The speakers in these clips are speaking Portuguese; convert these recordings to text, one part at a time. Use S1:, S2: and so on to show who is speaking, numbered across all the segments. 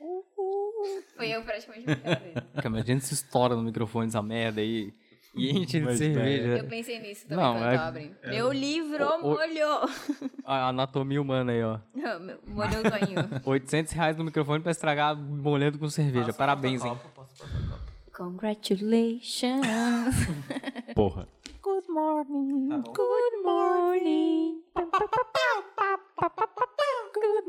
S1: Uhul.
S2: Foi eu praticamente me dele.
S3: Cara, imagina se estoura no microfone essa merda aí. E enche ele de
S4: Mas,
S3: cerveja.
S2: Eu pensei nisso também
S3: Não,
S2: quando
S3: é-
S2: eu tava abrindo. Meu livro
S3: O- o-
S2: molhou.
S3: A anatomia humana aí, ó.
S2: Não, meu- molhou o zoinho.
S3: 800 reais no microfone pra estragar molhando com cerveja. Parabéns, hein?
S2: Congratulations.
S4: Porra.
S1: Good morning.
S4: Tá
S2: Good morning. Good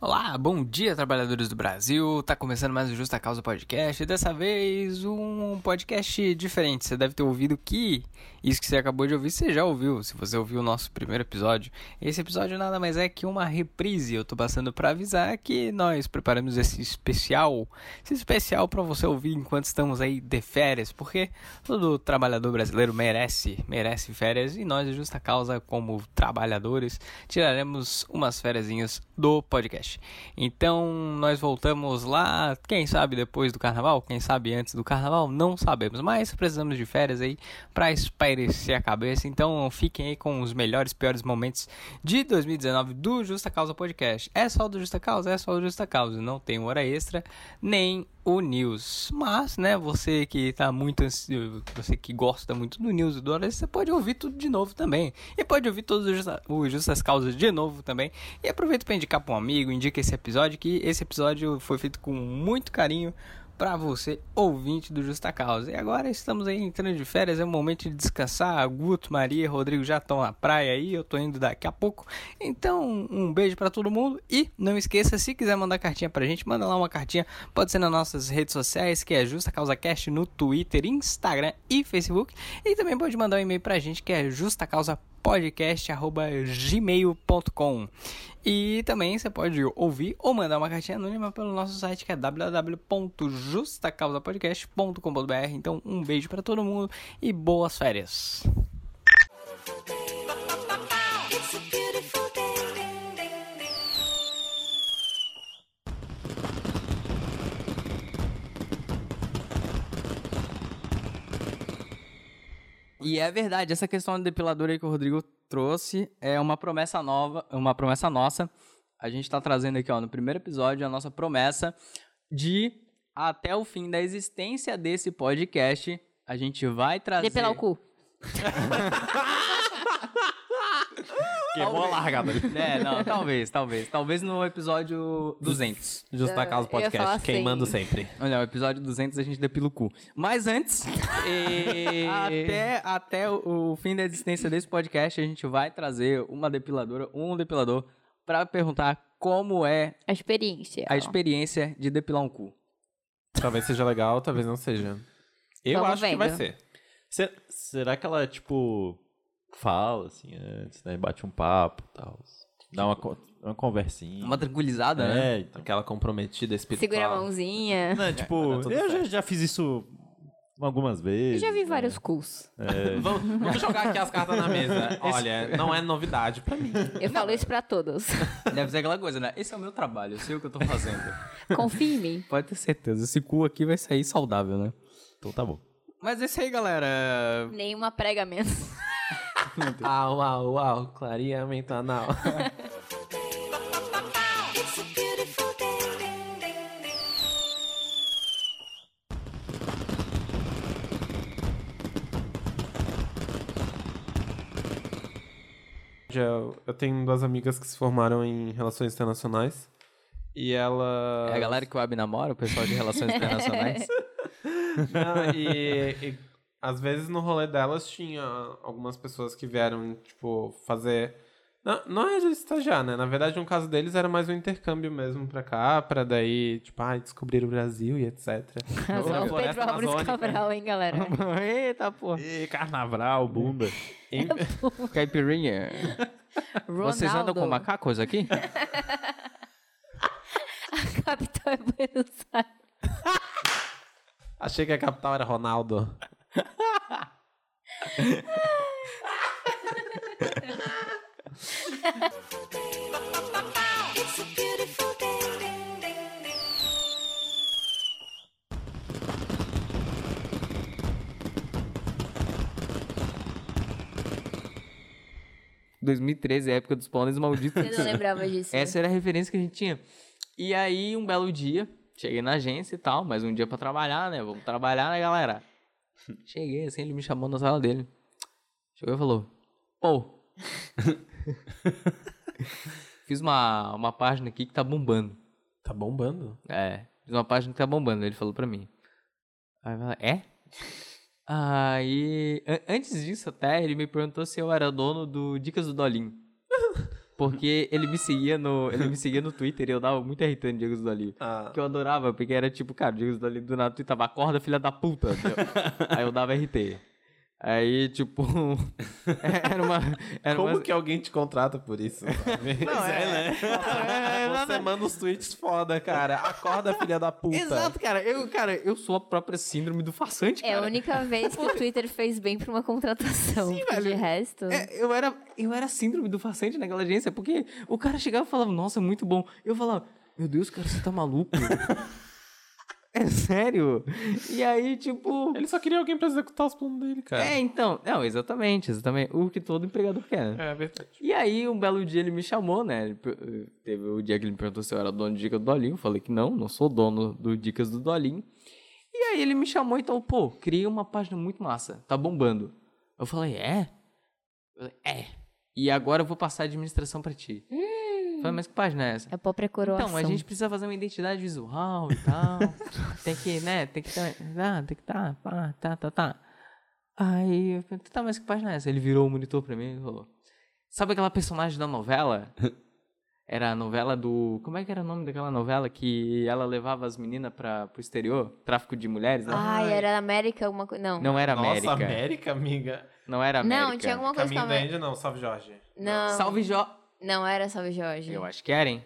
S3: Olá, bom dia, trabalhadores do Brasil. Tá começando mais o Justa Causa Podcast. Dessa vez, um podcast diferente. Você deve ter ouvido que isso que você acabou de ouvir, você já ouviu. Se você ouviu o nosso primeiro episódio, esse episódio nada mais é que uma reprise. Eu tô passando pra avisar que nós preparamos esse especial, esse especial pra você ouvir enquanto estamos aí de férias, porque todo trabalhador brasileiro merece, merece férias e nós, de justa causa, como trabalhadores, tiraremos umas férias do podcast. Então, nós voltamos lá, quem sabe depois do carnaval, quem sabe antes do carnaval, não sabemos, mas precisamos de férias aí para espairecer a cabeça. Então, fiquem aí com os melhores, piores momentos de 2019 do Justa Causa Podcast. É só do Justa Causa, é só do Justa Causa, não tem hora extra, nem o News. Mas, né, você que tá muito ansioso, você que gosta muito do News e do Hora Extra, você pode ouvir tudo de novo também. E pode ouvir todos os, Justa- os Justas Causas de novo também. E aproveita para indicar para um amigo, indica esse episódio, que esse episódio foi feito com muito carinho para você, ouvinte do Justa Causa. E agora estamos aí entrando de férias, é o momento de descansar. Guto, Maria, Rodrigo já estão na praia aí, eu tô indo daqui a pouco. Então, um beijo para todo mundo e não esqueça, se quiser mandar cartinha pra gente, manda lá uma cartinha. Pode ser nas nossas redes sociais, que é Justa Causa Cast no Twitter, Instagram e Facebook. E também pode mandar um e-mail pra gente, que é justacausapodcast.gmail.com E também você pode ouvir ou mandar uma cartinha anônima pelo nosso site, que é www.justacausapodcast.com.br. Então, um beijo pra todo mundo e boas férias! E é verdade, essa questão da depiladora aí que o Rodrigo trouxe é uma promessa nova, uma promessa nossa. A gente tá trazendo aqui, ó, no primeiro episódio, a nossa promessa de até o fim da existência desse podcast, a gente vai
S4: Assim,
S3: trazer.
S1: Depilar o cu.
S4: Queimou a largada.
S3: É, não, talvez, talvez. Talvez no episódio 200.
S4: Justa Causa
S1: Eu ia
S4: Podcast,
S1: falar assim.
S4: queimando sempre.
S3: Olha, o episódio 200 a gente depila o cu. Mas antes, até, até o, o fim da existência desse podcast, a gente vai trazer uma depiladora, um depilador, pra perguntar como é
S1: A experiência.
S3: a experiência de depilar um cu.
S4: Talvez seja legal, talvez não seja. Eu
S2: Vamos
S4: acho que vai
S2: vendo.
S4: ser. Se- será que ela, tipo, fala assim antes, né? Bate um papo e tal. Dá uma, co- uma conversinha.
S3: Uma tranquilizada, né?
S4: É, então.
S5: Aquela comprometida espiritual.
S2: Segura a mãozinha.
S4: Não, tipo,
S5: vai dar tudo
S4: eu já,
S5: certo.
S4: já fiz isso algumas
S1: Eu
S4: vezes.
S1: já vi
S4: né?
S1: vários cus.
S5: Vamos, vamos jogar aqui as cartas na mesa. Olha, não é novidade pra mim.
S1: Eu falo isso pra todos.
S3: Deve ser aquela coisa, né? Esse é o meu trabalho, eu sei o que eu tô fazendo.
S1: Confia em mim.
S3: Pode ter certeza, esse cu aqui vai sair saudável, né?
S4: Então tá bom.
S3: Mas é isso aí, galera.
S2: Nenhuma prega menos.
S5: Au, au, au, clareamento anal.
S6: Já- Eu tenho duas amigas que se formaram em relações internacionais. E ela.
S3: É a galera que o Ab namora, o pessoal de relações internacionais.
S6: Não, e, e às vezes no rolê delas tinha algumas pessoas que vieram, tipo, fazer. Não, não era estagiar, né? Na verdade, um caso deles era mais um intercâmbio mesmo pra cá, pra daí, tipo, ah, descobrir o Brasil e etc.
S1: Razão,
S6: Na
S1: o Pedro
S6: floresta
S1: Álvares
S6: amazônica.
S1: Cabral,
S3: é.
S1: hein, galera?
S3: Eita, porra.
S4: E carnaval, bunda.
S3: Caipirinha.
S1: Ronaldo.
S3: Vocês andam com macacos aqui?
S1: Capital é Buenos Aires.
S6: Achei que a capital era Ronaldo.
S3: Em 2013, a época dos pôneis malditos.
S7: Eu não lembrava disso.
S3: Essa era a referência que a gente tinha. E aí, um belo dia, cheguei na agência e tal, mais um dia pra trabalhar, né? Vamos trabalhar, né, galera? Cheguei, assim, ele me chamou na sala dele. Chegou e falou: Pô, fiz uma, uma página aqui que tá bombando.
S6: Tá bombando?
S3: É, fiz uma página que tá bombando. Ele falou pra mim. Aí eu falei, é? Aí, an- antes disso até, ele me perguntou se eu era dono do Dicas do Dolinho. Porque ele me seguia no, ele me seguia no Twitter e eu dava muito RT no Dicas do Dolinho.
S6: Ah.
S3: Que eu adorava, porque era tipo, cara, o Dicas do Dolinho do nada tweetava, acorda filha da puta. Aí eu dava RT. Aí, tipo, era uma... Era
S6: Como
S3: uma...
S6: que alguém te contrata por isso? sabe?
S3: Não, é, é, não,
S6: Você manda uns tweets foda, cara. Acorda, filha da puta.
S3: Exato, cara. Eu, cara, eu sou a própria síndrome do farsante,
S2: É a
S3: cara.
S2: única vez que o Twitter fez bem pra uma contratação.
S3: Sim,
S2: porque De
S3: velho.
S2: resto.
S3: É, eu era, eu era síndrome do farsante naquela agência, porque o cara chegava e falava, nossa, é muito bom. Eu falava, meu Deus, cara, você tá maluco? é sério? E aí, tipo.
S6: Ele só queria alguém pra executar os planos dele, cara.
S3: É, então. Não, exatamente, exatamente. O que todo empregador quer, né?
S6: É verdade.
S3: E aí, um belo dia ele me chamou, né? Ele per- Teve o dia que ele me perguntou se eu era dono do Dicas do Dolinho. Eu falei que não, não sou dono do Dicas do Dolinho. E aí ele me chamou e então, pô, criei uma página muito massa, tá bombando. Eu falei, é? Eu falei, é. E agora eu vou passar a administração pra ti. Eu Falei, mas que página é essa?
S2: É própria coroação.
S3: Então, a gente precisa fazer uma identidade visual e tal. tem que, né? Tem que tá, ah, tem que tá, pá, tá, tá, tá. Aí eu perguntei, tá, mas que página é essa? Ele virou o monitor pra mim e falou: Sabe aquela personagem da novela? Era a novela do. Como é que era o nome daquela novela que ela levava as meninas pra, pro exterior? Tráfico de mulheres, né?
S2: Ai, era América alguma coisa. Ah, Não.
S3: Não era América.
S6: Nossa, América, amiga.
S3: Não era América.
S2: Não, tinha alguma coisa com
S6: Caminho
S2: América.
S6: da Índia, não. Salve, Jorge.
S2: Não.
S3: Salve Jó.
S2: Não era Salve Jorge.
S3: Eu acho que era, hein?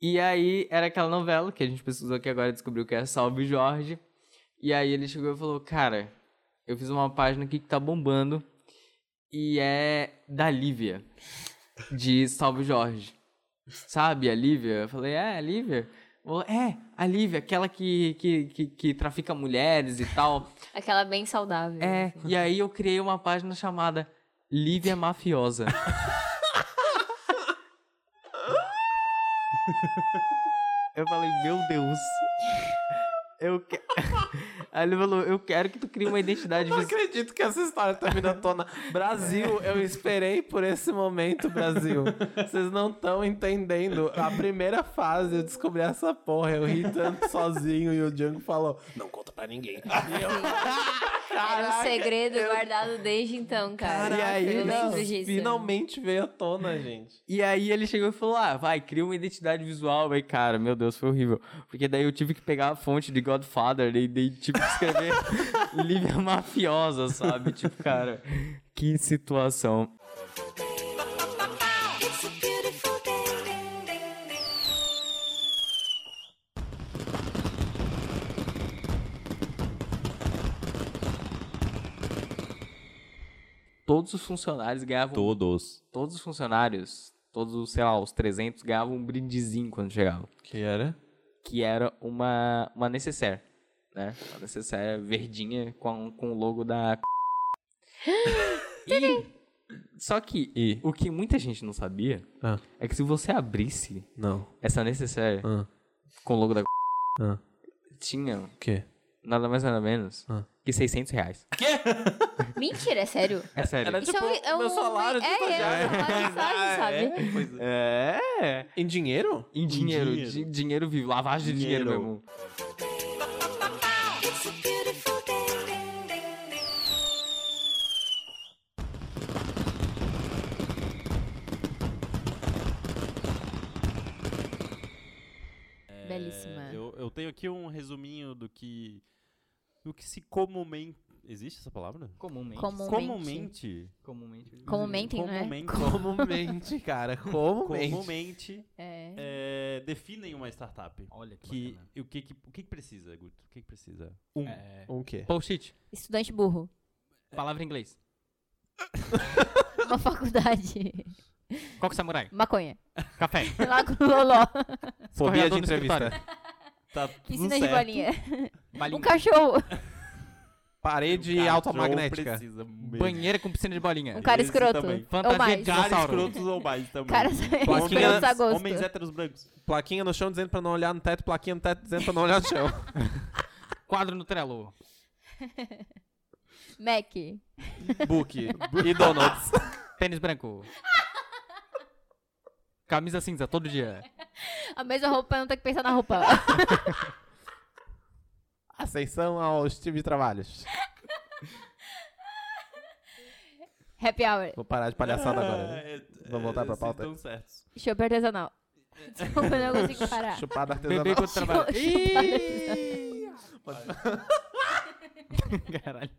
S3: E aí, era aquela novela que a gente pesquisou que agora descobriu que é Salve Jorge. E aí ele chegou e falou, cara, eu fiz uma página aqui que tá bombando e é da Lívia, de Salve Jorge. Sabe a Lívia? Eu falei, é, a Lívia? Ele falou, É, a Lívia, aquela que, que, que, que trafica mulheres e tal.
S2: Aquela bem saudável.
S3: É, e aí eu criei uma página chamada Lívia Mafiosa. Eu falei, meu Deus. Eu que... Aí ele falou, eu quero que tu crie uma identidade
S6: Não
S3: visual.
S6: acredito que essa história tá vindo à tona. Brasil, eu esperei por esse momento, Brasil. Vocês não estão entendendo. A primeira fase, eu descobri essa porra. Eu ri tanto sozinho e o Django falou: Não conta pra ninguém. E eu,
S2: Era um segredo guardado desde então, cara.
S6: e aí,
S2: eu lembro
S6: não,
S2: disso.
S6: finalmente veio à tona, gente.
S3: E aí ele chegou e falou: Ah, vai, cria uma identidade visual. Aí, cara, meu Deus, foi horrível. Porque daí eu tive que pegar a fonte de Godfather e daí tive que escrever Lívia Mafiosa, sabe? Tipo, cara, que situação. Todos os funcionários ganhavam
S4: Todos.
S3: todos os funcionários, todos, os, sei lá, os 300, ganhavam um brindezinho quando chegavam.
S4: Que era?
S3: Que era uma, uma necessaire, né? Uma necessaire verdinha com, com o logo da... e, só que
S4: E?
S3: o que muita gente não sabia
S6: Ah.
S3: é que se você abrisse
S6: Não.
S3: essa necessaire
S6: Ah.
S3: com o logo da...
S6: Ah.
S3: Tinha
S6: O quê?
S3: nada mais nada menos
S6: Ah.
S3: que 600 reais.
S2: Mentira, é sério.
S3: É sério.
S2: Isso é um, é um
S6: salário de
S2: é, é, é
S6: estagiário.
S2: uma massagem, sabe?
S3: É...
S6: Em dinheiro?
S3: Em dinheiro, di-
S4: dinheiro.
S3: dinheiro, vivo, lavagem de dinheiro
S4: Dinheiro.
S3: mesmo.
S2: Belíssima.
S3: É.
S4: É, Eu, eu tenho aqui um resuminho do que. do que se comumente. Existe essa palavra?
S3: Comumente.
S2: Comumente.
S4: Comumente.
S3: Comumente.
S2: Comumentem, né?
S4: Comumente.
S8: Comumente, cara. Comumente.
S4: comumente
S2: É.
S4: é, definem uma startup.
S9: Olha que,
S4: Que,
S9: bacana.
S4: o, que, que, o que, que precisa, Guto? O que, que precisa? Um.
S9: É,
S8: O quê?
S3: Post-it.
S2: Estudante burro.
S3: Palavra em inglês.
S2: Uma faculdade.
S3: Coco é samurai.
S2: Maconha.
S3: Café.
S2: Lago Loló.
S8: Fobia
S3: Escorregador
S8: de
S3: no
S8: entrevista.
S4: Tá tudo
S2: Piscina de
S4: certo.
S2: bolinha. Um
S3: Balinha. Um
S2: cachorro.
S8: Parede
S4: Cachorro
S8: automagnética.
S4: precisa mesmo.
S3: Banheira com piscina de bolinha.
S2: Um cara
S4: Esse
S2: escroto.
S4: também.
S2: Ou
S3: Fantasia
S2: mais. Um
S3: de
S4: Caras
S3: Dinossauro.
S4: escrotos ou mais também.
S2: Cara escrotos a gosto.
S4: homens héteros brancos.
S8: Plaquinha no chão dizendo pra não olhar no teto, plaquinha no teto dizendo pra não olhar no chão.
S3: Quadro no Trello.
S2: Mac.
S8: Book. e donuts.
S3: Tênis branco. Camisa cinza todo dia.
S2: A mesma roupa pra não ter que pensar na roupa.
S8: Aceição aos times de trabalhos.
S2: Happy hour.
S8: Vou parar de palhaçada
S4: Ah,
S8: agora. né?
S4: é-
S8: Vamos voltar pra
S4: vocês
S8: pauta?
S4: Estão certos.
S2: Chope artesanal. Desculpa, eu não consigo parar.
S8: Chupada artesanal.
S3: Bebê quando trabalha. Caralho.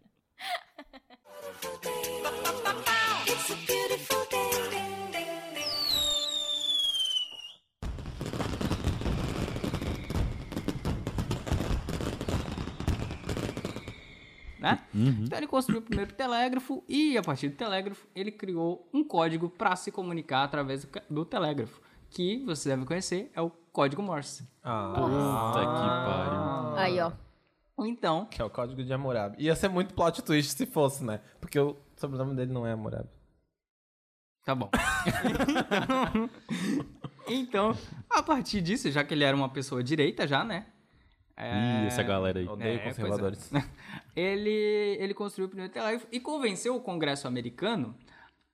S3: Né? Então ele construiu primeiro o telégrafo e a partir do telégrafo ele criou um código para se comunicar através do ca- do telégrafo, que você deve conhecer, é o código Morse.
S6: Ah,
S4: Puta que pariu.
S2: Aí, ó.
S3: Ou então,
S6: Que é o código de Hammurabi. Ia ser muito plot twist se fosse, né? Porque o sobrenome dele não é Hammurabi.
S3: Tá bom. então, a partir disso, já que ele era uma pessoa direita já, né? É,
S4: Ih, essa galera aí.
S3: É,
S6: Odeio conservadores.
S3: ele, ele construiu o primeiro telégrafo e convenceu o Congresso americano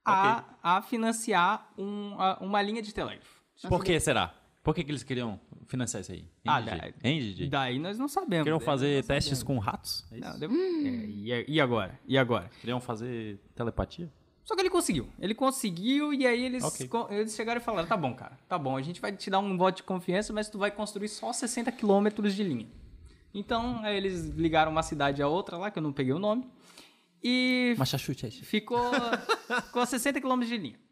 S3: a, a financiar um- a- uma linha de telégrafo.
S4: Por que será? Por que, que eles queriam financiar isso aí? Hein,
S3: Ah,
S4: DJ?
S3: da-
S4: Hein, DJ?
S3: Daí nós não sabemos.
S8: um
S4: Queriam
S3: né?
S4: fazer testes com ratos? É isso?
S3: Não, deu- é, e, e agora? E agora?
S4: Queriam fazer telepatia?
S3: Só que ele conseguiu. Ele conseguiu e aí eles,
S4: Ok.
S3: co- eles chegaram e falaram: tá bom, cara, tá bom, a gente vai te dar um voto de confiança, mas tu vai construir só 60 quilômetros de linha. Então, aí eles ligaram uma cidade a outra lá, que eu não peguei o nome, e
S4: Massachusetts.
S3: ficou, ficou a 60 quilômetros de linha.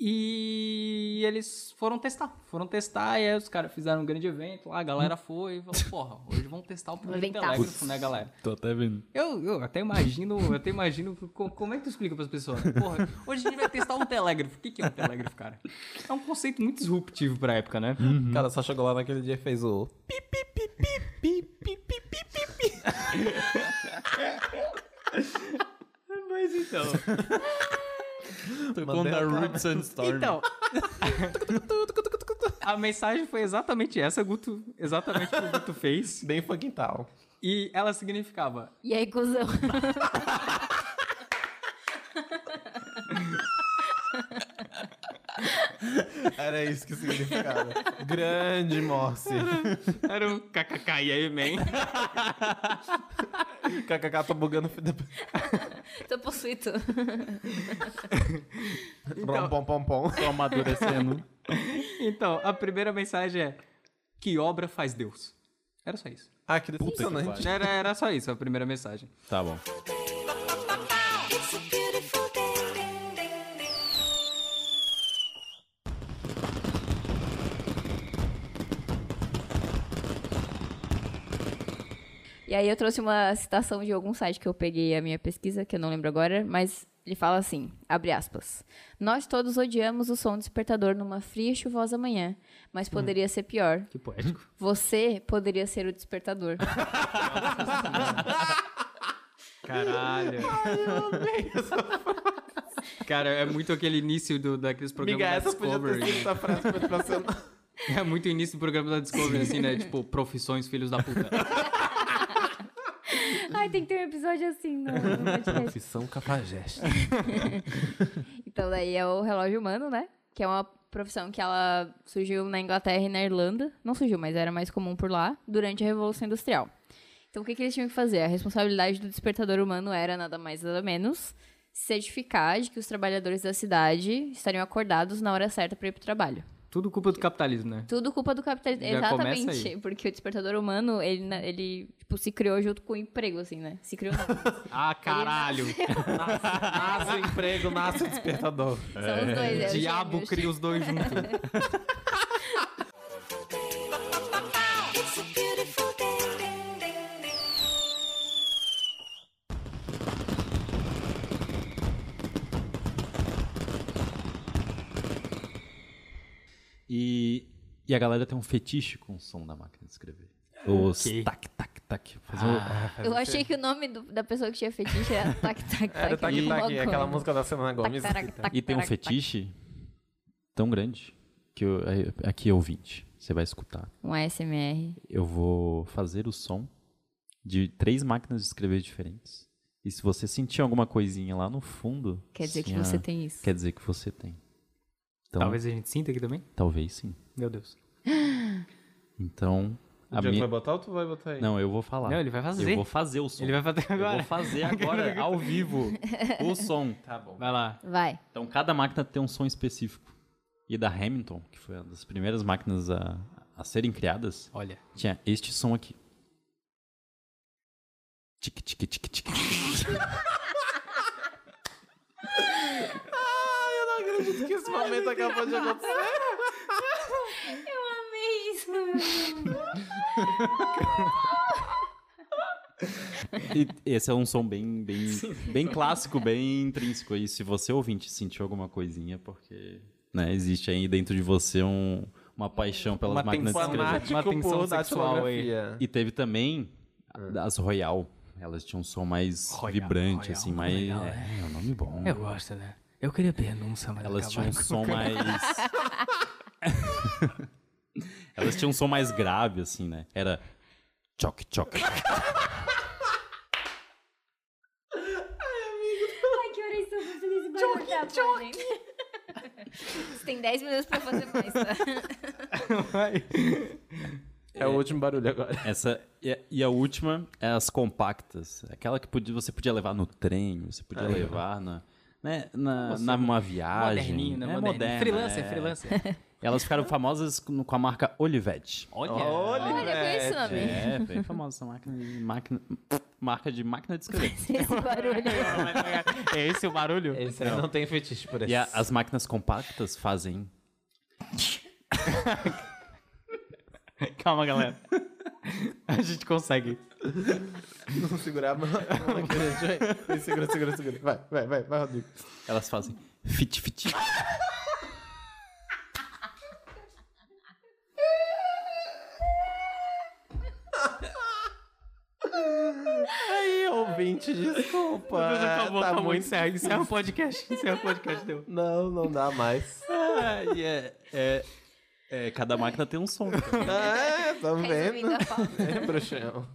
S3: E eles foram testar. Foram testar, e aí os caras fizeram um grande evento lá, a galera
S4: Hum.
S3: foi e falou: porra, hoje vamos testar o primeiro
S2: Inventar.
S3: telégrafo, né, galera?
S4: Tô até vendo.
S3: Eu, eu até imagino, eu até imagino co- como é que tu explica pras pessoas. Porra, hoje a gente vai testar um telégrafo. O que, que é um telégrafo, cara? É um conceito muito disruptivo pra época, né?
S6: O cara só chegou lá naquele dia e fez o.
S3: Mas então.
S6: Mandei a cara.
S4: and é Story.
S3: Então. a mensagem foi exatamente essa, Guto. Exatamente o que o Guto fez.
S6: Bem fucking tal.
S3: E ela significava:
S2: E aí, cuzão.
S6: Era isso que significava. Grande Morse.
S3: era um kkk e aí, man.
S6: KKK, tô bugando.
S2: Tô possuído.
S6: Pom, pom, pom, pom.
S4: Tô amadurecendo.
S3: Então, a primeira mensagem é: Que obra faz Deus? Era só isso.
S6: Ah, que
S4: que
S6: decepcionante.
S4: pariu.
S3: Era, era só isso a primeira mensagem.
S4: tá bom.
S2: E aí eu trouxe uma citação de algum site que eu peguei a minha pesquisa, que eu não lembro agora, mas ele fala assim, abre aspas. Nós todos odiamos o som do despertador numa fria e chuvosa manhã, mas poderia ser pior.
S3: Hum. Que poético.
S2: Você poderia ser o despertador.
S3: Caralho. Cara, é muito aquele início do, daqueles programas
S6: Amiga,
S3: da
S6: essa podia
S3: Discovery.
S6: ter
S3: né?
S6: sido essa frase motivacional.
S3: É muito o início do programa da Discovery, assim, né? Tipo, profissões, filhos da puta.
S2: Ai, tem que ter um episódio assim no, no podcast.
S6: Profissão capageste.
S2: Então daí é o relógio humano, né? Que é uma profissão que ela surgiu na Inglaterra e na Irlanda. Não surgiu, mas era mais comum por lá durante a Revolução Industrial. Então o que, que eles tinham que fazer? A responsabilidade do despertador humano era nada mais nada menos certificar de que os trabalhadores da cidade estariam acordados na hora certa para ir para o trabalho.
S3: Tudo culpa do capitalismo, né?
S2: Tudo culpa do capitalismo.
S3: Já começa
S2: Exatamente, porque o despertador humano, ele, na- ele tipo, se criou junto com o emprego, assim, né? Se criou não.
S10: Ah, caralho.
S6: Nasce emprego, nasce despertador.
S2: São os dois, é, os
S10: Diabo
S2: gêmeos.
S10: cria os dois juntos.
S3: Então,
S4: E, e a galera tem um fetiche com o som da máquina de escrever. Os tac, tac, tac. Fazer um-
S6: É
S2: Eu achei que o nome do- da pessoa que tinha fetiche era Tac Tac Tac.
S6: Era tá o Tag
S2: alguma
S6: Tag,
S2: coisa.
S6: aquela música da Semana
S2: Tac,
S6: Gomes.
S2: tarac, tac,
S4: E tem um
S2: tarac, tac.
S4: fetiche tão grande que eu, é- aqui é ouvinte, você vai escutar.
S2: Um ASMR.
S4: Eu vou fazer o som de três máquinas de escrever diferentes. E se você sentir alguma coisinha lá no fundo,
S2: Quer dizer que
S4: assim,
S2: você
S4: ah,
S2: tem isso.
S4: Quer dizer que você tem. Então, talvez,
S3: Talvez a gente sinta aqui também.
S4: sim.
S3: Meu Deus.
S4: Então,
S6: O
S4: a
S6: Diego
S4: minha...
S6: vai botar ou tu vai botar aí?
S4: Não, eu vou falar.
S3: Não, ele vai fazer.
S4: Eu vou fazer o som.
S3: Ele vai fazer
S4: Eu
S3: agora.
S4: vou fazer agora, ao vivo, o som.
S6: Tá bom.
S3: Vai lá.
S2: Vai.
S4: Então, cada máquina tem um som específico. E da Hamilton, que foi uma das primeiras máquinas a, a serem criadas,
S3: Olha.
S4: tinha este som aqui. Tic, tic, tic, tic.
S6: acredito que esse momento acabou de acontecer.
S2: Amei isso.
S4: E esse é um som bem, bem, bem clássico, bem intrínseco. E se você ouvinte sentiu alguma coisinha, porque né, existe aí dentro de você um- uma paixão pelas
S3: Uma
S4: máquinas de
S3: tensão, né?
S4: escrever.
S3: Uma
S6: Fanático
S3: tensão
S6: por
S3: sexual aí.
S6: datilografia.
S4: E teve também as Royal. Elas tinham um som mais
S3: Royal,
S4: vibrante,
S3: Royal,
S4: assim, mais.
S3: legal,
S4: é, é um nome bom.
S3: Eu gosto, né? Eu queria pernunça, mas
S4: Elas tinham
S3: acabaram
S4: um
S3: com-
S4: som mais. Elas tinham um som mais grave, assim, né? Era. Choc, choc.
S2: Ai, que horas são vocês? Choque, choque. Você tem 10 minutos pra fazer mais, tá?
S6: É o último barulho agora.
S4: Essa, e, a- e a última é as compactas. Aquela que podia, você podia levar no trem, você podia levar na. Né, na, na uma viagem.
S3: Moderninho, né?
S4: É
S3: Moderninho.
S4: moderna,
S3: freelancer,
S4: é.
S3: freelancer.
S4: Elas ficaram famosas com com a marca Olivetti.
S10: Olha.
S2: Olha, com esse nome.
S4: É, bem famosa essa máquina de máquina. Marca de máquina de escrever.
S2: Esse barulho.
S3: é esse o barulho?
S10: Esse aí não tem fetiche por esse.
S4: E a- as máquinas compactas fazem.
S3: Calma, galera. A gente consegue.
S6: Vamos segurar a mão. Vai, Segura, segura, segura. Vai, vai, vai, vai, Rodrigo.
S4: Elas fazem fit fit.
S6: Aí, ouvinte, desculpa. tá muito...
S3: encerra, encerra o é um podcast. Encerra o podcast, deu.
S6: Não, não dá mais.
S4: é, é, é, cada máquina tem um som.
S6: É, tá vendo?
S2: Resumindo a pauta.
S6: É, bruxão.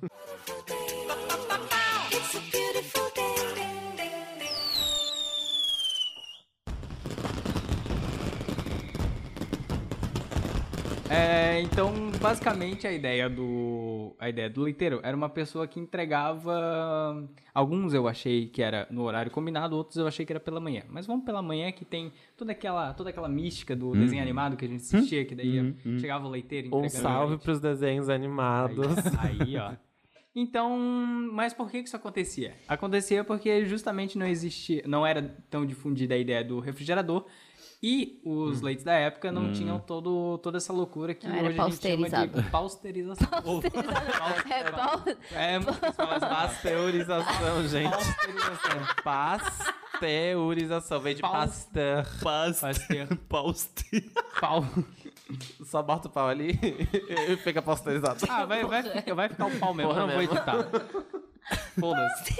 S3: É, então, basicamente, a ideia do. A ideia do leiteiro era uma pessoa que entregava. Alguns eu achei que era no horário combinado, outros eu achei que era pela manhã. Mas vamos pela manhã que tem toda aquela, toda aquela mística do desenho animado que a gente assistia, que daí chegava o leiteiro
S6: Um
S3: entregando.
S6: salve pros desenhos animados.
S3: Aí, aí, ó. Então, mas por que que isso acontecia? Acontecia porque justamente não existia, não era tão difundida a ideia do refrigerador e os leites da época não tinham todo, toda essa loucura que
S2: Não, era
S3: hoje a gente chama de
S2: pasteurizado.
S3: pasteurização.
S2: É pauta.
S3: é muito difícil falar essa
S6: Pasteurização, gente.
S3: pasteurização.
S6: Pasteurização. Vem de
S3: Paus-
S6: pasteur.
S3: Pasteur.
S4: Pauste.
S3: Pau.
S6: Só bota o pau ali e fica pasteurizado.
S3: Ah, vai, vai, ficar- vai ficar o pau mesmo, eu não vou editar. Foda-se.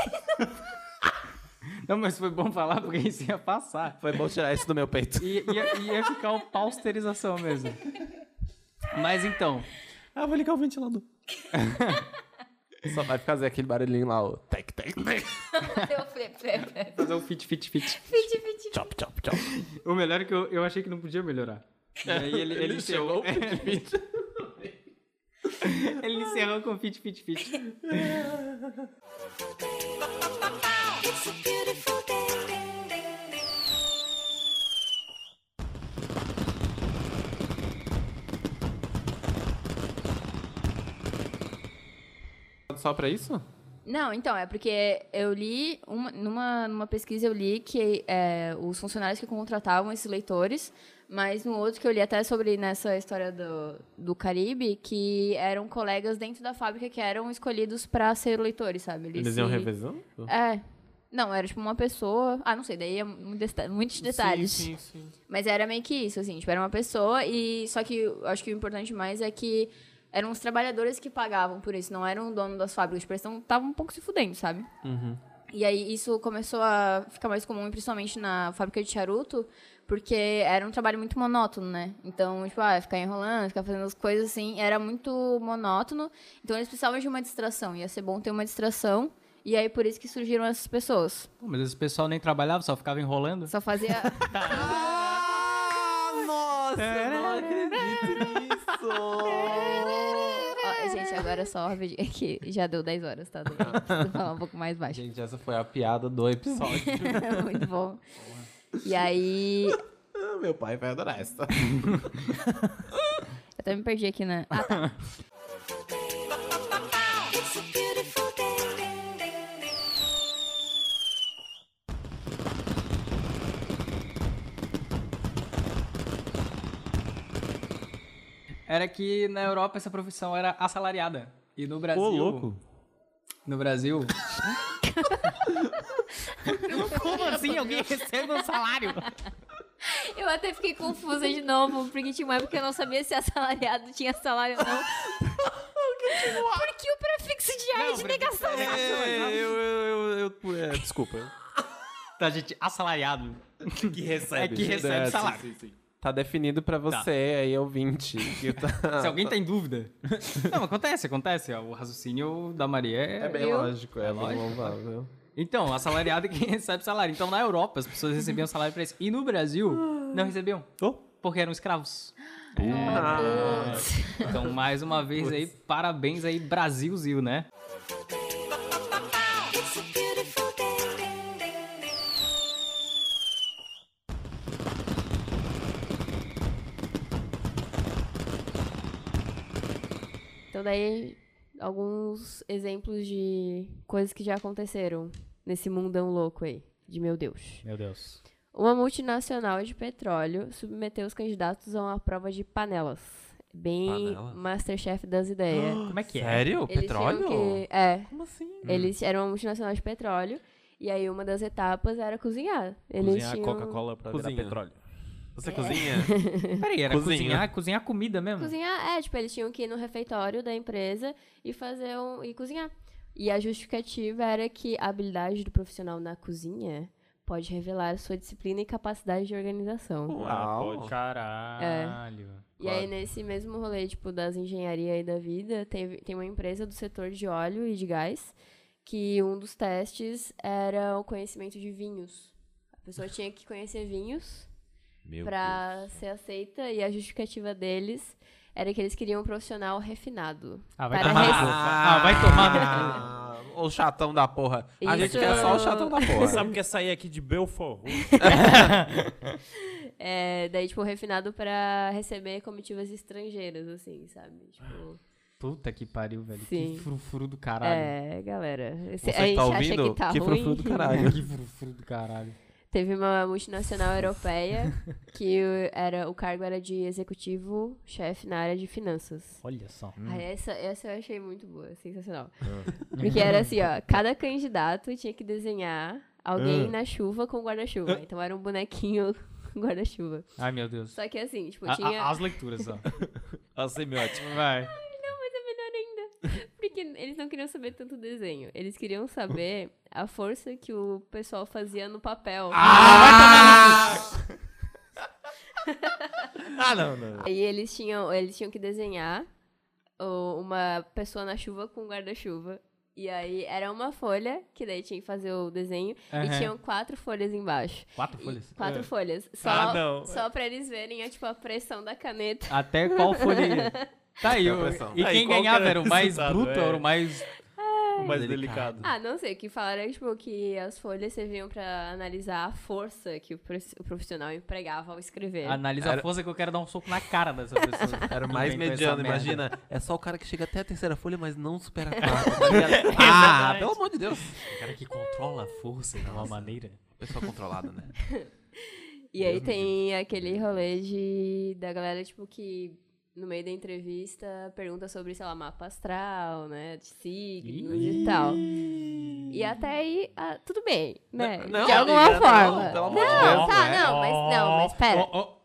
S3: Não, mas foi bom falar porque isso ia passar.
S6: Foi bom tirar isso do meu peito.
S3: E ia, ia ficar uma pausterização mesmo. Mas então,
S4: Ah, vou ligar o ventilador.
S6: Só vai fazer aquele barulhinho lá, o tec, tec, tec.
S2: Deu flip, flip, flip.
S3: fazer o fit, fit, fit.
S2: Fit, fit.
S6: Chop, chop, chop.
S3: O melhor é que eu, eu achei que não podia melhorar. E aí ele, ele, encerrou. ele encerrou com fit, fit, fit.
S6: Só só pra isso?
S1: Não, então, é porque eu li, uma- numa, numa pesquisa eu li que é, os funcionários que contratavam esses leitores, mas no outro que eu li até sobre nessa história do, do Caribe, que eram colegas dentro da fábrica que eram escolhidos para ser leitores, sabe?
S6: Eles
S1: se-
S6: iam revezando?
S1: É. Não, era tipo uma pessoa. Ah, não sei, daí é muito desta- muitos detalhes.
S6: Sim, sim, sim.
S1: Mas era meio que isso, assim, tipo, era uma pessoa e. Só que eu acho que o importante mais é que eram os trabalhadores que pagavam por isso, não eram o dono das fábricas, tipo, eles estavam um pouco se fudendo, sabe?
S6: Uhum.
S1: E aí isso começou a ficar mais comum, principalmente na fábrica de charuto, porque era um trabalho muito monótono, né? Então, tipo, ah, ficar enrolando, ficar fazendo as coisas assim, era muito monótono. Então eles precisavam de uma distração, ia ser bom ter uma distração. E aí por isso que surgiram essas pessoas.
S3: Pô, mas esse pessoal nem trabalhava, só ficava enrolando.
S1: Só fazia Ó, gente, agora só rapidinho, é que já deu 10 horas, tá? Daí eu preciso falar um pouco mais baixo.
S5: Gente, essa foi a piada do episódio.
S1: Muito bom. E aí.
S5: Meu pai vai adorar essa.
S1: Eu até me perdi aqui na. Ah, tá.
S3: Era que na Europa essa profissão era assalariada. E no Brasil.
S4: Ô, louco.
S3: No Brasil. Como assim alguém recebe um salário?
S1: Eu até fiquei confusa de novo, porque tinha uma época que eu não sabia se assalariado tinha salário ou não. Porque o prefixo de ar é de negação.
S2: Tá
S11: eu, eu, eu, eu- é, desculpa.
S3: Tá, gente, assalariado.
S11: Que recebe.
S3: É que recebe salário.
S6: Tá definido pra você, é aí ouvinte. Que tá...
S3: Se alguém tá em dúvida. Não, acontece, acontece. ó, O raciocínio da Maria é.
S6: É bem lógico, é, bem louvável.
S3: Então, assalariado é quem recebe salário. Então, na Europa, as pessoas recebiam salário pra isso. E no Brasil, não recebiam. Porque eram escravos.
S6: É. Ah,
S3: Então, mais uma vez aí, parabéns aí, Brasilzil, né?
S2: Então daí, alguns exemplos de coisas que já aconteceram nesse mundão louco aí, de meu Deus.
S3: Meu Deus.
S2: Uma multinacional de petróleo submeteu os candidatos a uma prova de panelas. Bem
S5: Panelas?
S2: Masterchef das ideias.
S3: Como é que é?
S5: Sério?
S2: Eles tinham
S5: Petróleo?
S2: que- é,
S5: Como assim?
S2: eles eram uma multinacional de petróleo e aí uma das etapas era cozinhar. Eles
S4: Cozinhar
S2: tinham...
S4: Coca-Cola pra virar
S5: Cozinha.
S4: petróleo.
S5: Você cozinha?
S3: Peraí, era
S5: Cozinha.
S3: cozinhar, cozinhar comida mesmo?
S2: Cozinhar, é, tipo, eles tinham que ir no refeitório da empresa e fazer um. e cozinhar. E a justificativa era que a habilidade do profissional na cozinha pode revelar sua disciplina e capacidade de organização.
S6: Uau.
S3: Caralho.
S2: E aí, nesse mesmo rolê, tipo, das engenharia e da vida, teve, tem uma empresa do setor de óleo e de gás que um dos testes era o conhecimento de vinhos. A pessoa tinha que conhecer vinhos
S11: Meu
S2: pra ser aceita e a justificativa deles era que eles queriam um profissional refinado.
S3: Ah, vai
S2: Para
S3: tomar.
S2: res-
S3: Ah, vai tomar.
S5: Ah, o chatão da porra. A gente
S2: Isso.
S5: quer só o chatão da porra.
S4: Sabe o que é sair aqui de Belfort?
S2: É, daí, tipo, refinado pra receber comitivas estrangeiras, assim, sabe? Tipo,
S3: Puta que pariu, velho.
S2: Sim.
S3: Que frufru do caralho.
S2: é, galera. esse-
S5: Você
S2: a gente
S5: que tá
S2: acha
S5: ouvindo?
S2: que tá
S5: que
S2: ruim.
S5: frufru do caralho.
S3: Que frufru do caralho.
S2: Teve uma multinacional europeia que o- era, o cargo era de executivo chefe na área de finanças.
S3: Olha só.
S2: Ah, essa, essa eu achei muito boa, sensacional. Porque era assim, ó, cada candidato tinha que desenhar alguém na chuva com
S3: Ah.
S2: guarda-chuva. Então era um bonequinho com guarda-chuva.
S3: Ai, meu Deus.
S2: Só que assim, tipo,
S3: A-
S2: tinha...
S3: a- as leituras, ó.
S11: A semiótica.
S3: Vai.
S2: Não, mas é melhor ainda. Porque eles não queriam saber tanto desenho. Eles queriam saber a força que o pessoal fazia no papel.
S11: Ah, não, não.
S2: Aí eles tinham, eles tinham que desenhar o- uma pessoa na chuva com um guarda-chuva. E aí era uma folha, que daí tinha que fazer o desenho,
S3: Aham.
S2: e tinham quatro folhas embaixo.
S3: Quatro
S2: E-
S3: folhas. É.
S2: Quatro folhas. Só,
S11: Ah, não.
S2: só pra eles verem a, tipo, a pressão da caneta.
S3: Até qual folha? ia? Tá aí. o-
S6: pressão.
S3: E
S11: Aí,
S3: quem
S11: qual que
S3: ganhava
S11: era
S3: era o
S11: o
S3: mais
S11: resultado,
S3: bruto,
S11: é?
S3: era o mais
S4: O mais delicado.
S2: Ah, não sei, o que falaram é tipo, que as folhas serviam pra analisar a força que o prof- o profissional empregava ao escrever.
S3: Analisa a força que eu quero dar um soco na cara dessa pessoa.
S5: Era
S3: Tudo
S5: mais
S3: bem com essa
S5: mediano,
S3: merda.
S5: imagina. É só o cara que chega até a terceira folha, mas não supera a quarta. tá ligado? ah, pelo amor de Deus.
S3: O cara que controla a força de uma maneira.
S5: Pessoa controlada, né?
S2: E aí tem aquele rolê de, da galera, tipo, que no meio da entrevista pergunta sobre, sei lá, mapa astral, né? De signos e tal. E até aí, ah, tudo bem, né?
S5: Não,
S2: de alguma
S5: amiga,
S2: forma.
S5: não, pelo amor de
S2: não,
S5: Deus,
S2: tá,
S5: né?
S2: não, mas não, mas pera.
S3: Ó, ó.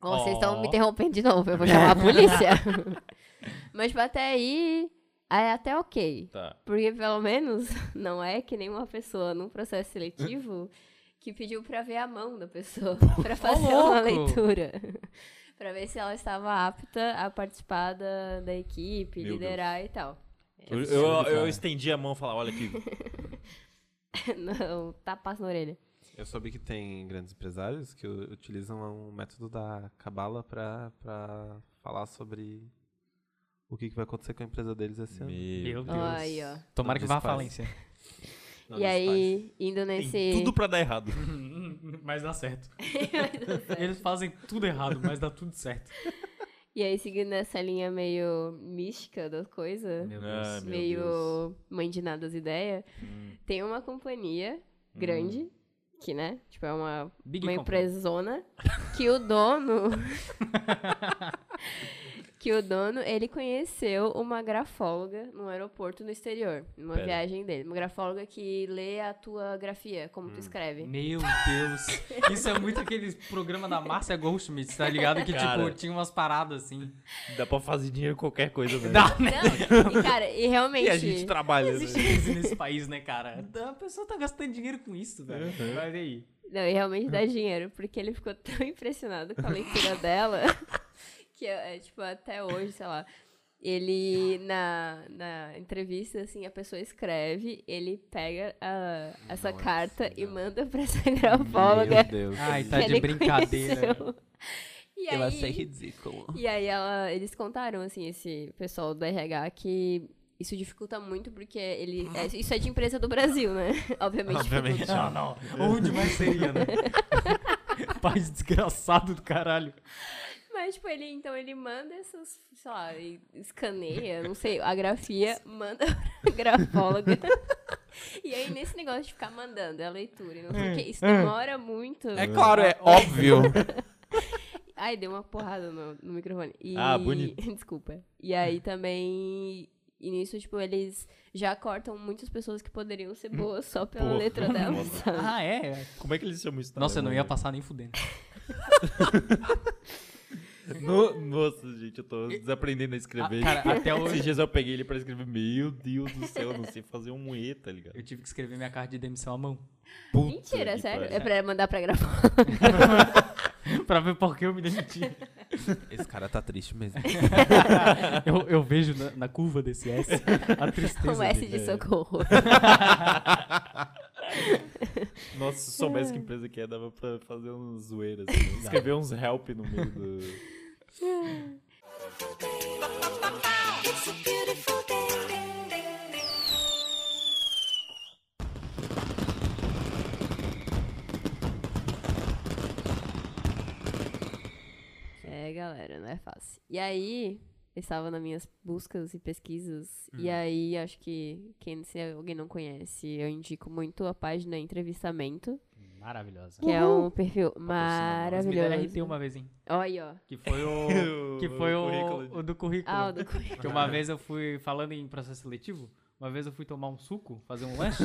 S2: Ó, Vocês estão me interrompendo de novo, eu vou chamar a polícia. mas tipo, até aí, é até ok.
S4: Tá.
S2: Porque pelo menos não é que nenhuma pessoa num processo seletivo que pediu pra ver a mão da pessoa, pra fazer uma leitura. pra ver se ela estava apta a participar da, da equipe,
S4: Meu
S2: liderar e tal.
S4: Eu, eu- eu estendi a mão e falei, olha aqui.
S2: não, tapaço na orelha.
S5: Eu soube que tem grandes empresários que u- utilizam um método da cabala pra, pra falar sobre o que, que vai acontecer com a empresa deles esse ano.
S3: Meu
S4: Meu
S3: Deus.
S2: Aí, ó.
S3: Tomara que vá à
S5: Desfaz.
S3: falência.
S5: Não,
S2: e
S5: eles fazem.
S2: aí, indo
S4: Tem
S2: nesse.
S4: tudo pra dar errado.
S3: mas dá certo. Eles fazem tudo errado, mas dá tudo certo.
S2: E aí, seguindo nessa linha meio mística da coisa,
S3: Meu
S4: Ah, meu Deus.
S2: meio mãe de nada as ideias,
S4: Hum.
S2: tem uma companhia grande, que, né? Tipo, é uma
S3: Big
S2: uma
S3: Company.
S2: empresona que o dono que o dono ele conheceu uma grafóloga num aeroporto no exterior numa
S4: Pera.
S2: viagem dele uma grafóloga que lê a tua grafia como
S4: Hum.
S2: tu escreve
S3: Meu Deus. Isso é muito aquele programa da Márcia Goldschmidt, tá ligado? Que,
S4: Cara.
S3: tipo, tinha umas paradas assim.
S4: Dá pra fazer dinheiro com qualquer coisa, velho.
S3: Dá, né?
S2: não e cara e realmente
S4: E a gente trabalha.
S3: Existe
S4: né?
S3: crise nesse país, né, cara? A pessoa tá gastando dinheiro com isso, velho. Mas e aí.
S2: não e realmente
S5: É.
S2: dá dinheiro porque ele ficou tão impressionado com a leitura dela que é, é, tipo até hoje sei lá ele, na, na entrevista, assim, a pessoa escreve, ele pega a- essa carta e manda pra essa grafóloga.
S5: Meu Deus.
S3: Ai, tá
S2: que
S3: de
S2: ele
S3: brincadeira.
S2: conheceu. E
S5: Eu
S2: aí,
S5: achei ridículo.
S2: e aí ela- eles contaram, assim, esse pessoal do RH que isso dificulta muito porque ele... é- isso é de empresa do Brasil, né? Obviamente.
S5: Obviamente.
S3: Não, não. Onde mais seria, né? País desgraçado do caralho.
S2: Mas, tipo, ele, então, ele manda essas, sei lá, e escaneia, não sei, a grafia, manda pra grafóloga. E aí, nesse negócio de ficar mandando é a leitura, e não
S4: Hum,
S2: sei o que, isso demora muito.
S5: É claro, é óbvio.
S2: Ai, deu uma porrada no, no microfone. E-
S4: Ah, bonito.
S2: Desculpa. E aí também. E nisso, tipo, eles já cortam muitas pessoas que poderiam ser boas só pela
S4: Hum. Porra.
S2: letra delas, sabe?
S3: Ah, é?
S4: Como é que eles chamam isso? Tá na
S3: Nossa, eu não ia
S4: Alemanha?
S3: passar nem fudendo.
S4: No- nossa, gente, eu tô desaprendendo a
S3: Ah,
S4: escrever.
S3: cara, até hoje
S4: Esses dias eu peguei ele pra escrever. Meu Deus do céu, eu não sei fazer um E, tá ligado?
S3: eu tive que escrever minha carta de demissão à mão.
S4: Puta
S2: Mentira,
S4: que
S2: sério?
S4: pariu.
S2: É pra mandar pra gravar.
S3: pra ver por que eu me demiti.
S5: Esse cara tá triste mesmo.
S3: eu, eu vejo na, na curva desse S a tristeza.
S2: Um S
S3: dele.
S2: de socorro.
S4: Nossa, se soubesse que empresa que é, dava pra fazer uns zoeiras. Assim, escrever uns help no meio do.
S2: É, galera, não é fácil. E aí, eu estava nas minhas buscas e pesquisas. E
S12: Uhum.
S2: aí, acho que quem, se alguém não conhece, eu indico muito a página Entrevistamento,
S3: Maravilhosa.
S2: que é um
S12: Tá
S2: perfil
S12: né?
S2: maravilhoso.
S3: RT uma vez, hein?
S2: Olha aí, ó.
S3: Que foi o. Que foi o,
S4: currículo.
S3: o do currículo.
S2: Ah, o do
S3: Que uma vez eu fui, falando em processo seletivo, uma vez eu fui tomar um suco, fazer um lanche,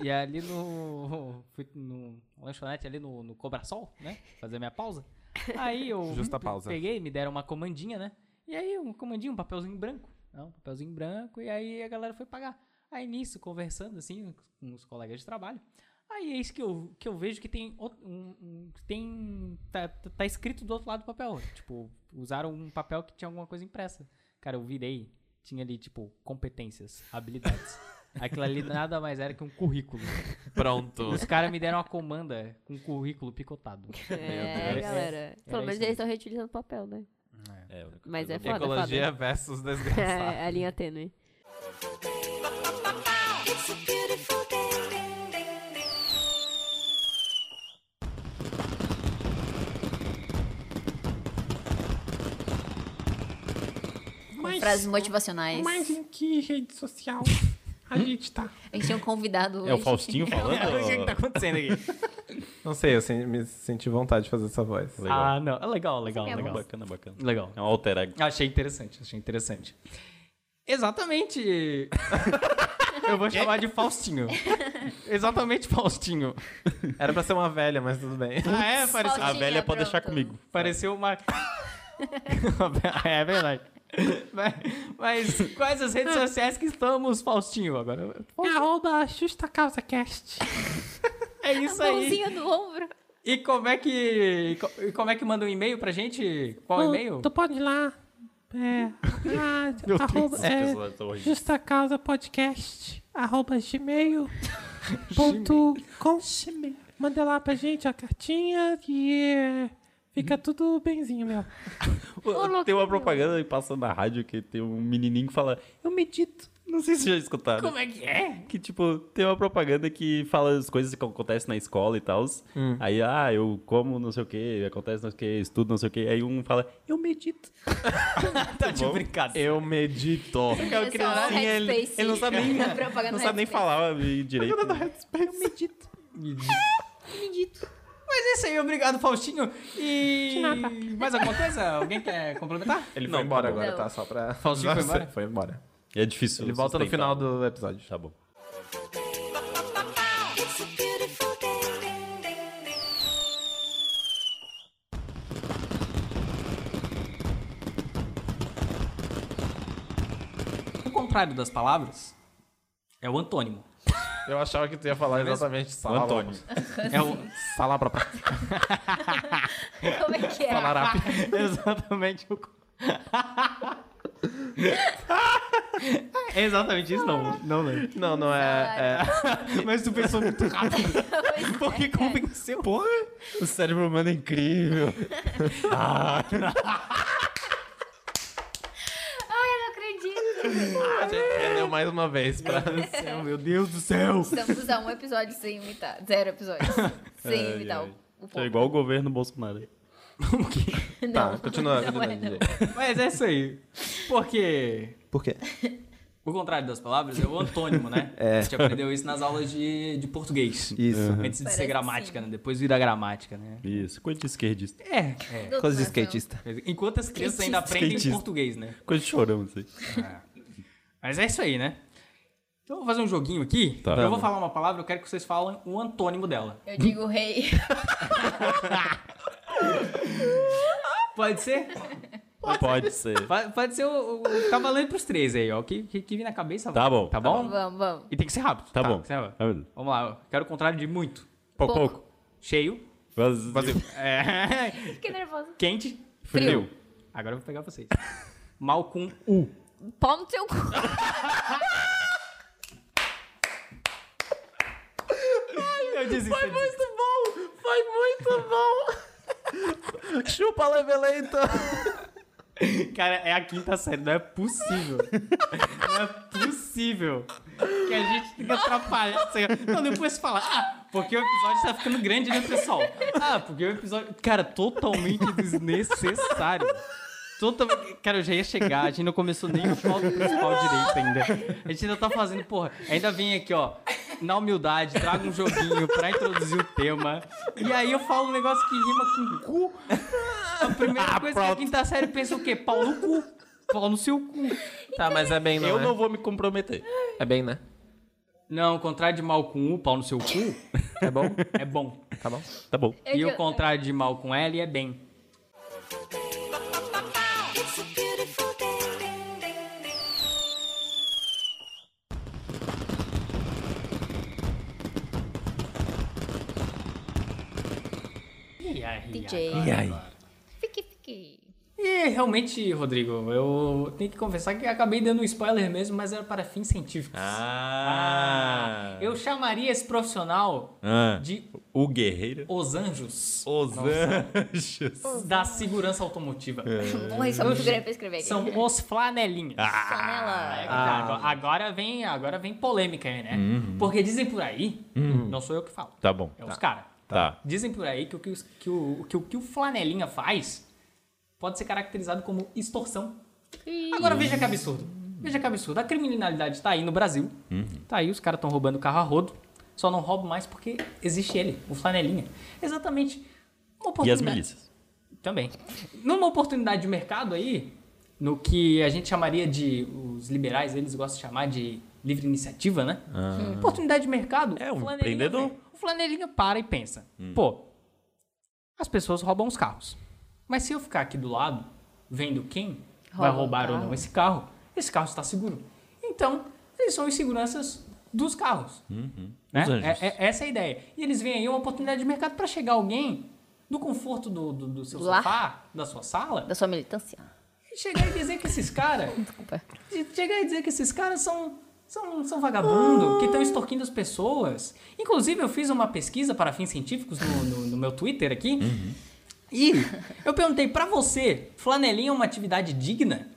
S3: e ali no. Fui no lanchonete ali no, no Cobra Sol, né? Fazer minha pausa. Aí eu
S5: Justa pausa.
S3: peguei, me deram uma comandinha, né? E aí um comandinho, um papelzinho branco. né? Um papelzinho branco, e aí a galera foi pagar. Aí nisso, conversando assim com os colegas de trabalho. Aí é isso que eu, que eu vejo que tem. out- Um, um- que tem tá, tá escrito do outro lado do papel. Tipo, usaram um papel que tinha alguma coisa impressa. Cara, eu virei. Tinha ali, tipo, competências, habilidades. Aquilo ali nada mais era que um currículo.
S5: Pronto.
S3: Os caras me deram uma comanda com um currículo picotado.
S2: É,
S3: Deus.
S12: É
S2: galera. Pelo menos
S3: isso
S2: eles estão reutilizando papel, né?
S4: É, eu-
S2: Mas é foda,
S5: Ecologia
S2: foda.
S5: versus
S2: É,
S5: desgraçado.
S2: a linha tênue.
S6: Mas-
S12: frases motivacionais.
S6: Mas em que rede social a gente tá?
S12: A gente tinha um convidado hoje.
S4: É o Faustinho falando?
S3: O que é que tá acontecendo aqui?
S6: Não sei, eu sen- me senti vontade de fazer essa voz.
S4: Legal.
S3: Ah, não. Legal, legal,
S12: Essa é a
S3: legal.
S4: Bacana, bacana.
S3: Legal.
S4: É um alter ego.
S3: Achei interessante, achei interessante. Exatamente. Eu vou chamar de Faustinho. Exatamente Faustinho.
S6: Era pra ser uma velha, mas tudo bem.
S3: Ah, é? Pareceu,
S4: A velha pode deixar
S12: pronto.
S4: comigo.
S3: pareceu uma. é verdade. Mas, mas quais as redes sociais que estamos, Faustinho? Agora.
S6: É Arroba Justa Causa Cast.
S3: É isso
S12: A
S3: aí.
S12: mãozinha no ombro.
S3: E como é que. E como é que manda um e-mail pra gente? Qual e-mail?
S6: Tu pode ir lá. É. Ah, arroba,
S4: Essas
S6: é
S4: pessoas são horríveis.
S6: Justa Causa Podcast. Arroba gmail. ponto com. Manda lá pra gente a cartinha e é,
S3: Hum.
S6: fica tudo benzinho, meu.
S4: Tem uma propaganda e passa na rádio que tem um menininho que fala, eu medito. Não sei se vocês já escutaram. Como é que é? Que, tipo, tem uma propaganda que fala as coisas que acontecem na escola e tal. Aí, ah, eu como não sei o que, acontece não sei o que, estudo não sei o que. Aí um fala, eu medito.
S3: Tá de brincadeira.
S4: Eu medito.
S12: Eu criancinha,
S4: ele, ele não sabe nem,
S12: Tá
S4: não sabe nem falar eh, direito. né?
S3: Mas é isso aí, obrigado, Faustinho. E. Mais alguma coisa? Alguém quer complementar?
S6: Ele
S4: Não,
S6: foi embora
S4: tá
S12: bom.
S6: agora,
S12: Não.
S6: tá? Só pra.
S3: Faustinho foi embora?
S6: Foi embora.
S4: É difícil.
S6: Ele volta no
S4: sustentar.
S6: final do episódio.
S4: Tá bom.
S3: O contrário das palavras é o antônimo.
S6: Eu achava que tu ia falar exatamente
S4: O
S6: sala.
S4: Antônio.
S3: É o...
S6: Sala pra
S12: Como é que é?
S3: Exatamente o. co- é exatamente isso, não. Não lembro.
S6: Não, não é. é-
S3: Mas tu pensou muito rápido.
S12: é,
S3: Porque convenceu. Porra!
S4: O cérebro humano é incrível.
S12: Ai, eu não acredito.
S6: a gente aprendeu mais uma vez pra.
S3: Meu Deus do céu!
S12: Estamos a um episódio sem imitar. Zero episódios. Sem
S4: Ai,
S12: imitar
S4: ai.
S12: o, o
S4: É
S12: povo.
S4: igual o governo Bolsonaro.
S6: Tá, continua.
S12: não
S6: continua,
S12: é, não.
S6: DJ.
S3: Mas é isso aí. Porque
S5: Por quê?
S3: o contrário das palavras é o antônimo, né? É. A gente aprendeu isso nas aulas de, de português.
S5: Isso. Uhum.
S3: Antes de
S12: Parece
S3: ser
S12: que
S3: gramática,
S12: sim.
S3: né? Depois vira gramática, né?
S4: Isso, coisa de esquerdista.
S3: É.
S5: Coisa de skatista.
S3: Enquanto as crianças ainda aprendem
S4: Skatista.
S3: português, né?
S4: Coisa de chorão, isso aí.
S3: Mas é isso aí, né? Então eu vou fazer um joguinho aqui.
S4: Tá.
S3: Eu vou falar uma palavra, eu quero que vocês falem o antônimo dela.
S12: Eu digo rei.
S3: Pode ser?
S4: Pode ser.
S3: Pa- Pode ser o, o cavaleiro pros três aí, ó. O que, que, que vir na cabeça.
S4: Tá bom.
S3: Tá bom?
S12: Vamos, vamos.
S3: E tem que ser rápido.
S4: Tá bom.
S3: tem que ser rápido.
S4: Ah, meu Deus.
S3: Vamos lá, eu quero o contrário de muito.
S4: Pouco.
S12: Pouco.
S4: Pouco.
S3: Cheio.
S4: Vazio.
S3: É,
S12: Fiquei nervosa.
S3: Quente.
S4: Frio.
S3: Agora eu vou pegar vocês. Mal com U.
S12: Pau no seu cu.
S3: Eu desisti. Foi muito
S6: Tá Chupa, Leveleito!
S3: bom. Cara, é a quinta série. Não é possível. Não é possível. Que a gente tem que atrapalhar. isso aí. Não, depois fala. Ah, porque o episódio tá ficando grande, né, pessoal? Ah, porque o episódio. Cara, totalmente desnecessário. Totalmente. Cara, eu já ia chegar, a gente não começou nem o foco principal direito ainda. A gente ainda tá fazendo, porra. Ainda vem aqui, ó, na humildade, traga um joguinho pra introduzir o tema. E aí eu falo um negócio que rima com cu. A primeira coisa que a quinta série pensa o quê? Pau no cu. Pau no seu cu.
S6: Tá, mas é bem, não.
S4: Eu
S6: é?
S4: não vou me comprometer.
S6: É bem, né?
S3: Não, o contrário de mal com U, pau no seu cu,
S6: É bom?
S3: é bom.
S6: Tá bom.
S4: Tá bom.
S12: Eu
S3: e o
S12: digo-
S3: contrário de mal com L é bem. E aí,
S12: DJ.
S3: agora?
S12: E aí? Fique, fique.
S3: E realmente, Rodrigo, eu tenho que confessar que acabei dando um spoiler mesmo, mas era para fins científicos.
S6: Ah,
S4: Ah.
S3: Eu chamaria esse profissional
S4: Ah,
S3: de
S4: O guerreiro.
S3: Os Anjos
S4: Os anjos.
S3: da Segurança Automotiva.
S12: Morri só muito grande pra escrever aqui.
S3: São os flanelinhas.
S12: Panela.
S3: É, tá, agora- agora, vem, agora vem polêmica aí, né? Porque dizem por aí, não sou eu que falo,
S4: Tá bom.
S3: é os caras.
S4: Tá.
S3: Dizem por aí que o que, os- que o, que o que o flanelinha faz pode ser caracterizado como extorsão. Agora veja que absurdo. Veja que absurdo. A criminalidade tá aí no Brasil.
S4: Uhum.
S3: Tá aí, os caras estão roubando carro a rodo. Só não roubam mais porque existe ele, o flanelinha. Exatamente. Uma
S4: E as
S3: oportunidade-
S4: milícias.
S3: Também. Numa oportunidade de mercado aí, no que a gente chamaria de. Os liberais, eles gostam de chamar de livre iniciativa, né? Oportunidade de mercado.
S4: Ah. É, um
S3: o flanelinha
S4: empreendedor. Hum.
S3: vê. O flanelinha para e pensa: pô, as pessoas roubam os carros. Mas se eu ficar aqui do lado, vendo quem vai
S12: Rouba o
S3: roubar ou
S12: carro.
S3: não esse carro, esse carro está seguro. Então, eles são os seguranças dos carros. Né?
S4: Os anjos.
S3: É- é- essa é a ideia. E eles veem aí uma oportunidade de mercado para chegar alguém no conforto do, do, do seu
S12: Do lar.
S3: sofá, da sua sala,
S12: Da sua militância.
S3: e chegar e dizer que esses caras.
S12: Desculpa.
S3: de- chegar e dizer que esses caras são. São, são vagabundo, que estão extorquindo as pessoas. Inclusive, eu fiz uma pesquisa para fins científicos no, no- no meu Twitter aqui.
S4: Hum.
S3: E eu perguntei pra você, flanelinha é uma atividade digna?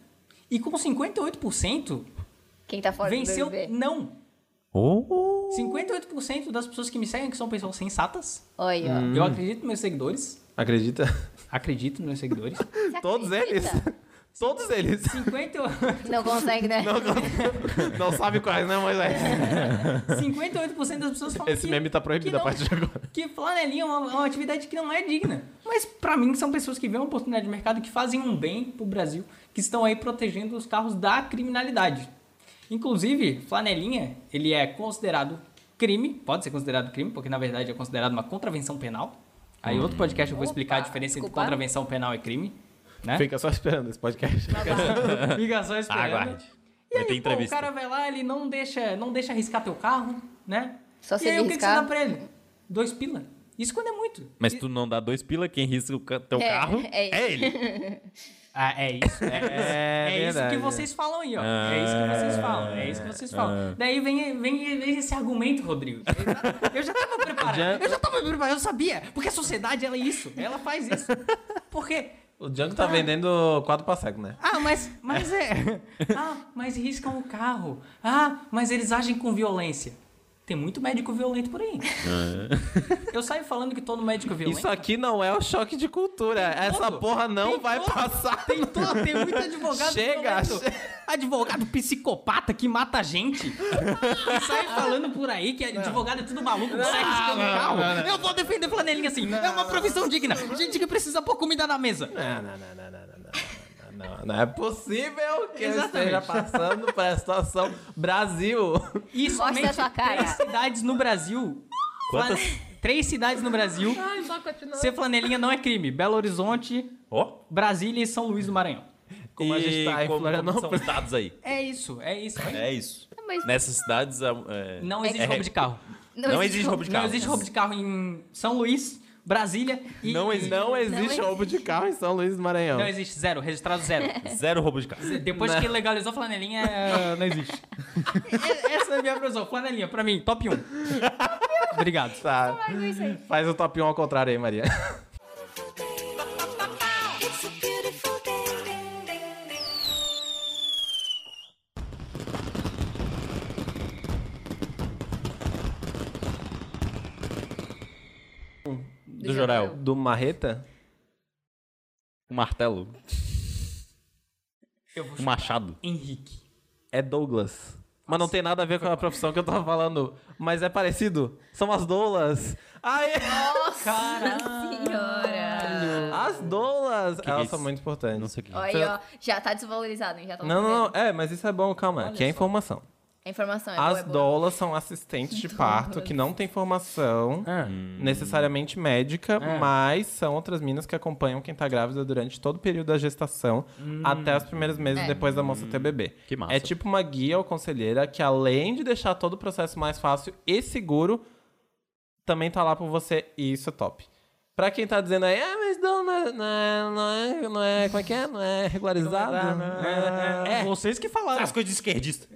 S3: E com 58%
S12: Quem tá fora
S3: venceu
S12: do BBB.
S3: não.
S4: Oh,
S3: 58% das pessoas que me seguem que são pessoas sensatas.
S12: Olha, ó.
S4: Hum.
S3: Eu acredito nos meus seguidores.
S6: Acredita?
S3: Acredito nos meus seguidores.
S12: Você
S6: Todos eles?
S12: acredita?
S6: Todos eles.
S3: 58,
S12: Não consegue, né?
S6: Não sabe quais, né, Moisés?
S3: 58% das pessoas falam
S6: Esse
S3: que,
S6: meme tá proibido
S3: que
S6: a
S3: não.
S6: partir de agora.
S3: que flanelinha é uma, é uma atividade que não é digna. Mas pra mim são pessoas que veem uma oportunidade de mercado, que fazem um bem pro Brasil, que estão aí protegendo os carros da criminalidade. Inclusive, flanelinha, ele é considerado crime, pode ser considerado crime, porque na verdade é considerado uma contravenção penal. Aí outro podcast eu vou explicar a
S12: Opa,
S3: diferença
S12: desculpa.
S3: entre contravenção penal e crime. Né?
S6: Fica só esperando esse podcast.
S3: Fica só esperando.
S4: Ah, aguarde.
S3: E
S4: Vai ter
S3: aí, pô, o
S4: entrevista.
S3: cara vai lá, ele não deixa, não deixa arriscar teu carro, né?
S12: Só se
S3: e aí,
S12: ele
S3: o que, que você dá
S12: riscar.
S3: pra ele? Dois pila. Isso quando é muito.
S4: Mas
S3: E-
S4: tu não dá dois pila, quem risca o ca- teu
S12: É,
S4: carro
S12: é
S4: é ele.
S3: Ah, é isso. É, é, é isso que
S6: verdade.
S3: vocês falam aí, ó. É isso que vocês falam. É isso que vocês falam. Daí vem, vem, vem esse argumento, Rodrigo. Eu já tava preparado. Eu já tava preparado, eu sabia. Porque a sociedade, ela é isso. Ela faz isso. Porque
S6: O Django tá vendendo quadro pra cego, né?
S3: Ah, mas, mas é. Ah, mas riscam o carro. Ah, mas eles agem com violência. Tem muito médico violento por aí. Eu saio falando que todo médico é violento.
S6: É. Isso aqui não é o choque de cultura. Essa
S3: todo.
S6: porra não
S3: Tem
S6: vai
S3: todo.
S6: passar.
S3: Tem, todo, tem muito advogado
S6: Chega,
S3: violento. Advogado psicopata que mata gente. E sai falando por aí que advogado é tudo maluco, que sai riscando o carro. Eu vou defender flanelinha assim. é uma profissão digna. Gente que precisa pôr comida na mesa.
S6: Não, não, não, não, não, não, não, não, não, não é possível que eu
S3: Exatamente.
S6: esteja passando por essa situação. Brasil!
S3: E
S12: Mostra
S3: somente
S12: a sua cara.
S3: três cidades no Brasil.
S4: Quantas?
S3: Flane- Três cidades no Brasil. Ser flanelinha não é crime. Belo Horizonte,
S4: Ó,
S3: Brasília e São Luís do Maranhão.
S6: Como a gente
S4: e
S6: tá em
S4: como- como são
S6: Florianópolis.
S4: os dados aí.
S3: É isso, é isso.
S4: É isso.
S12: Mas-
S4: Nessas cidades. É...
S3: Não existe
S4: é-
S3: roubo de carro.
S4: Não, existe roubo de carro.
S3: Não existe roubo de carro em São Luís, Brasília e.
S6: Não, existe- não existe
S12: existe.
S6: roubo de carro em São Luís do Maranhão.
S3: Não existe, zero, registrado zero.
S4: Zero roubo de carro.
S3: Depois que legalizou flanelinha, é, não existe. E- Essa é a minha profissão, flanelinha, pra mim, top 1. Obrigado.
S6: Tá. Faz o top 1 ao contrário aí, Maria.
S4: Do Jorel.
S6: Do Marreta?
S4: Um martelo.
S3: Eu vou
S4: Um machado.
S3: Henrique.
S6: É Douglas. Mas não tem nada a ver com a profissão que eu tava falando. Mas é parecido. São as doulas. Ai,
S12: Senhora.
S6: as doulas.
S4: é
S6: Elas
S4: isso?
S6: são muito importantes.
S4: Não sei o que. é.
S12: Olha, ó. Já tá desvalorizado, hein? Já tá
S6: Não, não, não. É, mas isso é bom, calma. Aqui é informação.
S12: A informação é boa,
S6: As
S12: é boa.
S6: doulas são assistentes de parto que não têm formação
S3: Ah.
S6: necessariamente médica, mas são outras minas que acompanham quem tá grávida durante todo o período da gestação até os primeiros meses
S12: É.
S6: depois da moça ter bebê.
S4: Que massa.
S6: É tipo uma guia ou conselheira que, além de deixar todo o processo mais fácil e seguro, também tá lá por você e isso é top. Pra quem tá dizendo aí, ah, mas não, não, é- não, é, não, é, não é, como é que é? Não é regularizado? É, é,
S3: Vocês que falaram.
S4: As coisas de esquerdista.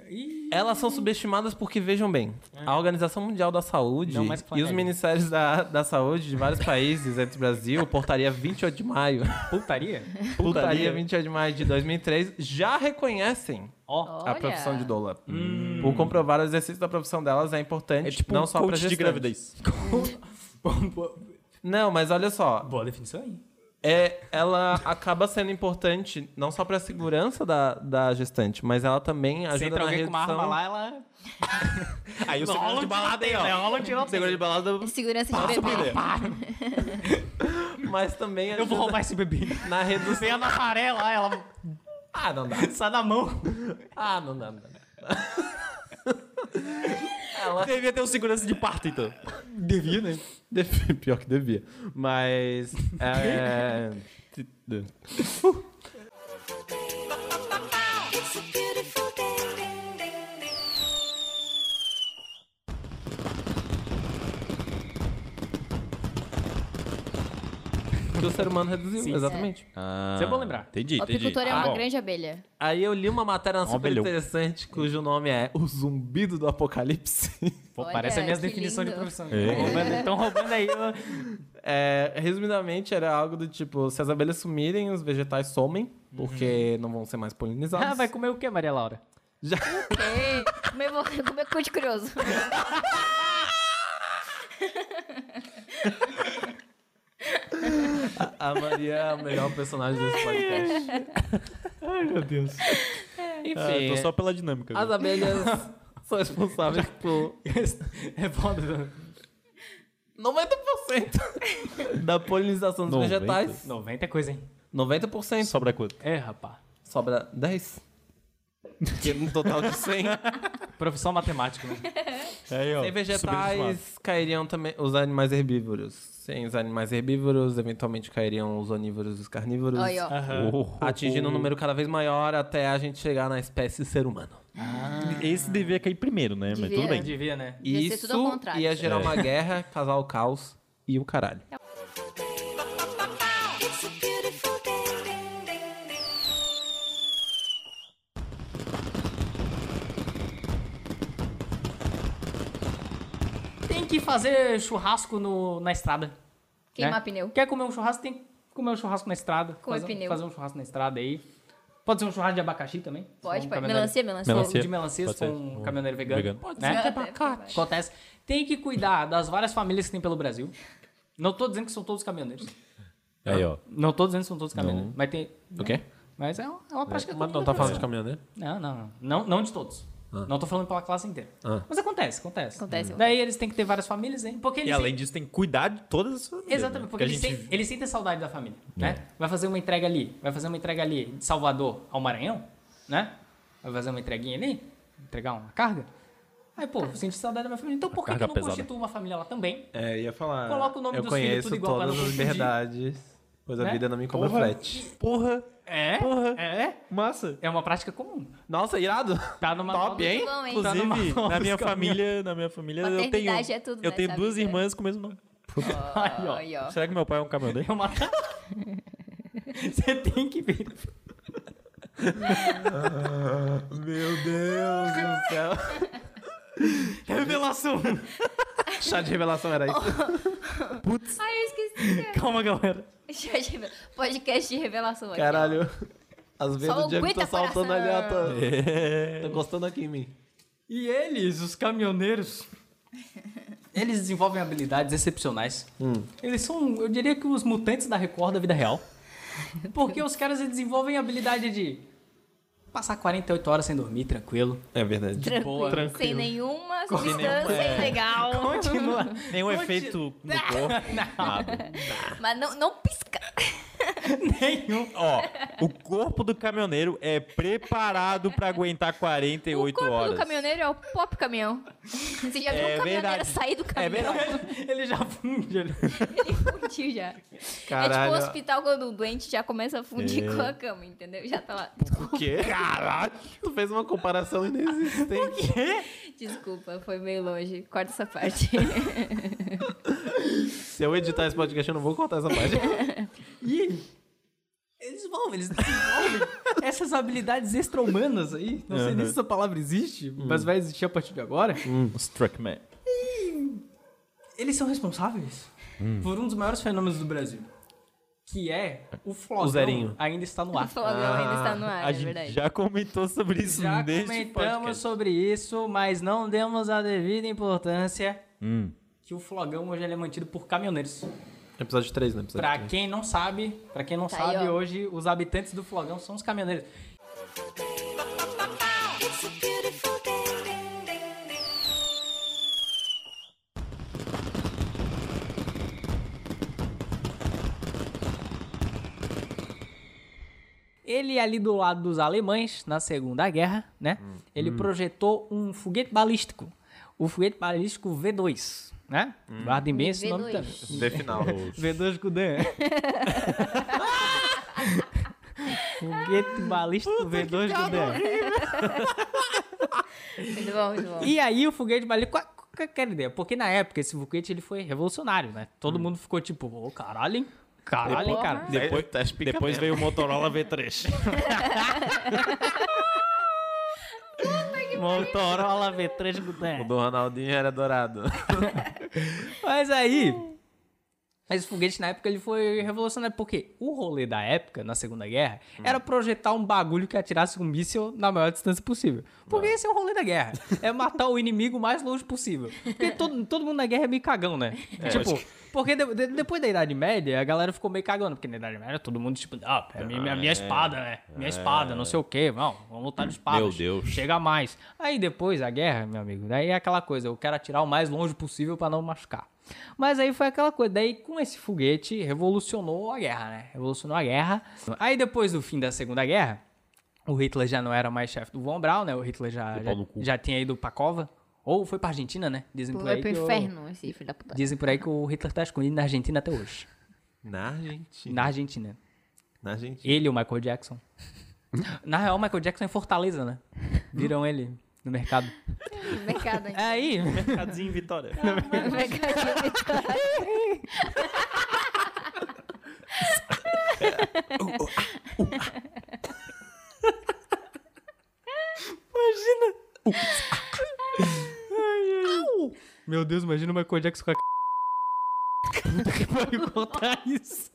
S6: elas são subestimadas porque, vejam bem, a Organização Mundial da Saúde
S3: É. Não mais que
S6: e os
S3: flanelinha.
S6: ministérios da, da saúde de vários países, entre o Brasil, portaria 28 de maio,
S3: Putaria?
S6: portaria 28 de maio de 2003, já reconhecem
S3: Ó.
S6: a
S12: Olha.
S6: profissão de doula.
S3: Hum.
S6: Por comprovar o exercício da profissão delas é importante,
S4: É tipo
S6: não
S4: um
S6: só para
S4: coach de gravidez.
S6: Não, mas olha só,
S3: Boa definição aí.
S6: é, ela acaba sendo importante não só para a segurança da, da gestante, mas ela também
S3: Se
S6: ajuda
S3: entra
S6: na
S3: alguém
S6: redução...
S3: com uma arma lá, ela.
S4: Aí o segurança de balada aí,
S3: Né?
S4: ó.
S3: Rola um tiroteio.
S4: O segurança de balada...
S12: Segurança de
S4: Passa o
S12: bebê.
S4: bebê.
S6: Mas também ajuda
S3: Eu vou roubar esse bebê. é
S6: na redução...
S3: Vem a Nazaré lá, ela
S6: Ah, não dá.
S3: sai na mão.
S6: Ah, não dá, não dá.
S4: Devia ter um segurança de parto, então.
S6: Devia, né? Pior que devia. Mas... É... que o ser humano reduziu, exatamente.
S4: Ah,
S3: Isso é bom lembrar.
S4: Entendi,
S12: O
S4: entendi.
S12: apicultor é
S4: Ah,
S12: uma
S4: bom.
S12: grande abelha.
S6: Aí eu li uma matéria super
S4: abelhão.
S6: interessante cujo nome é O Zumbido do Apocalipse.
S3: Pô,
S12: Olha,
S3: parece a mesma
S12: que
S3: definição de
S12: lindo.
S3: profissão.
S4: É.
S3: Estão roubando, tão roubando aí. ó.
S6: É, resumidamente, era algo do tipo: se as abelhas sumirem, os vegetais somem, porque não vão ser mais polinizados.
S3: Ah, vai comer o quê, Maria Laura?
S12: Ei, como eu vou como eu cu de é curioso.
S6: A Maria é a melhor personagem desse podcast.
S4: Ah, tô só pela dinâmica.
S6: As abelhas são responsáveis por
S3: É foda.
S6: 90% da polinização dos
S4: 90?
S6: vegetais.
S3: 90 é coisa, hein?
S6: 90%.
S4: Sobra quanto?
S3: É, rapá.
S6: Sobra 10. Que no total de 100.
S3: Profissão matemática, né?
S4: Aí, ó.
S6: Sem
S4: subestimado.
S6: vegetais cairiam também os animais herbívoros. Sem os animais herbívoros, eventualmente cairiam os onívoros e os carnívoros.
S12: Aí, ó.
S4: Oh, oh,
S6: atingindo um
S4: oh.
S6: número cada vez maior até a gente chegar na espécie ser humano.
S4: Esse devia cair primeiro, né? Mas
S12: Devia.
S4: tudo bem.
S3: Devia, né?
S6: E
S12: Devia ser
S6: isso
S12: tudo ao contrário.
S6: ia gerar uma guerra, causar o caos e o caralho.
S3: Tem que fazer churrasco no, na estrada.
S12: Queimar
S3: né?
S12: pneu.
S3: Quer comer um churrasco, tem que comer um churrasco na estrada.
S12: Comer
S3: fazer,
S12: pneu.
S3: Fazer um churrasco na estrada aí. Pode ser um churrasco de abacaxi também. se for
S12: Pode,
S3: um
S12: pode.
S3: caminhoneiro-
S12: Melancia, melancia.
S4: Melancia.
S3: De melancias
S4: Pode
S3: com
S4: ser.
S3: um caminhoneiro vegano.
S4: vegano.
S3: Pode
S12: Ah,
S3: né?
S12: deve, vai.
S3: Acontece. Tem que cuidar das várias famílias que tem pelo Brasil. Não tô dizendo que são todos caminhoneiros.
S4: Aí, ó.
S3: Não tô dizendo que são todos caminhoneiros. Mas tem. né?
S6: O quê?
S3: Mas é uma, é uma prática
S6: Mas
S3: comum
S6: não
S3: no
S6: tá
S3: Brasil.
S6: falando de caminhoneiro?
S3: Não, não, não. Não, não de todos. Não tô falando pela classe inteira. Mas acontece, acontece.
S12: Acontece.
S3: Daí eles têm que ter várias famílias, hein? Porque
S4: E
S3: eles
S4: além
S3: têm-
S4: disso, tem que cuidar de todas as famílias,
S3: Exatamente,
S4: né?
S3: porque eles,
S4: a gente... É.
S3: têm- eles sentem saudade da família, né? Vai fazer uma entrega ali, vai fazer uma entrega ali de Salvador ao Maranhão, né? Vai fazer uma entreguinha ali, entregar uma carga. Aí, pô, eu senti saudade da minha família. Então, por que, que
S4: carga
S3: eu não
S4: pesada.
S3: constituo uma família lá também?
S6: É, ia falar.
S3: Coloca o nome
S6: eu
S3: dos filhos
S6: conheço
S3: tudo igual pra
S6: todas
S3: não
S6: as
S3: confundir.
S6: verdades, pois a
S3: Né?
S6: vida não me cobra frete.
S4: Porra,
S3: É?
S4: Porra.
S3: É?
S4: massa.
S3: É uma prática comum.
S6: Nossa, irado!
S3: Tá numa
S6: Top,
S3: moda-
S6: hein?
S12: Muito bom, hein?
S3: Tá numa
S4: Inclusive,
S3: nova
S4: na minha
S3: escola.
S4: família, na minha família eu tenho,
S12: Paternidade é tudo
S4: eu tenho
S12: nessa
S4: duas
S12: vida.
S4: irmãs com o mesmo nome.
S3: Aí, ó.
S12: Aí, ó.
S4: Será que meu pai é um caminhoneiro?
S3: É uma tática. Você tem que ver.
S6: Meu Deus do céu!
S3: Revelação.
S6: Chá de revelação era isso.
S12: Ai, eu esqueci.
S3: Calma, galera.
S12: Chá de revela- Podcast de revelação aqui. ó.
S6: Caralho. Às vezes
S12: Só
S6: o Diego tá
S12: aguenta,
S6: saltando ali, ó.
S12: coração.
S6: Tá, tá encostando aqui em mim.
S3: E eles, os caminhoneiros, eles desenvolvem habilidades excepcionais. Eles são, eu diria que os mutantes da Record da vida real. Porque os caras eles desenvolvem a habilidade de passar 48 horas sem dormir, tranquilo.
S6: É verdade.
S12: Tranquilo.
S3: Boa,
S12: Sem nenhuma substância ilegal.
S3: Continua.
S4: Nenhum efeito no corpo. nada.
S12: Mas não, não pisca.
S3: Nenhum.
S4: Ó, o corpo do caminhoneiro é preparado pra aguentar
S12: O
S4: 48
S12: corpo
S4: horas.
S12: do caminhoneiro é o pop caminhão. Você já viu
S4: É
S12: um caminhoneiro
S4: verdade. É
S12: sair do caminhão?
S3: Ele já funde. né? ele-
S12: Ele fundiu já. É tipo o hospital quando um doente já começa a
S4: É.
S12: fundir com a cama, entendeu? Já tá lá.
S6: Tu fez uma comparação inexistente.
S12: Desculpa, foi meio longe. Corta essa parte.
S6: Se eu editar esse podcast, eu não vou cortar essa parte.
S3: E eles vão, eles desenvolvem essas habilidades extra-humanas aí. Não sei nem se essa palavra existe, mas vai existir a partir de agora.
S4: Os Truckman.
S3: Eles são responsáveis por um dos maiores fenômenos do Brasil. Que é o flogão
S6: zerinho.
S3: ainda está no
S12: O
S3: ar.
S12: Flogão ainda está no ar,
S4: Ah, a
S12: é
S4: gente
S12: verdade.
S4: já comentou sobre isso
S3: Já
S4: neste
S3: comentamos
S4: podcast.
S3: sobre isso, mas não demos a devida importância
S4: Hum.
S3: que o flogão hoje ele é mantido por caminhoneiros.
S6: Episódio 3, né? Episódio
S3: Pra
S6: 3.
S3: quem não sabe, pra quem não
S12: Tá aí,
S3: sabe,
S12: ó.
S3: hoje os habitantes do Flogão são os caminhoneiros. Ele ali do lado dos alemães, na Segunda Guerra, né? Ele projetou um foguete balístico. O foguete balístico V2, né? Guardem bem esse nome
S12: V2.
S3: também.
S6: De final.
S3: V2 Gudan. Foguete balístico V2 Gudan.
S12: Muito bom, muito bom.
S3: E aí o foguete balístico... Qual, qual que era a ideia? Porque na época esse foguete ele foi revolucionário, né? Todo mundo ficou tipo, ô caralho, hein? Caralho, hein, cara.
S11: Depois, depois veio o Motorola V3.
S3: Motorola V3
S11: O
S3: Gudan.
S11: do Ronaldinho era dourado.
S3: Mas aí. Mas o foguete na época ele foi revolucionário, porque o rolê da época, na Segunda Guerra, era projetar um bagulho que atirasse um míssil na maior distância possível. Porque esse é o rolê da guerra. É matar o inimigo o mais longe possível. Porque todo, todo mundo na guerra é meio cagão, né? tipo, porque de- de- depois da Idade Média, a galera ficou meio cagando. Porque na Idade Média todo mundo, tipo, ah, é minha, minha, minha espada, né? Minha espada, não sei o quê. Não, vamos lutar de espada.
S11: Meu Deus.
S3: Chega mais. Aí depois, a guerra, meu amigo, daí é aquela coisa, eu quero atirar o mais longe possível pra não machucar. Mas aí foi aquela coisa, daí com esse foguete revolucionou a guerra, né? Revolucionou a guerra. Aí depois do fim da Segunda Guerra, o Hitler já não era mais chefe do Von Braun, né? O Hitler já, já, já tinha ido pra cova. Ou foi pra Argentina, né? Dizem por
S12: Foi
S3: aí
S12: pro
S3: que o-
S12: inferno esse filho da puta.
S3: Dizem por aí que o Hitler tá escondido na Argentina até hoje.
S6: Na Argentina.
S3: Na Argentina.
S6: Na Argentina.
S3: Ele e o Michael Jackson. na real, o Michael Jackson é em Fortaleza, né? Viram ele no mercado.
S12: Mercado, hein?
S3: Aí.
S11: Cadinho Vitória.
S3: Meu Deus, imagina o Michael Jackson com a. Puta que pariu contar isso.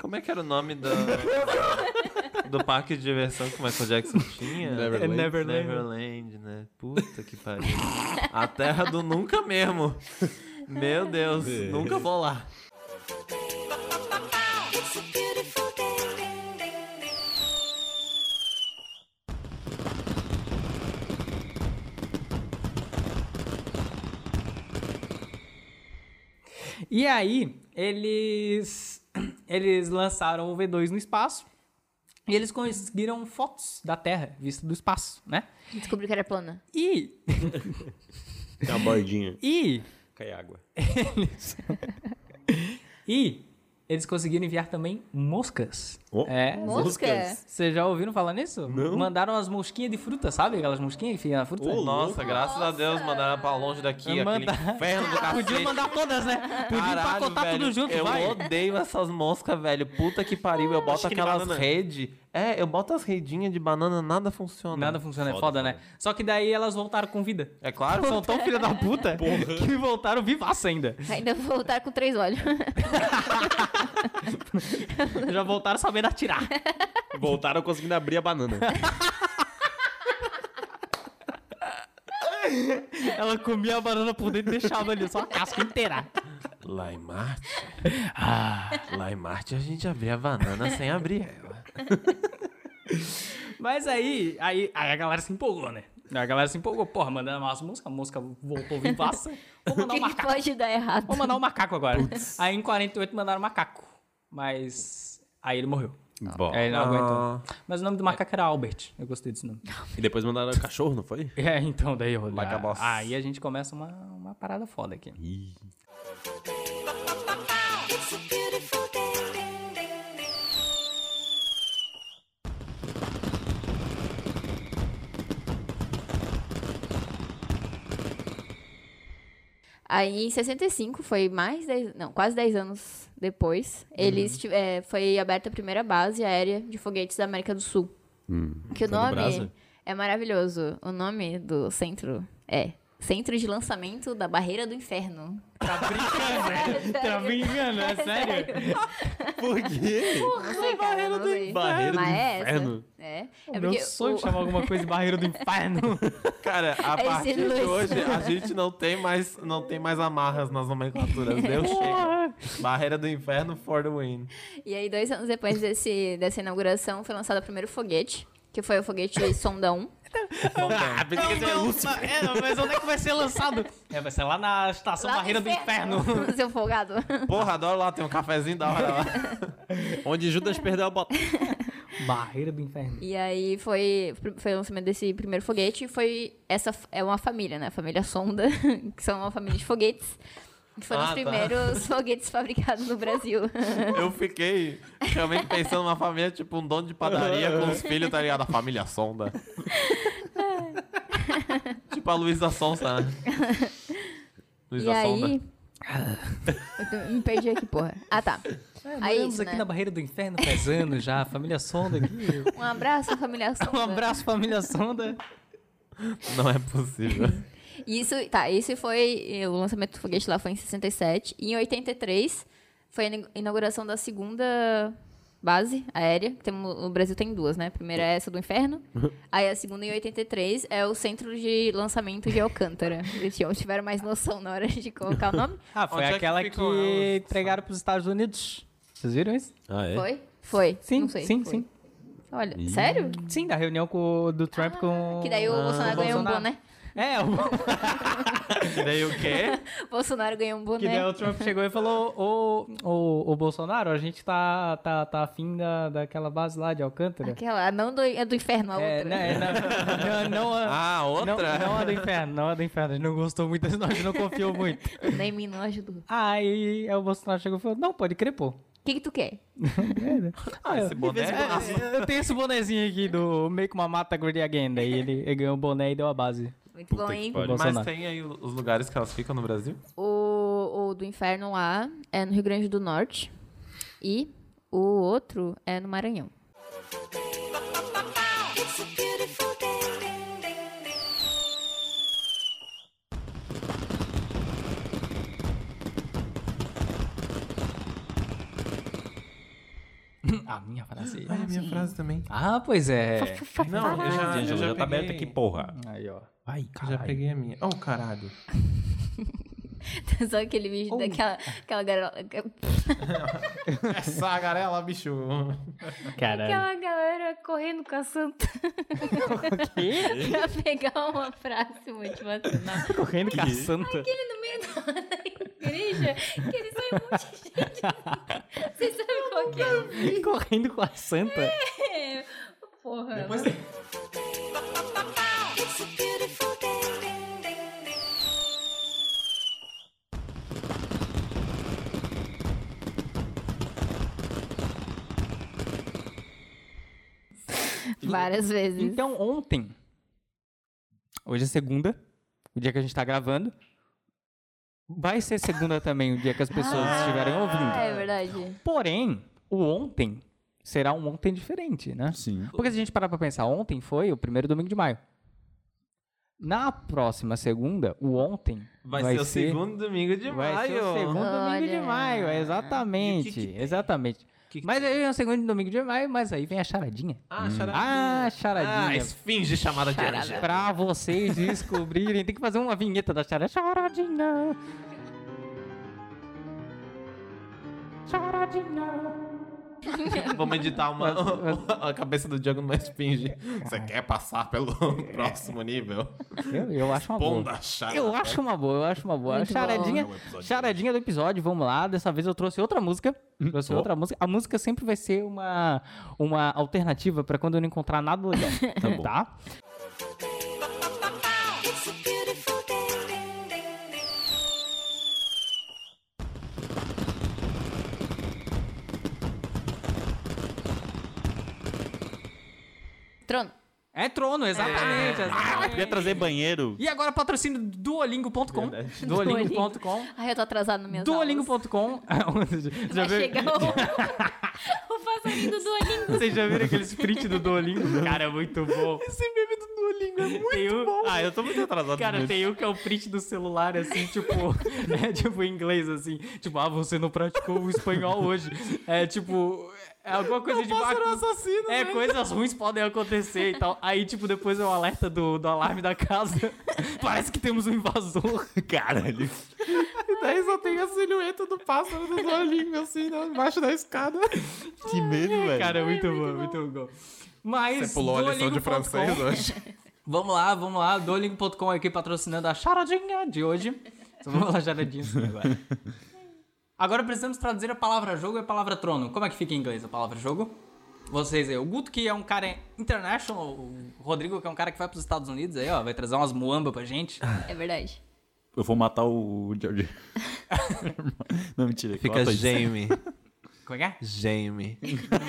S6: Como é que era o nome do, do parque de diversão que o Michael Jackson tinha? É
S3: Neverland. Neverland.
S6: Neverland, né? Puta que pariu. A terra do nunca mesmo. Meu Deus, nunca vou lá.
S3: E aí, eles. Eles lançaram o V2 no espaço. E eles conseguiram fotos da Terra, vista do espaço, né?
S12: Descobri que era plana.
S3: E.
S11: Tem uma bordinha.
S3: E.
S11: Cai água.
S3: E. Eles conseguiram enviar também moscas.
S11: Oh.
S3: É.
S12: Mosca?
S3: Vocês já ouviram falar nisso?
S11: Não.
S3: Mandaram as mosquinhas de fruta, sabe? Aquelas mosquinhas que ficam na fruta.
S6: Nossa, graças a Deus mandaram pra longe daqui, aquele
S3: Manda-
S6: inferno do cacete.
S3: Podia mandar todas, né? Podia
S6: Caralho,
S3: empacotar
S6: velho,
S3: tudo junto,
S6: eu
S3: vai.
S6: odeio essas moscas, velho. Puta Ah, que pariu, eu boto
S11: Acho que nem
S6: aquelas
S11: banana.
S6: redes. É, eu boto as redinhas de banana, nada funciona.
S3: Nada funciona, é
S11: Foda,
S3: foda, né? Só que daí elas voltaram com vida.
S6: É claro,
S3: São tão filha da puta que voltaram vivaça ainda.
S12: Ainda vou voltar com três olhos.
S3: Já voltaram sabendo atirar.
S11: Voltaram conseguindo abrir a banana.
S3: Ela comia a banana por dentro e deixava ali, só a casca inteira.
S6: Lá em Marte.
S3: Ah.
S6: Lá em Marte a gente abria a banana sem abrir ela.
S3: Mas aí, aí, aí a galera se empolgou, né? A galera se empolgou, porra, mandando umas músicas, a música voltou vivaça. Vou
S12: O
S3: mandar um
S12: que, que
S3: macaco.
S12: pode dar errado?
S3: Vou mandar um macaco agora. Aí em 48 mandaram um macaco. Mas aí ele morreu.
S11: Bom.
S4: É.
S3: Aí ele não aguentou. Mas o nome do macaco era Albert. Eu gostei desse nome.
S11: E depois mandaram o cachorro, não foi?
S3: É, então daí eu
S6: Macaboss.
S3: Aí a gente começa uma, uma parada foda aqui.
S12: Aí em 65, foi mais 10, não, quase 10 anos depois, eles ti- é, foi aberta a primeira base aérea de foguetes da América do Sul. que
S11: foi
S12: o
S11: no
S12: nome
S11: Brasa?
S12: é maravilhoso. O nome do centro é Centro de lançamento da Barreira do Inferno.
S3: Tá brincando, né? Tá brincando, é sério?
S4: Por quê?
S12: Não sei, cara, não sei.
S4: Barreira do
S12: Mas é essa.
S4: inferno.
S12: É.
S3: É
S12: é
S3: Meu
S12: porque
S3: sonho
S12: o- é
S3: de chamar alguma coisa de barreira do inferno.
S6: Cara, a
S12: Esse
S6: partir de
S12: Luiz.
S6: hoje a gente não tem mais, não tem mais amarras nas nomenclaturas. Deu chega. Barreira do inferno for the win.
S12: E aí, dois anos depois desse, dessa inauguração, foi lançado o primeiro foguete, que foi o foguete Sonda 1.
S3: Ah, pensei que ia é, mas onde é que vai ser lançado? É, vai ser lá na estação
S12: Lá no
S3: Barreira do Inferno.
S12: Seu folgado.
S6: Porra, adoro lá, tem um cafezinho da hora lá.
S4: Onde Judas perdeu a bota.
S3: Barreira do Inferno.
S12: E aí foi, foi o lançamento desse primeiro foguete. Foi. Essa f- é uma família, né? A família Sonda, que são uma família de foguetes. Que foram
S6: Ah,
S12: os
S6: tá.
S12: primeiros foguetes fabricados no Brasil.
S6: Eu fiquei realmente pensando numa família, tipo, um dono de padaria com os filhos, tá ligado? A família Sonda. tipo a Luísa Sonsa, né?
S12: e
S6: Luísa Sonda.
S12: aí. Eu Me perdi aqui, porra. Ah, tá.
S3: É,
S12: Aí
S3: moramos
S12: isso,
S3: aqui
S12: né?
S3: na Barreira do Inferno faz anos já. a Família Sonda aqui.
S12: Um abraço, família Sonda.
S3: Um abraço, Família Sonda.
S6: Não é possível.
S12: E Isso, tá, isso foi. O lançamento do foguete lá foi em 67. E em 83 foi a ina- inauguração da segunda base aérea. que Temos, o Brasil tem duas, né? A primeira é essa do inferno. aí a segunda em 83 é o centro de lançamento de Alcântara. Eles tinham- tiveram mais noção na hora de colocar o nome?
S3: Ah, foi
S6: Onde é que
S3: aquela que,
S6: ficam elas?
S3: entregaram pros Estados Unidos. Vocês viram isso?
S4: Ah, é?
S12: Foi? Foi.
S3: Sim,
S12: Não sei,
S3: sim,
S12: foi.
S3: sim.
S12: Olha, sério?
S3: Sim, da reunião com, o- do Trump com...
S12: Que daí o
S3: Ah,
S12: Bolsonaro ganhou um
S3: Bolsonaro.
S12: boné.
S3: É, o...
S6: E daí o quê?
S12: O Bolsonaro ganhou um boné.
S3: Que daí é o Trump chegou e falou: Ô, ô, ô Bolsonaro, a gente tá, tá, tá afim da, daquela base lá de Alcântara.
S12: Aquela, não do, é do inferno, a
S3: É,
S12: outra.
S3: né, é, não, não, não, a-
S6: Ah,
S3: não,
S6: outra?
S3: não a do inferno, não a do inferno. Ele não gostou muito desse nome, ele não confiou muito.
S12: Nem mim não ajudou.
S3: Aí, aí o Bolsonaro chegou e falou: Não, pode crer, pô.
S12: O que, que tu quer?
S3: Ah,
S6: Esse boné é massa.
S3: eu, eu tenho esse bonezinho aqui do Make Uma Mata Great Again. Daí ele, ele ganhou o boné e deu a base.
S12: Muito
S4: Puta
S12: bom,
S4: que
S12: hein?
S3: pro
S4: pariu.
S6: Mas
S3: Bolsonaro.
S6: tem aí os lugares que elas ficam no Brasil?
S12: O, o do inferno lá é no Rio Grande do Norte. E o outro é no Maranhão.
S3: A minha frase.
S6: Olha É a minha frase também.
S3: Ah, pois é.
S6: Não, eu já, eu
S4: Angela,
S6: já
S4: já tá
S6: peguei.
S4: aberta aqui, porra.
S3: Aí, ó.
S4: Ai,
S6: Eu já peguei a minha. Oh, caralho.
S12: Só aquele vídeo daquela aquela galera,
S6: Sagarela, bicho.
S3: Caralho.
S12: aquela galera correndo com a santa. pra pegar uma frase motivacional.
S3: Correndo com a santa.
S12: Ele no meio da da igreja, que ele sai um monte de gente. Vocês sabem qual que é?
S3: Correndo com a santa.
S12: Porra. Várias vezes.
S3: Então, ontem. Hoje é segunda, o dia que a gente tá gravando. Vai ser segunda também, o dia que as pessoas estiverem
S12: Ah, é
S3: ouvindo.
S12: verdade.
S3: Porém, o ontem será um ontem diferente, né?
S4: Sim.
S3: Porque se a gente parar pra pensar, ontem foi o primeiro domingo de maio. Na próxima segunda, o ontem vai,
S6: Vai ser o segundo domingo de
S3: vai ser
S6: maio.
S3: o segundo domingo de
S12: Olha.
S3: maio, é exatamente, exatamente. mas aí é o segundo domingo de maio, mas aí vem a charadinha.
S6: Ah, charadinha.
S3: Ah, charadinha.
S6: esfinge chamada de Angela.
S3: Pra vocês descobrirem, tem que fazer uma vinheta da Chara. Charadinha! Charadinha!
S6: Vamos editar uma, a cabeça do Diogo numa esfinge. Você quer passar pelo próximo nível?
S3: Eu, eu acho uma boa.
S6: Ponda chata.
S3: Eu acho uma boa, eu acho uma boa.
S12: Muito
S3: charadinha, charadinha do episódio, vamos lá. Dessa vez eu trouxe outra música. Trouxe outra música. A música sempre vai ser uma, uma alternativa pra quando eu não encontrar nada legal. tá bom. Tá?
S12: Trono.
S3: É trono, exatamente.
S12: É. Ah,
S3: exatamente.
S4: Queria trazer banheiro.
S3: E agora patrocínio duolingo.com.
S12: Duolingo.
S3: Duolingo.com.
S12: Ai, eu tô atrasado no meu
S3: Duolingo.com. já,
S12: Vai
S3: viu,
S12: chegar o, o passarinho do Duolingo.
S3: Vocês já viram aquele sprint do Duolingo? Cara, é muito bom. Esse meme do Duolingo Duolingo é muito bom.
S4: Ah, eu tô muito atrasado.
S3: Cara,
S4: nisso.
S3: tem um que é o print do celular, assim, tipo, é tipo em inglês, assim, tipo, ah, você não praticou o espanhol hoje. É tipo, é alguma coisa de posso assassino, É, coisas ruins podem acontecer e tal. Aí, tipo, depois é o alerta do, do alarme da casa. Parece que temos um invasor.
S4: Caralho.
S6: E daí só tem a silhueta do pássaro do Duolingo, assim, né, embaixo da escada.
S4: Que medo, velho.
S3: Cara, é muito bom, muito bom. Mas.
S6: Você pulou a lição de
S3: Duolingo.com.
S4: né?
S6: francês hoje.
S3: Vamos lá, vamos lá. Duolingo.com aqui patrocinando a charadinha de hoje. Então vamos lá, charadinha sim, agora. Agora precisamos traduzir a palavra jogo e a palavra trono. Como é que fica em inglês a palavra jogo? Vocês aí, o Guto que é um cara international, o Rodrigo que é um cara que vai pros Estados Unidos aí, ó, vai trazer umas muamba pra gente.
S12: É verdade.
S4: Eu vou matar o George. não, mentira.
S6: Fica
S4: corta isso.
S6: Jamie.
S3: Como é que é?
S6: Jamie.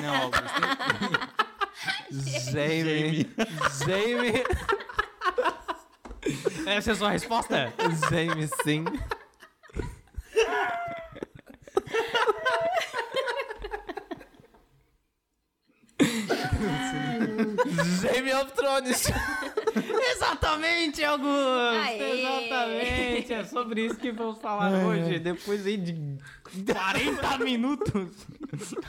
S3: Não, Augusto.
S6: Jamie. Jamie.
S3: Essa é a sua resposta?
S6: Jamie, sim. Jamie of Thrones.
S3: Exatamente, Augusto!
S12: Aê!
S3: Exatamente! É sobre isso que vamos falar hoje. Depois aí de 40 minutos,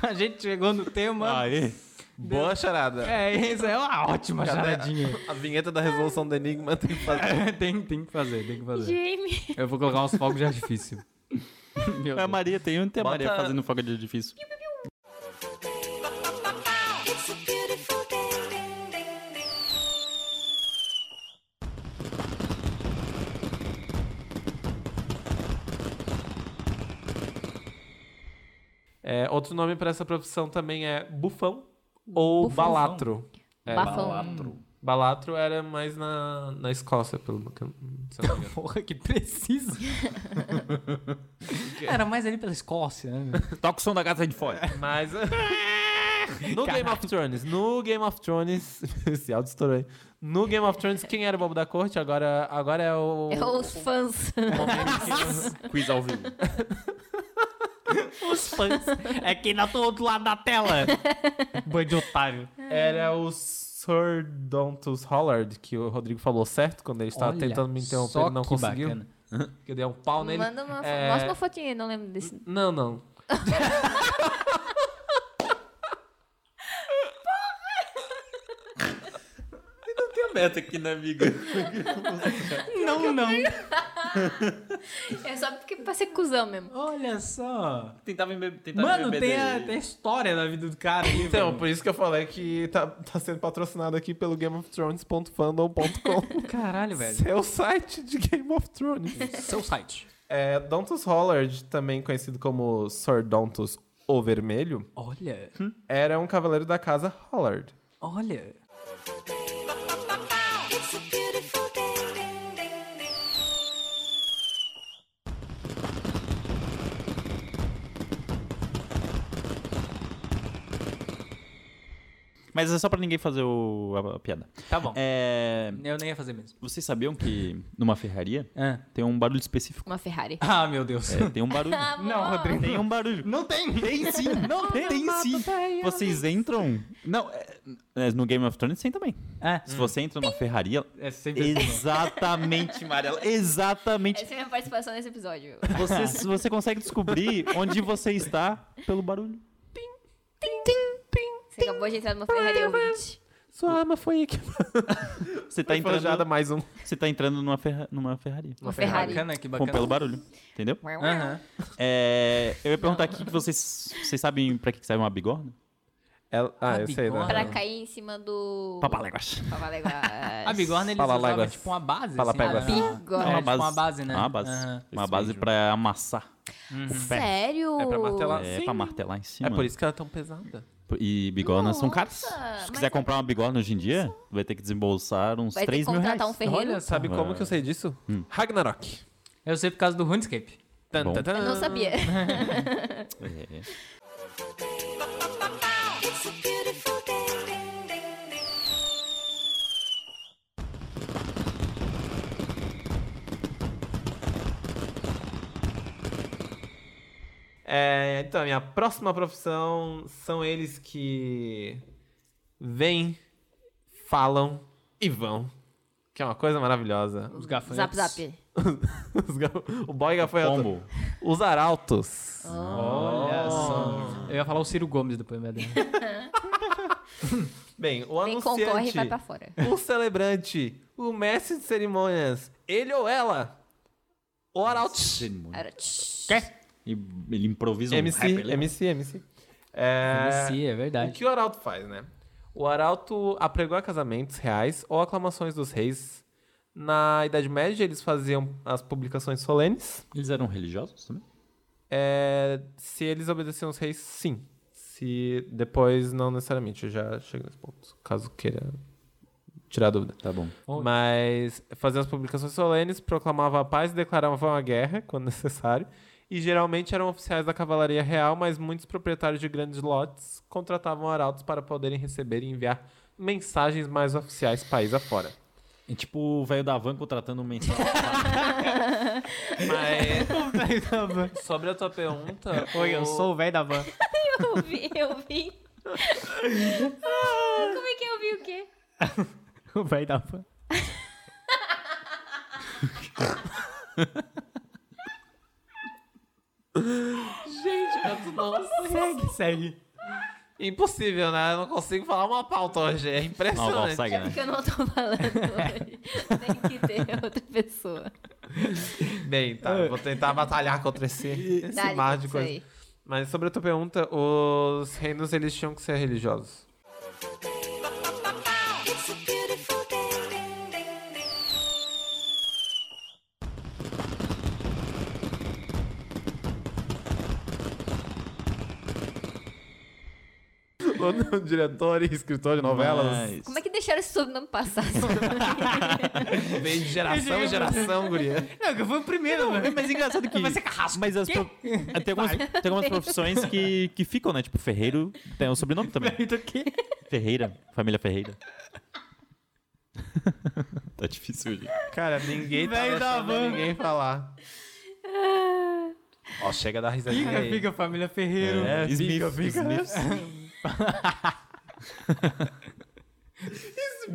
S3: a gente chegou no tema.
S4: Aê.
S6: Boa charada.
S3: É, isso é uma ótima charadinha.
S6: A vinheta da resolução do Enigma tem que fazer.
S3: tem, tem que fazer, tem que fazer.
S12: Jamie.
S3: Eu vou colocar uns fogos de artifício. Meu
S4: A
S3: Deus.
S4: Maria tem um, tem a Maria
S6: Bota-
S4: fazendo fogo de edifício.
S6: É, outro nome pra essa profissão também é bufão ou
S12: Bufãozão.
S6: balatro. É,
S12: Bafão.
S6: Balatro era mais na, na Escócia, pelo que eu- se eu não me engano.
S3: é Porra, que preciso. Era mais ali pela Escócia, né?
S4: Toca o som da gata de fora.
S6: Mas. No Game of Thrones, no Game of Thrones. Esse áudio estourou aí. No Game of Thrones, quem era o bobo da corte? Agora, agora é o.
S12: É os fãs.
S4: Quiz ao vivo.
S3: Os fãs. É quem tá do outro lado da tela. Bando de otário.
S6: Era o Sir Dontus Hollard, que o Rodrigo falou certo quando ele estava
S3: Olha
S6: tentando me interromper
S3: só
S6: e não
S3: que
S6: conseguiu.
S3: bacana.
S6: Que eu dei um pau nele.
S12: Manda uma, fo-
S6: É.
S12: mostra uma fotinha aí, não lembro desse.
S6: Não, não.
S4: Tem a meta aqui, né, amiga?
S3: Não, não.
S12: É só porque pra ser cuzão mesmo.
S3: Olha só.
S4: Tentava embeber. tentava
S3: Mano,
S4: embeber
S3: tem a,
S4: dele.
S3: tem a história da vida do cara aí,
S6: Então,
S3: velho.
S6: por isso que eu falei que tá, tá sendo patrocinado aqui pelo GameofThrones.fandom.com,
S3: Caralho, velho.
S6: seu é site de Game of Thrones.
S3: Seu site.
S6: É, Dontus Hollard, também conhecido como Sir Dontus o Vermelho,
S3: Olha.
S4: Hum?
S6: era um cavaleiro da casa Hollard.
S3: Olha.
S4: Mas é só pra ninguém fazer o- a, a piada.
S3: Tá bom.
S4: É,
S3: Eu nem ia fazer mesmo.
S4: vocês sabiam que numa ferraria
S3: Ah,
S4: tem um barulho específico?
S12: Uma Ferrari.
S3: meu Deus.
S4: É, tem um barulho.
S3: Não, Rodrigo.
S4: Tem um barulho. Não tem! Tem sim! Não tem! Tem sim! Vocês entram. Não, é- é, no Game of Thrones tem também.
S3: É.
S4: Se você entra numa ferraria.
S3: É sempre assim.
S4: Exatamente, Mariela. Exatamente.
S12: Essa é a minha participação nesse episódio.
S4: Você, você consegue descobrir onde você está pelo barulho.
S12: Você acabou de entrar numa Ferrari ouvinte.
S6: Sua arma foi aqui.
S4: Você tá
S6: Tá
S4: entrando,
S6: Hum. entrando mais um.
S4: você tá entrando numa, ferra, numa ferraria.
S12: Uma Ferrari. Uhum.
S3: Bacana, que
S4: Com
S3: bacana.
S4: pelo barulho. Entendeu?
S3: Aham.
S4: É, eu ia perguntar aqui que vocês. Vocês sabem pra que, que serve uma bigorna?
S6: Ela- ah,
S3: Ah,
S6: eu sei, né?
S3: bigorna.
S12: Pra cair em cima do.
S4: Papaléguas.
S12: Papaléguas.
S3: A bigorna eles
S6: Fala,
S3: usavam
S6: léguas.
S3: tipo uma base.
S6: Fala,
S3: assim,
S6: pégua.
S3: né?
S12: Bigorna.
S4: É
S3: É,
S4: uma
S3: tipo
S4: base.
S3: uma base, né?
S4: Uma base.
S3: Aham.
S4: Uma base pra amassar.
S12: Sério?
S6: É pra martelar.
S4: É
S6: Sim.
S4: pra martelar em cima.
S6: É por isso que ela é tão pesada.
S4: E bigornas são caras.
S12: Nossa,
S4: Se
S12: mas
S4: quiser
S12: é-
S4: comprar uma bigorna hoje em dia, vai ter que desembolsar uns
S12: Vai ter que
S4: 3 mil reais.
S12: contratar um ferreiro.
S3: Olha só.
S6: Sabe como que eu sei disso? Ragnarok.
S3: Eu sei por causa do RuneScape.
S6: Tan,
S4: Bom.
S6: tan, tan.
S12: Eu não sabia.
S4: É.
S6: É, então, a minha próxima profissão são eles que vêm, falam e vão. Que é uma coisa maravilhosa.
S3: Os gafanhotos.
S12: Zap, zap.
S6: Os ga- o boy gafanhoto.
S4: Pombo.
S6: Os arautos.
S12: Oh.
S3: Olha só. Eu ia falar o Ciro Gomes depois, meu Deus.
S6: Bem, o
S12: Quem concorre
S6: anunciante,
S12: vai pra fora.
S6: o um celebrante, o mestre de cerimônias, ele ou ela. O arauto.
S12: Era tch.
S4: E ele improvisa um
S6: MC,
S4: rap ali.
S6: MC, MC. É,
S3: Sim, é
S6: O
S3: verdade.
S6: que o arauto faz, né? O arauto apregou casamentos reais ou aclamações dos reis. Na Idade Média, eles faziam as publicações solenes.
S4: Eles eram religiosos também?
S6: É, se eles obedeciam os reis, sim. Se depois, não necessariamente. Eu já chego nesse ponto, caso queira tirar a dúvida.
S4: Tá bom.
S6: Mas fazia as publicações solenes, proclamava a paz e declarava a guerra, quando necessário. E geralmente eram oficiais da cavalaria real, mas muitos proprietários de grandes lotes contratavam arautos para poderem receber e enviar mensagens mais oficiais país afora.
S4: É tipo o velho da van contratando um mensal.
S6: Mas tá sobre a tua pergunta,
S3: Oi, eu sou o velho da van.
S12: Eu vi, eu vi. Como é que eu vi o quê?
S3: O velho da van. Gente, não Segue, segue.
S6: impossível, né? Eu não consigo falar uma pauta hoje, é
S4: Não,
S6: impressionante.
S4: consegue, né?
S12: Porque É eu não tô falando hoje. Tem que ter outra pessoa.
S6: Bem, tá, eu vou tentar batalhar contra esse, esse
S12: Dá-lhe
S6: mar de
S12: isso
S6: coisa.
S12: aí.
S6: Mas sobre a tua pergunta, os reinos eles tinham que ser religiosos. O diretor e escritor de novelas.
S4: Mas...
S12: Como é que deixaram esse sobrenome passar?
S6: Vem de geração em geração, guria.
S3: Não, que eu fui o primeiro, mano.
S4: Mas engraçado que.
S3: Vai ser carrasco.
S4: Mas as pro- tem, algumas, tem algumas profissões que, que ficam, né? Tipo, Ferreiro tem o sobrenome também.
S3: Do quê?
S4: Ferreira. Família Ferreira. tá difícil hoje.
S6: Cara, ninguém tá
S3: Velho da
S6: deixando
S3: van.
S6: ninguém falar. Ó, chega da risadinha
S3: Fica,
S6: aí.
S3: fica, família Ferreiro.
S4: É, Smith, Smith.
S3: É
S12: um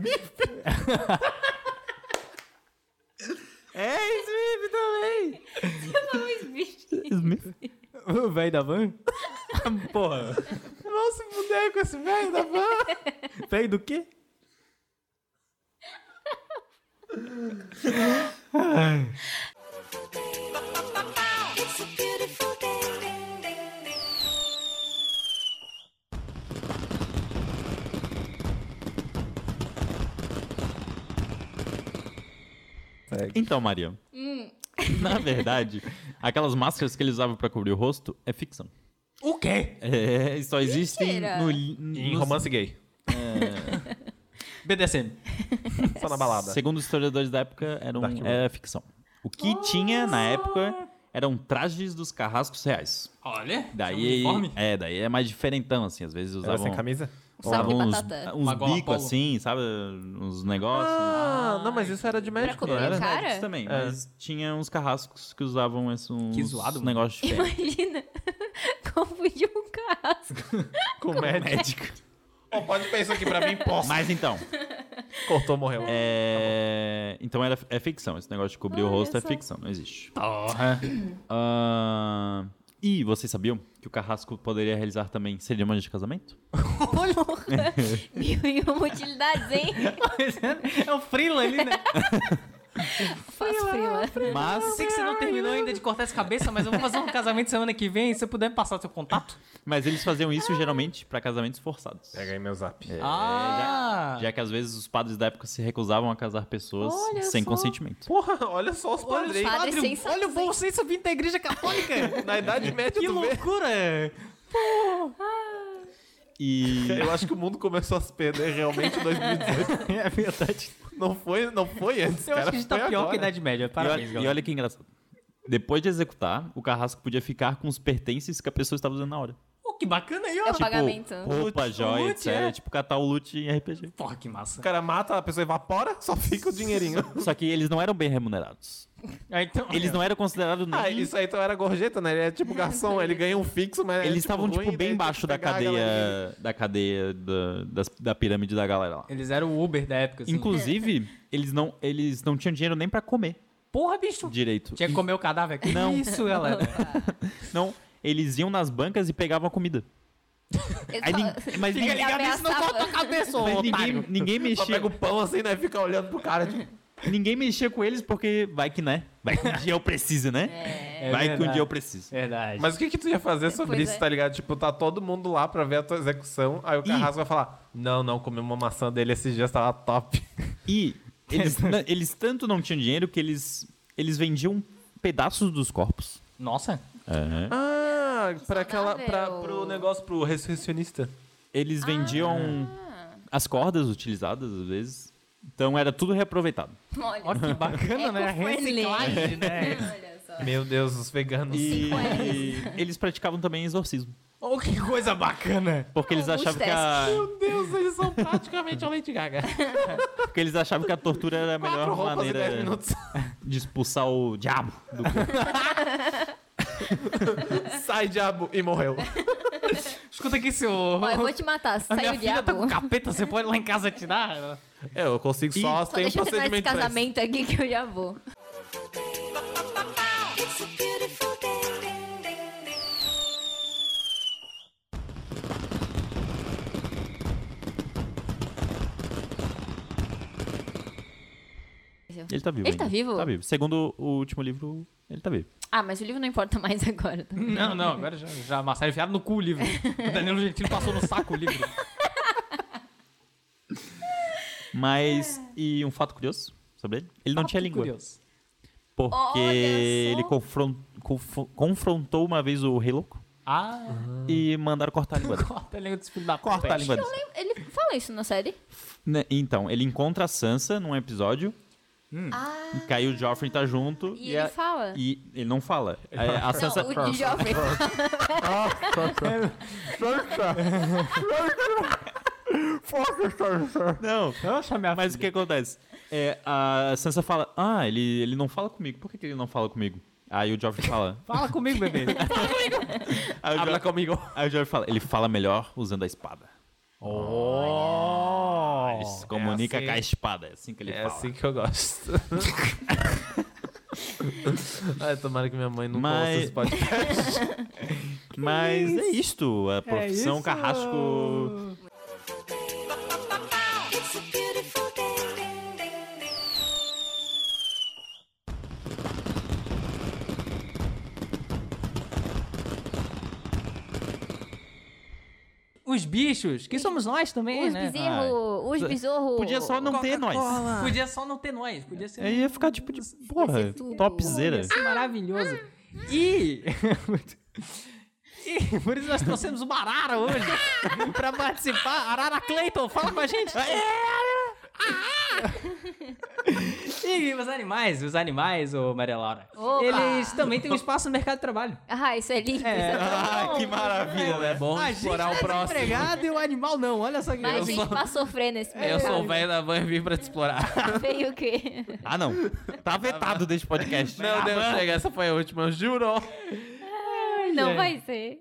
S4: Smith.
S3: O velho da van?
S4: Porra.
S6: Nossa, fudei com esse velho da van.
S3: Velho do quê?
S4: Então, Maria.
S12: Hum.
S4: Na verdade, aquelas máscaras que ele usava pra cobrir o rosto é ficção.
S3: O quê?
S4: É, só existem
S12: Mentira.
S4: no, no,
S6: Em romance gay.
S3: É. BDSM.
S6: Só na balada.
S4: Segundo os historiadores da época, era, um-
S6: Dark Web.
S4: era ficção. O que tinha na época eram trajes dos carrascos reais.
S3: Olha. um
S4: Daí,
S3: uniforme?
S4: é, daí é mais diferentão, assim. Às vezes
S6: Ela
S4: usavam,
S6: Tá sem camisa?
S12: Saco de
S4: usavam uns,
S12: batata.
S4: uns
S3: Uma gola
S4: bicos,
S3: polo.
S4: assim, sabe? Uns negócios.
S6: Ah, não, mas isso era de
S12: pra
S6: médico, não
S12: comer
S6: era?
S12: o
S4: Isso
S12: cara?
S4: também, mas tinha uns carrascos que usavam esses uns
S3: É. Que zoado, mano.
S4: negócios diferentes.
S12: Imagina. né? Confundiu um carrasco.
S6: Com médico. Pô, pode pensar aqui pra mim, posso.
S4: Mas então,
S6: Cortou, morreu.
S4: é... então era, é ficção. Esse negócio de cobrir o rosto é ficção, não existe.
S3: Porra.
S4: Ah, e vocês sabiam que o carrasco poderia realizar também cerimônias de casamento?
S12: Porra. Mil e uma utilidades, hein?
S3: É o Freela ali, né?
S12: Faço frila.
S3: Eu
S4: Mas,
S3: sei que você não terminou ainda de cortar essa cabeça, mas eu vou fazer um casamento semana que vem. Se você puder me passar seu contato.
S4: mas eles faziam isso geralmente para casamentos forçados.
S3: É.
S6: Pega aí meu zap.
S3: ah!
S4: Já que às vezes os padres da época se recusavam a casar pessoas sem consentimento.
S6: Porra, olha só os padrinhos.
S12: padres
S3: Padre,
S12: sensatos,
S3: olha o bom senso vindo da igreja católica.
S6: Na Idade Média,
S3: que
S6: tu vê.
S3: loucura. é.
S4: E
S6: Eu acho que o mundo começou a se perder realmente em 2018.
S3: É verdade.
S6: Não foi, não foi antes,
S3: Eu
S6: cara.
S3: acho que a gente tá
S6: foi
S3: pior que
S6: agora.
S3: a Idade Média.
S4: E
S3: Parabéns,
S4: olha, e
S3: galera.
S4: olha que engraçado. Depois de executar, o carrasco podia ficar com os pertences que a pessoa estava usando na hora. Tipo,
S3: O Pô, que bacana aí, ó.
S12: É o pagamento.
S4: Roupa, joia,
S3: loot,
S4: etc. É.
S3: é.
S4: Tipo, catar o loot em RPG.
S3: Porra, que massa.
S6: O cara mata, a pessoa evapora, só fica o dinheirinho.
S4: Só que eles não eram bem remunerados.
S3: Ah, então,
S4: Eles não eram considerados nem...
S6: Ah, isso aí então era gorjeta, né? Ele é tipo garçom, ele ganha um fixo, mas. é,
S4: Eles estavam, tipo,
S6: ruim, daí
S4: bem
S6: tem que
S4: embaixo da
S6: pegar a galerinha.
S4: cadeia, da cadeia da, das- da pirâmide da galera lá.
S3: Eles eram o Uber da época, assim.
S4: Inclusive, eles não, eles não tinham dinheiro nem pra comer
S3: Porra, bicho.
S4: direito.
S3: Tinha que comer o cadáver aqui.
S4: Não.
S3: Isso, galera.
S4: Não, eles iam nas bancas e pegavam a comida. Aí nin- mas
S3: Fica
S4: ninguém,
S3: ligado nisso, não corta a cabeça, ô
S4: mas
S3: otário.
S4: ninguém, ninguém
S6: Só
S4: mexia.
S6: pega o pão assim, né? Fica olhando pro cara, tipo.
S4: Ninguém mexia com eles porque vai que né? Vai que um dia eu preciso, né?
S6: É
S4: vai que um
S3: verdade.
S4: dia eu preciso.
S3: Verdade.
S6: Mas o que, que tu ia fazer sobre
S12: Pois
S6: isso,
S12: é.
S6: tá ligado? Tipo, tá todo mundo lá pra ver a tua execução. Aí o Carrasco vai falar: Não, não, comi uma maçã dele esses dias, tava top.
S4: E eles, na- eles tanto não tinham dinheiro que eles, eles vendiam pedaços dos corpos.
S3: Nossa.
S6: Ah, pra aquela. Pra,
S12: Saudável.
S6: pro negócio, pro ressurrecionista.
S4: Eles vendiam as cordas utilizadas, às vezes. Então era tudo reaproveitado.
S12: Olha,
S3: Olha que bacana,
S12: É
S3: né?
S12: Eco-friendly.
S3: Reciclagem, né?
S12: olha só.
S6: Meu Deus, os veganos.
S4: E, e eles praticavam também exorcismo.
S3: Oh, que coisa bacana.
S4: Porque eles
S12: Os
S4: achavam que a.
S6: Meu Deus, eles são praticamente a Lady Gaga.
S4: Porque eles achavam que a tortura era a
S6: Quatro
S4: melhor
S6: roupas em dez
S4: maneira
S6: minutos.
S4: de expulsar o diabo do corpo.
S6: Sai, diabo, e morreu.
S3: Escuta aqui, seu...
S12: Ó, eu vou te matar,
S3: a minha
S12: sai o
S3: filha tá com
S12: diabo.
S3: capeta, você pode ir lá em casa tirar?
S6: É, eu consigo só,
S12: Só
S6: tem um
S12: deixa eu terminar esse
S6: procedimento pra isso.
S12: casamento aqui que eu já vou.
S4: Ele tá vivo.
S12: Ele tá
S4: ainda.
S12: vivo?
S4: Tá vivo. Segundo o último livro, ele tá vivo.
S12: Ah, mas o livro não importa mais agora. tá?
S3: Não, não, agora já, já amassaram enfiado no cu o livro. O Danilo Gentili passou no saco o livro.
S4: Mas. E um fato curioso sobre ele? Ele não tinha língua.
S3: Curioso.
S4: Porque
S12: Olha só.
S4: ele confron- confo- confrontou uma vez o Rei Louco
S3: Ah,
S4: e mandaram cortar a língua dele.
S3: corta a língua desse filho da
S4: Corta a
S3: puta.
S4: língua dele.
S12: Ele fala isso na série?
S4: Né, Então, ele encontra a Sansa num episódio. Hum. E caiu o Joffrey tá junto.
S12: E,
S4: E,
S12: ele
S4: a-
S12: fala?
S4: e ele não fala. É, A, a
S12: Não,
S4: Sansa.
S12: o de jovem.
S4: Não, mas o que acontece? É, a Sansa fala, ah, ele, ele não fala comigo. Por que, que ele não fala comigo? Aí o Joffrey fala.
S3: Fala comigo, bebê.
S4: aí, o Joffrey,
S6: comigo.
S4: aí o Joffrey fala, ele fala melhor usando a espada. Oh, ele se comunica com a espada, é assim que ele
S6: É
S4: fala.
S6: assim que eu gosto. Ai, tomara que minha mãe não
S4: Mas-
S6: ouça esse podcast.
S4: Mas é isto, a profissão carrasco.
S3: Os bichos, que somos nós também,
S12: Os
S3: né?
S12: bezerro, os besorro.
S4: Podia só não ter nós.
S12: Ah.
S3: Podia só não ter nós, podia ser...
S4: Aí ia ficar tipo de porra, topzera.
S3: Isso é maravilhoso. E... E por isso nós trouxemos uma arara hoje pra participar. Arara Clayton, fala com a gente. é, E os animais, os animais, ô Maria Laura,
S12: Opa!
S3: eles também têm um espaço no mercado de trabalho.
S12: Ah, isso é lindo.
S3: É.
S12: isso é tão bom.
S4: Ah, maravilha, né?
S6: É Bom
S3: a gente
S6: explorar
S3: tá
S6: o próximo.
S3: desempregado e o animal não, olha só que
S12: Mas a
S3: eu
S12: gente pra sofrer nesse
S6: Eu
S12: mercado.
S6: sou o velho da van e vim pra te explorar.
S12: Feio o quê?
S4: Ah, não. Tá vetado deste podcast. Ah,
S6: Meu Deus, chega, essa foi a última, eu juro.
S12: Não vai ser.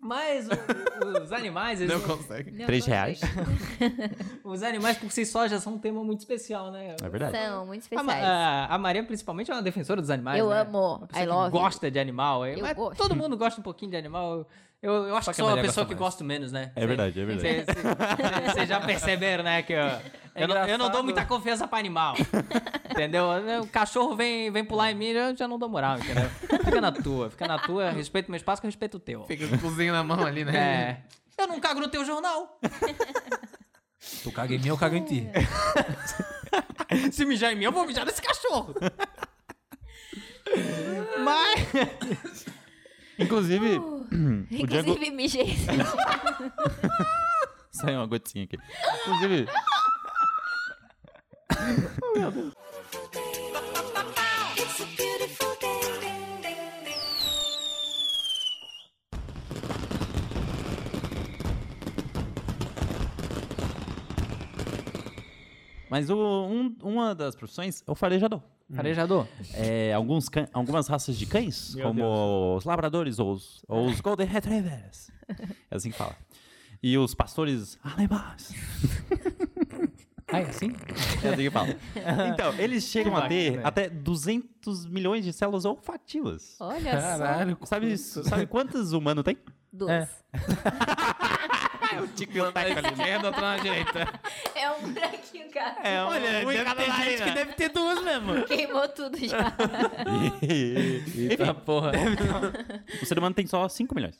S3: Mas o- os animais, eles,
S6: consegue.
S12: Não
S4: Três
S12: vai
S4: reais.
S12: ser.
S3: os animais por si só já são um tema muito especial, né?
S4: É verdade.
S12: São muito
S3: A, Ma-
S12: especiais.
S3: a- a Maria, principalmente, é uma defensora dos animais.
S12: eu
S3: né? Uma
S12: amo.
S3: pessoa
S12: I
S3: que
S12: love.
S3: gosta de animal. é-
S12: Eu
S3: mas
S12: gosto.
S3: Todo mundo gosta um pouquinho de animal. Eu, eu acho
S6: Só
S3: que
S6: que a
S3: sou a
S6: Maria
S3: pessoa que
S6: gosta mais.
S3: gosto menos, né?
S4: É verdade, é verdade.
S3: Vocês já perceberam, né? Que eu, eu, não, eu não dou
S6: É engraçado.
S3: muita confiança pra animal. entendeu? O cachorro vem, vem pular em mim, eu já não dou moral, entendeu? Fica na tua, fica na tua. Respeita o meu espaço que eu respeito o teu.
S6: Fica com o cozinho na mão ali, né?
S3: É. Eu não cago no teu jornal.
S6: Tu caga em mim, eu cago em ti.
S3: Se mijar em mim, eu vou mijar nesse cachorro. Mas.
S4: Inclusive,
S12: Uh,
S4: o Django...
S12: Inclusive, mijei.
S4: Saiu uma gotinha aqui. Inclusive. Mas o, um- uma das profissões é o farejador.
S3: Farejador.
S4: É, alguns cã- algumas raças de cães, como os labradores ou os, ou os golden retrievers. É assim que fala. E os pastores alemães.
S3: Ah, é assim?
S4: É assim que fala. Então, eles chegam a ter
S3: bacana.
S4: até 200 milhões de células olfativas.
S3: Oh,
S12: Olha
S3: Caralho.
S4: Sabe, isso- sabe quantos humanos tem?
S12: só. Duas.
S3: né?
S6: né?
S5: Merda, tá na direita.
S12: É, um buraquinho, cara.
S4: É, Olha,
S3: gente que deve ter duas mesmo.
S12: Queimou tudo já.
S3: Eita porra.
S4: O ser humano tem só 5 milhões.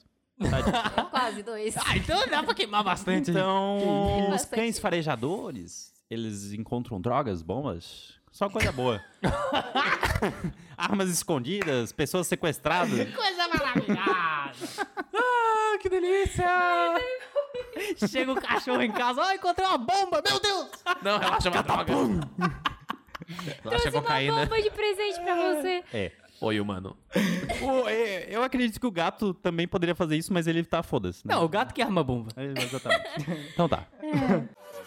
S12: Quase dois.
S3: Ah, então dá pra queimar bastante.
S4: Então, os
S12: Bastante.
S4: cães farejadores, eles encontram drogas, bombas, só coisa boa. Armas escondidas, pessoas sequestradas.
S3: Coisa maravilhosa.
S5: Ah, que delícia!
S3: Chega o cachorro em casa, ó, encontrei uma bomba, meu Deus!
S5: Não, relaxa, é uma droga. relaxa, é
S12: Uma
S5: cocaína.
S12: bomba de presente pra você.
S5: Oi, humano.
S4: O- é, eu acredito que o gato também poderia fazer isso, mas ele tá foda-se. né?
S3: Não, o gato que arma a bomba.
S4: É, Exatamente. então tá.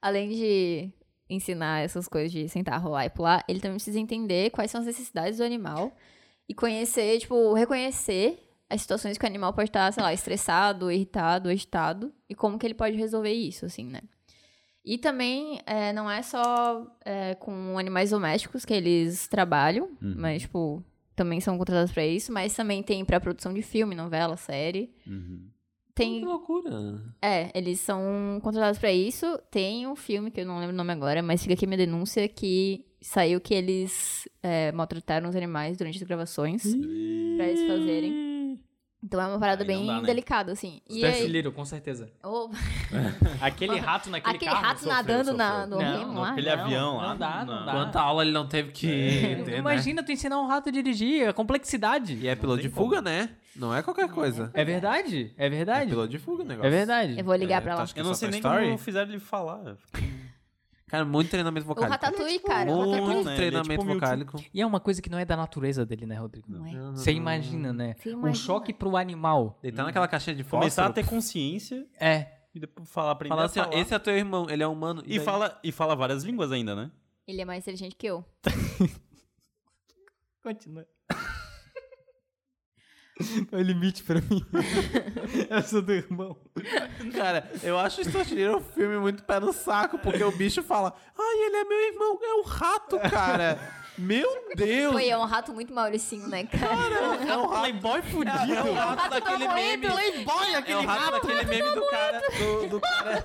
S12: Além de ensinar essas coisas de sentar, rolar e pular, ele também precisa entender quais são as necessidades do animal e conhecer, tipo, reconhecer as situações que o animal pode estar, sei lá, estressado, irritado, agitado e como que ele pode resolver isso, assim, né? E também é, não é só é, com animais domésticos que eles trabalham,
S4: Uhum.
S12: mas, tipo, também são contratados pra isso, mas também tem pra produção de filme, novela, série.
S4: Uhum.
S12: Tem
S6: Que loucura.
S12: é, eles são contratados pra isso. Tem um filme que eu não lembro o nome agora, mas fica aqui minha denúncia que saiu que eles é, maltrataram os animais durante as gravações pra eles fazerem. Então é uma parada
S4: Aí não
S12: bem
S4: dá, né?
S12: delicada, assim. E
S3: Dash
S12: aí,
S3: Little, com certeza.
S12: Ô,
S3: Aquele rato naquele
S12: aquele
S3: carro.
S12: rato nadando na, no
S3: Não,
S12: remo
S3: não,
S12: lá.
S4: É, Aquele
S12: não.
S4: avião lá.
S3: Não dá,
S4: na-
S3: não dá.
S6: Quanta aula ele não teve que
S12: É,
S6: ter, né?
S3: Imagina tu ensinar um rato a dirigir, a complexidade.
S6: E é piloto de fuga, né? Não é qualquer coisa.
S3: É verdade, é
S6: É
S3: verdade.
S6: piloto de fuga o negócio.
S3: É tá verdade.
S12: Eu vou ligar pra lá.
S6: acho que
S4: Eu não
S6: só
S4: sei nem
S6: Toy Story.
S4: como fizeram ele falar.
S6: Cara, muito treinamento
S12: O
S6: vocálico.
S3: tá
S12: Ratatouille, cara. o
S4: Muito,
S12: Ratatouille.
S4: né? Ele é
S6: treinamento
S4: tipo Mewtwo.
S6: vocálico.
S3: E é uma coisa que não é da natureza dele, né, Rodrigo?
S12: Não é?
S3: Você imagina, né?
S12: Você
S3: Um
S12: imagina.
S3: choque pro animal.
S6: Deitar naquela caixinha de
S4: Começar a
S6: fósforo.
S4: ter consciência
S3: É.
S4: e depois falar, aprender
S6: Falar
S4: a
S6: assim, ó,
S4: falar.
S6: esse é teu irmão, ele é humano.
S4: E,
S6: daí?
S4: fala, e fala várias línguas ainda, né?
S12: Ele é mais inteligente que eu.
S4: Continua. É o limite pra mim. Eu sou do irmão.
S6: Cara, eu acho isso um filme muito pé no saco, porque o bicho fala, ai, ele é meu irmão, é um rato, cara. Meu Deus!
S12: Foi, é um rato muito mauricinho, né, cara?
S6: É um playboy fudido. É, o rato daquele meme. Playboy, aquele é o rato, daquele meme do cara. Do, do cara.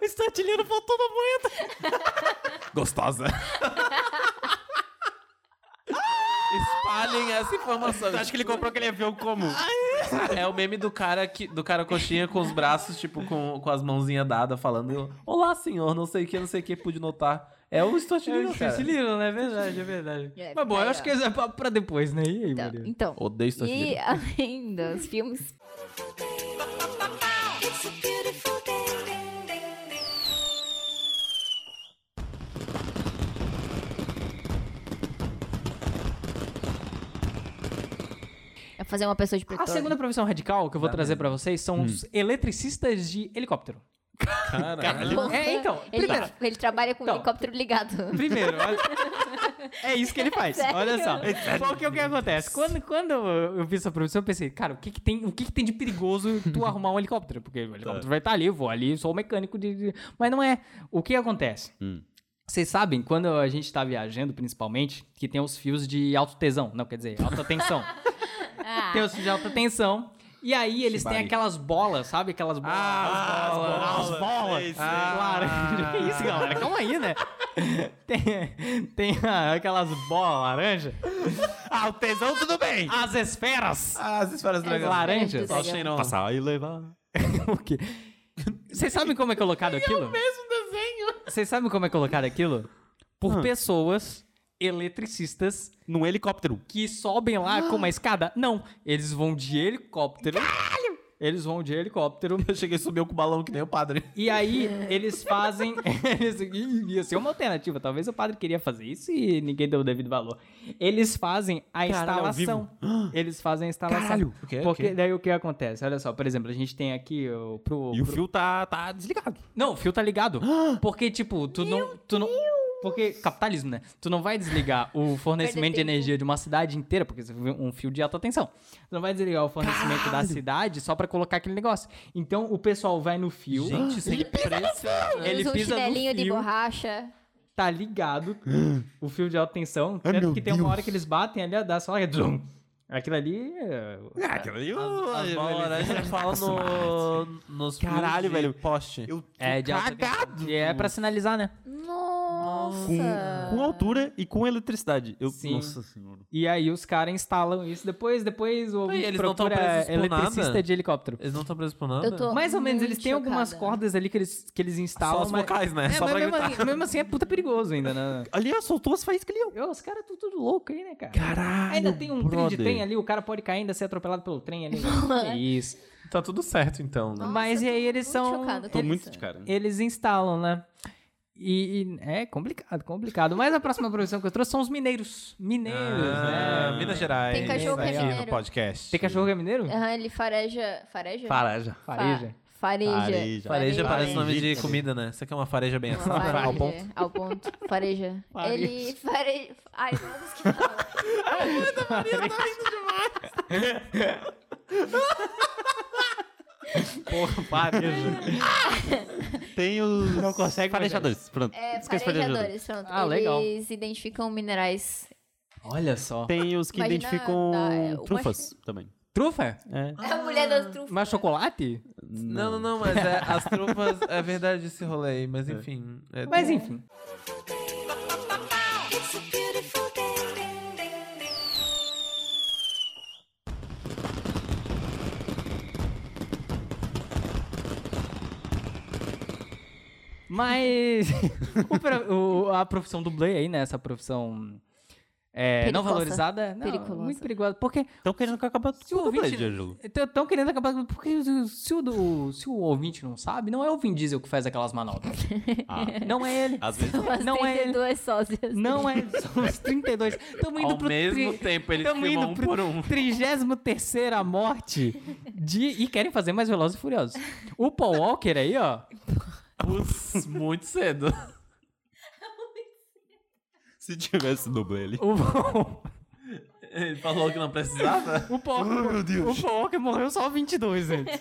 S4: O estartilheiro voltou na moeda.
S5: Gostosa.
S6: Espalhem essa informação.
S4: Acho que ele comprou aquele avião como?
S6: É o meme do cara que, do cara coxinha com os braços, tipo, com, com as mãozinhas dadas, falando: Olá, senhor, não sei o que, não sei o que, pude notar. É o Stuart Little, cara.
S3: Little, né? É verdade, é verdade.
S12: É,
S3: Mas bom,
S12: aí,
S3: eu acho
S12: ó.
S3: que isso é papo pra depois, né? E aí,
S12: Então,
S3: Maria?
S12: então
S6: Odeio Stuart
S12: E
S6: Little.
S12: além dos filmes. É fazer uma pessoa de preto.
S3: A
S6: então,
S3: segunda profissão radical que eu vou trazer pra vocês são os eletricistas de helicóptero. É, então,
S12: Ele,
S3: primeiro,
S12: ele trabalha com
S3: Então.
S12: o helicóptero ligado.
S3: Primeiro, olha- é isso que ele faz.
S12: Sério?
S3: Olha só. Porque o que acontece? Quando, quando eu vi essa profissão, eu pensei, cara, o que, que tem, o que, que tem de perigoso tu arrumar um helicóptero? Porque o helicóptero vai estar ali, eu vou ali, sou o mecânico de. de- Mas não é. O que acontece? Vocês sabem, quando a gente tá viajando, principalmente, que tem os fios de alto tesão. Não, quer dizer, alta tensão. Tem os fios de alta tensão. E aí eles têm aquelas bolas, sabe? Aquelas bolas. Ah, as bolas. As bolas.
S4: Ah.
S3: Laranja. Que né? É isso, galera? Calma aí, né? Tem, tem a- aquelas bolas laranja.
S4: Ah, o tesão tudo bem.
S3: As esferas
S6: Ah, as
S5: É
S6: histórias do negócio.
S3: laranjas.
S12: Só
S6: cheirão.
S4: Passar e levar.
S3: O quê? Vocês sabem como é colocado aquilo? É o mesmo desenho. Vocês sabem como é colocado aquilo? Por pessoas eletricistas
S4: Num helicóptero.
S3: que sobem lá com uma escada? Não, eles vão de helicóptero. Eles vão de helicóptero.
S5: Eu cheguei e subiu com o balão que nem o padre.
S3: E aí, eles fazem. eles- Ih, Ia ser uma alternativa. Talvez o padre queria fazer isso e ninguém deu o devido valor. Eles fazem a instalação. Eles fazem a instalação. Caralho,
S5: o quê?
S3: Porque
S5: O quê?
S3: daí o que acontece? Olha só, por exemplo, a gente tem aqui o, pro.
S4: E o
S3: pro-
S4: fio tá, tá desligado.
S3: Não, o fio tá ligado. Porque, tipo, tu não. Tu não... Porque capitalismo, né? Tu não vai desligar o fornecimento de
S12: tempo.
S3: energia de uma cidade inteira, porque você vê um fio de alta tensão. Tu não vai desligar o fornecimento da cidade só pra colocar aquele negócio. Então o pessoal vai no fio. Gente, isso ele pisa, ele
S2: né?
S12: Usa um
S3: pisa no
S12: chinelinho de
S3: fio,
S12: borracha.
S3: tá ligado o fio de alta tensão. Tanto que tem uma hora que eles batem ali, dá só zoom. Aquilo ali. é-
S4: As- as bolas- né?
S5: fala no, nos
S4: Caralho,
S5: fios de
S4: velho.
S5: Poste.
S4: Eu tô
S3: É de alta
S4: cagado.
S3: tensão. E é pra sinalizar, né?
S12: Nossa.
S4: Com, com altura e com eletricidade. Eu,
S3: Sim.
S4: Nossa senhora.
S3: E aí os caras instalam isso. Depois, depois o
S5: Aí, eles não tão presos
S3: procura
S5: por
S3: eletricista
S5: nada?
S3: de helicóptero.
S5: Eles não estão presos por nada?
S12: Eu tô
S3: Mais ou menos,
S12: muito
S3: eles têm algumas
S12: chocada.
S3: cordas ali que eles, que eles
S13: Tá,
S3: instalam.
S5: Só os
S3: mas-
S5: vocais, né?
S3: É,
S5: Só
S3: mas
S5: pra
S3: mesmo,
S5: gritar.
S3: assim, mesmo assim é puta perigoso ainda, né?
S4: Ali, é ó, soltou as faíscas ali, ó.
S3: Ô, os caras estão tudo louco aí, né, cara?
S4: Caralho,
S3: ainda tem um trilho de
S4: brother.
S3: trem ali, o cara pode cair ainda ser atropelado pelo trem ali. né? Que isso.
S6: Tá tudo certo, então, né?
S12: Nossa,
S3: mas e
S12: eu tô
S3: aí eles
S12: muito
S3: são-
S12: chocada com
S4: Tô muito
S12: isso.
S4: de cara.
S3: Eles instalam, né? E, e é complicado, complicado. Mas a próxima profissão que eu trouxe são os mineiros. Mineiros,
S5: Ah,
S3: né?
S5: Minas Gerais.
S12: Tem cachorro
S3: Isso aí,
S12: que é
S3: ó.
S12: mineiro.
S5: Podcast.
S3: Tem cachorro que é mineiro?
S12: Aham, ele fareja. Fareja?
S4: Paraja.
S12: Fa-
S3: Fareja.
S12: Fareja.
S4: Fareja.
S5: Fareja parece
S12: Fareja.
S5: nome de comida, né?
S6: é
S5: Você quer uma fareja bem
S12: Não,
S5: assada?
S12: fareja,
S5: Ao ponto.
S12: Ao ponto. Fareja.
S3: Fareja.
S12: Ele fareja. Ai, nossa, que fala.
S4: Porra, fareja. tem os... Não consegue farejadores. Pronto.
S12: É,
S4: Esquece farejadores.
S12: farejadores, pronto.
S3: Ah, legal.
S12: Eles identificam minerais.
S3: Olha só.
S4: Tem os que
S12: Imagina,
S4: identificam
S12: tá, é, uma-
S4: trufas também.
S3: Trufa?
S12: A mulher das trufas.
S3: Mas chocolate?
S5: Não, não, não, mas é, as trufas. É verdade esse rolê aí, mas enfim. é-
S3: Mas enfim. Mas o pro- o- a profissão dublê aí, né? Essa profissão é, não
S12: Perigosa.
S3: valorizada. Não,
S12: Perigosa.
S3: muito perigosa. Porque
S4: Estão querendo que acabe
S3: se o
S4: tudo,
S3: ouvinte...
S4: Angelo.
S3: Estão querendo acabar... com- Porque se- se o, do- se o ouvinte não sabe, não é o Vin Diesel que faz aquelas manobras.
S4: Ah,
S3: Não é ele.
S4: às vezes...
S12: Umas
S3: Não é ele.
S12: 32 sósias.
S3: Não é, são os 32. Estamos indo
S5: Ao
S3: pro
S5: mesmo tempo, eles
S3: tamo
S5: filmam
S3: indo
S5: um
S3: pro
S5: por um.
S3: 33ª morte de e querem fazer mais Velozes e Furiosos. O Paul Walker aí, ó,
S5: Putz, muito cedo.
S4: Se tivesse dublê ali.
S3: o Paul,
S5: Ele falou que não precisava.
S3: o
S4: Oh, Ah,
S3: Paul, o Paul Walker morreu só 22 antes.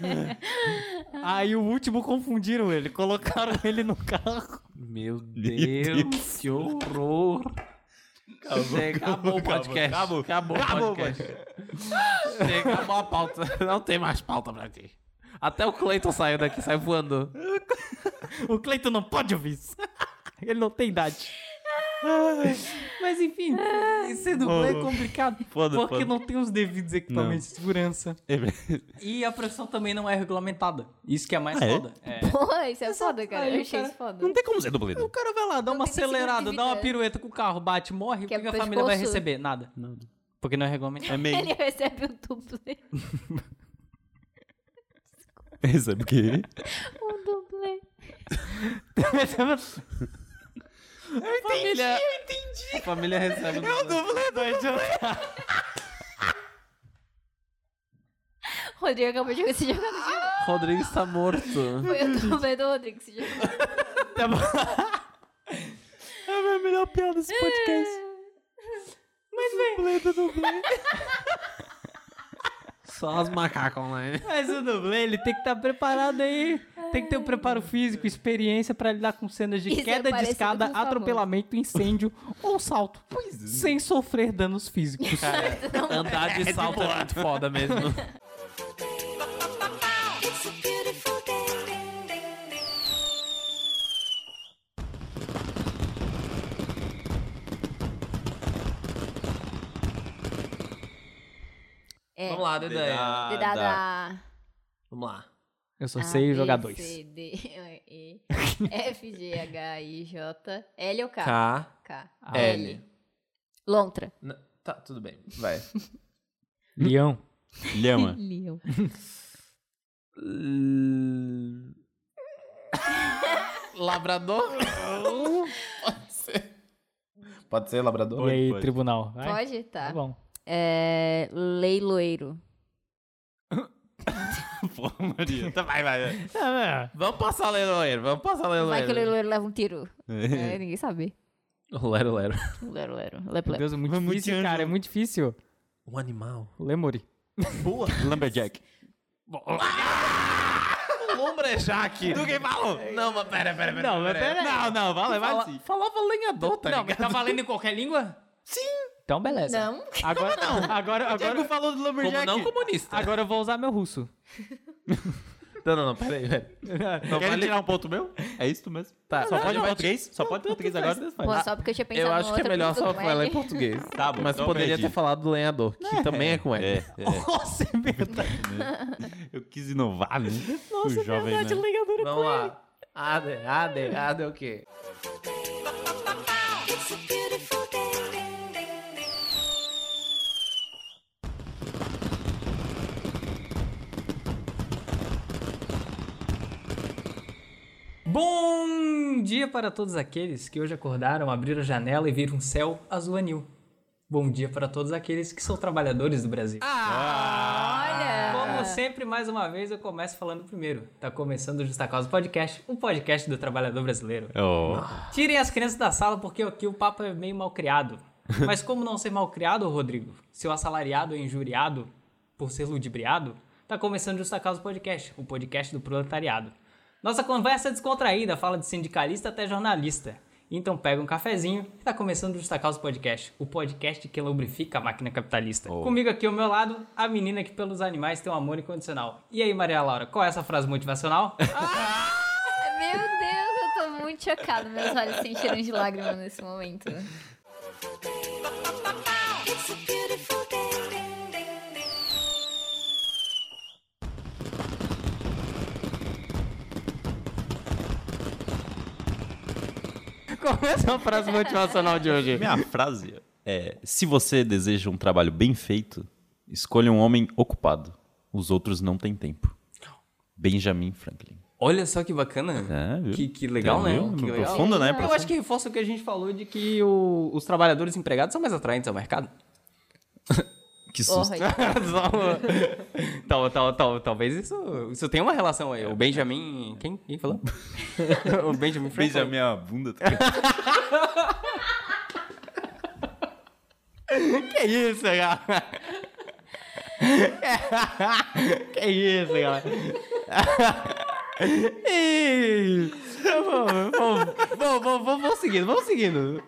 S3: Aí o último confundiram ele, colocaram ele no carro.
S5: Meu
S4: Deus.
S5: Deus, que horror. Chega, acabou, o podcast. Acabou, acabou, o podcast. Chega, acabou a pauta. Não tem mais pauta pra ti. Até o Cleiton saiu daqui, sai voando.
S3: O Cleiton não pode ouvir isso. Ele não tem idade. Mas enfim, ser dublê é complicado.
S4: Foda,
S3: porque
S4: foda. É
S3: não tem os devidos equipamentos de segurança. E a profissão também não é regulamentada. Isso que é mais
S4: Ah, é?
S3: foda. É.
S12: Porra, isso é foda, cara.
S3: aí
S12: Eu
S3: o
S12: achei
S3: cara-
S12: isso foda.
S4: Não tem como ser dublê. né?
S3: O cara vai lá, dá uma
S12: tem seguro de
S3: acelerada, dá uma
S12: vida. é.
S3: pirueta com o carro, bate, morre, o que
S12: Quebra
S3: a
S12: o
S3: família vai
S12: pescoço.
S3: receber? Nada. Porque não é regulamentado.
S4: É meio...
S12: Ele recebe um dublê.
S4: Sabe o quê?
S12: Um dublê.
S5: Família... Eu entendi. A família recebe. Eu dublei,
S12: Rodrigo acabou de se jogar no jogo.
S5: Rodrigo está morto.
S12: Foi o dublê do Rodrigo que se jogou.
S4: É a minha melhor piada desse podcast. Mas, velho...
S5: Só as macacas online.
S3: Mas o dublê, ele tem que estar Tá preparado aí. Tem que ter um preparo físico, experiência pra lidar com cenas de
S12: Isso é
S3: queda de
S12: parecido
S3: escada,
S12: com os famosos.
S3: atropelamento, incêndio ou salto. Sem sofrer danos físicos.
S5: Andar de salto é muito foda mesmo.
S12: É.
S5: Vamos lá, Dedé.
S12: Dedada.
S5: Vamos lá.
S3: Eu só
S12: A,
S3: sei
S12: B,
S3: jogar
S12: C,
S3: dois.
S12: D, E, F, G, H, I, J, L ou K?
S5: K, É.
S12: K.
S5: L.
S12: Lontra.
S5: N- Tá, tudo bem. Vai.
S3: Leão.
S4: Lhama.
S12: Leão.
S5: Labrador? Pode ser. Pode ser labrador?
S3: e aí, tribunal? Vai?
S12: Pode? Tá.
S3: Tá bom.
S12: É, leiloeiro.
S4: Pô, Maria. Tá, vai, vai.
S3: Ah,
S5: Vamos passar leiloeiro, vamos passar
S12: Vai que o
S5: leiloeiro.
S12: leiloeiro leva um tiro. É, ninguém sabe.
S4: Lero, lero.
S12: Lero, lero. Lep,
S3: meu
S12: lep.
S3: Deus, é muito
S4: Vamos de
S3: difícil,
S4: anjo.
S3: cara. É muito difícil.
S5: Um animal.
S3: Lemuri.
S4: Boa. Lumberjack.
S5: Lombrejaque.
S4: Ninguém falou.
S6: É,
S5: Não, mas pera, pera, pera.
S3: Não, mas pera aí.
S4: Não, não, vai levar assim.
S5: Falava lenhador, tá
S3: Não,
S5: ligado?
S3: mas tá valendo em qualquer língua? Sim. Então, beleza.
S12: Não.
S3: Agora, agora, agora,
S4: falou do
S5: Como
S4: Lumberjack.
S5: não comunista.
S3: agora eu vou usar meu russo.
S5: Não, não, não, pera aí, velho. Não
S4: Querem
S5: vale-
S4: tirar um ponto meu? É isso mesmo? Tá, só pode português? Só pode português agora?
S12: Pô, só porque eu tinha pensado
S5: Eu
S12: no
S5: acho que é
S12: outro
S5: melhor só
S12: produto, mas-
S5: falar em português.
S4: Tá bom,
S5: Mas
S4: então
S5: poderia
S4: perdi.
S5: ter falado do lenhador, que também é com
S4: É,
S5: ele.
S4: é.
S3: Nossa, é verdade.
S4: Eu quis inovar, né? Nossa, o jovem, né?
S3: Ligadura
S5: Vamos lá. Ade, ade, ade é o quê?
S3: Bom dia para todos aqueles que hoje acordaram, abriram a janela e viram um céu azul anil. Bom dia para todos aqueles que são trabalhadores do Brasil.
S5: Ah.
S3: Ah, Como sempre, mais uma vez, eu começo falando primeiro. Tá começando o Justa Causa Podcast, um podcast do trabalhador brasileiro.
S4: Oh.
S3: Tirem as crianças da sala porque aqui o papo é meio mal criado. Mas como não ser mal criado, Rodrigo? Se o assalariado é injuriado por ser ludibriado, tá começando Justa Causa Podcast, o podcast do proletariado. Nossa conversa é descontraída, fala de sindicalista até jornalista. Então pega um cafezinho e tá começando Justa Causa Podcast, o podcast que lubrifica a máquina capitalista.
S13: Oh.
S3: Comigo aqui ao meu lado, a menina que pelos animais tem um amor incondicional. E aí, Maria Laura, qual é essa frase motivacional?
S12: Meu Deus, eu tô muito chocada. Meus olhos se encheram de lágrimas nesse momento.
S13: Começa a é frase motivacional de hoje.
S4: Minha frase é: se você deseja um trabalho bem feito, escolha um homem ocupado. Os outros não têm tempo. Benjamin Franklin.
S13: Olha só que bacana.
S4: É, viu?
S13: Que, que legal, né?
S4: Viu?
S13: Que legal.
S4: Profundo, né?
S13: Eu acho que reforça o que a gente falou de que o- os trabalhadores empregados são mais atraentes ao mercado.
S4: Que susto.
S12: Porra,
S13: Só- tal, tal, tal, talvez isso, isso tenha uma relação aí. O Benjamin. Quem, quem falou? o Benjamin Franklin.
S4: Beija minha bunda. tá ligado?
S13: Que isso, galera? que isso, galera? Ih, vamos, vamos, vamos, vamos, vamos, vamos seguindo, vamos seguindo.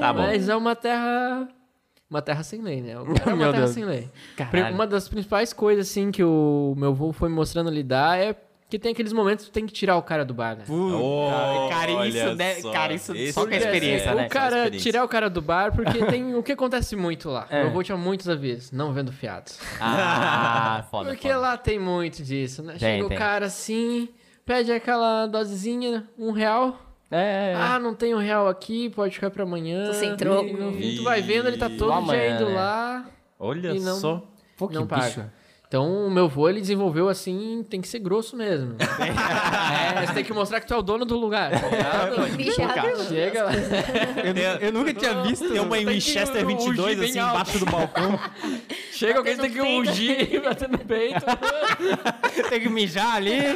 S4: Tá bom.
S14: Mas é uma terra. Uma terra sem lei, né? O cara é uma
S13: Meu
S14: terra
S13: Deus.
S14: sem lei. Pri-
S13: Caralho.
S14: Uma das principais coisas, assim, que o meu avô foi me mostrando a lidar é que tem aqueles momentos que tu tem que tirar o cara do bar, né?
S4: Oh,
S13: cara, isso,
S4: olha
S13: né,
S4: só.
S13: cara, isso
S4: Esse
S13: só com a
S4: é-
S13: experiência,
S14: assim, o
S13: né?
S14: cara,
S4: Experiência.
S14: tirar o cara do bar, porque tem o que acontece muito lá.
S13: É.
S14: Meu avô tinha muitos avisos, não vendo fiados.
S13: Ah, foda.
S14: Porque
S13: foda.
S14: lá tem muito disso, né?
S13: tem.
S14: Chega o cara assim, pede aquela dosezinha, um real.
S13: É, é, é.
S14: Ah, não tem um real aqui, pode ficar pra amanhã.
S12: Tô sem troco.
S14: E no fim, tu vai vendo, ele tá todo dia
S13: amanhã,
S14: indo
S13: né?
S14: lá.
S4: Olha
S14: E não-
S4: só.
S13: Pô, que
S14: não
S13: bicho.
S14: paga. Então, o meu vô, ele desenvolveu assim, tem que ser grosso mesmo. é, você tem que mostrar que tu é o dono do lugar. tá ligado?
S12: bichado.
S14: Chega lá.
S13: Eu, eu nunca tinha visto.
S4: Tem uma em Winchester 22, assim, embaixo do balcão.
S14: Chega alguém, tem que ungir, bater no peito.
S13: Tem que mijar ali.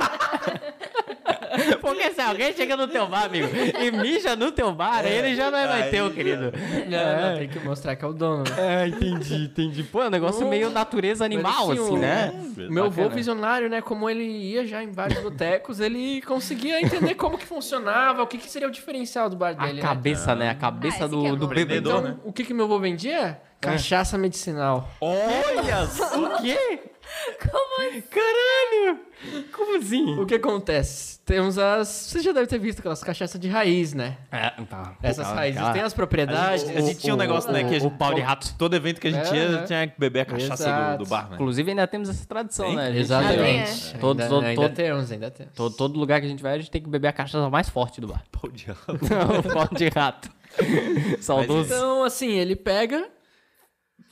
S13: Porque se alguém chega no teu bar, amigo, e mija no teu bar, aí ele já não é mais
S4: aí-
S13: teu, querido.
S14: Não, não, tem que mostrar que é o dono. né?
S13: É, entendi, entendi. Pô, é um negócio meio natureza animal,
S14: assim,
S13: assim,
S14: o-
S4: É.
S13: né?
S14: O Meu avô visionário, né? Como ele ia já em vários botecos, ele conseguia entender como que funcionava, o que, que seria o diferencial do bar dele.
S13: A
S14: né?
S13: cabeça, né? A cabeça
S12: Ah, esse que é
S13: do, do
S12: bom.
S13: bebedor.
S14: Então,
S6: Né?
S4: né?
S14: É. o que, que meu avô vendia? Cachaça medicinal.
S4: Olha só.
S13: O quê?
S3: Caralho! Como assim?
S14: O que acontece? Temos as. Você já deve ter visto aquelas cachaças de raiz, né?
S3: É, tá.
S14: Essas
S3: Calma,
S14: raízes
S3: calma.
S14: têm as
S4: A
S14: propriedades.
S4: gente, a gente tinha um negócio, né? Que a
S3: O
S4: gente,
S3: pau de rato.
S4: Todo evento que a gente
S14: É,
S4: tinha,
S14: né?
S4: tinha que beber a cachaça
S14: Exato.
S4: do, do bar, né?
S3: Inclusive, ainda temos essa tradição, né? A gente-
S14: Exatamente.
S12: tem, é.
S14: Ainda-
S3: Todos-
S14: ainda,
S3: todos-
S14: temos, ainda temos.
S3: Todo, todo lugar que a gente vai, a gente tem que beber a cachaça mais forte do bar.
S4: Pau de rato.
S3: Não, pau de rato. Saudoso.
S14: Então, assim, ele pega,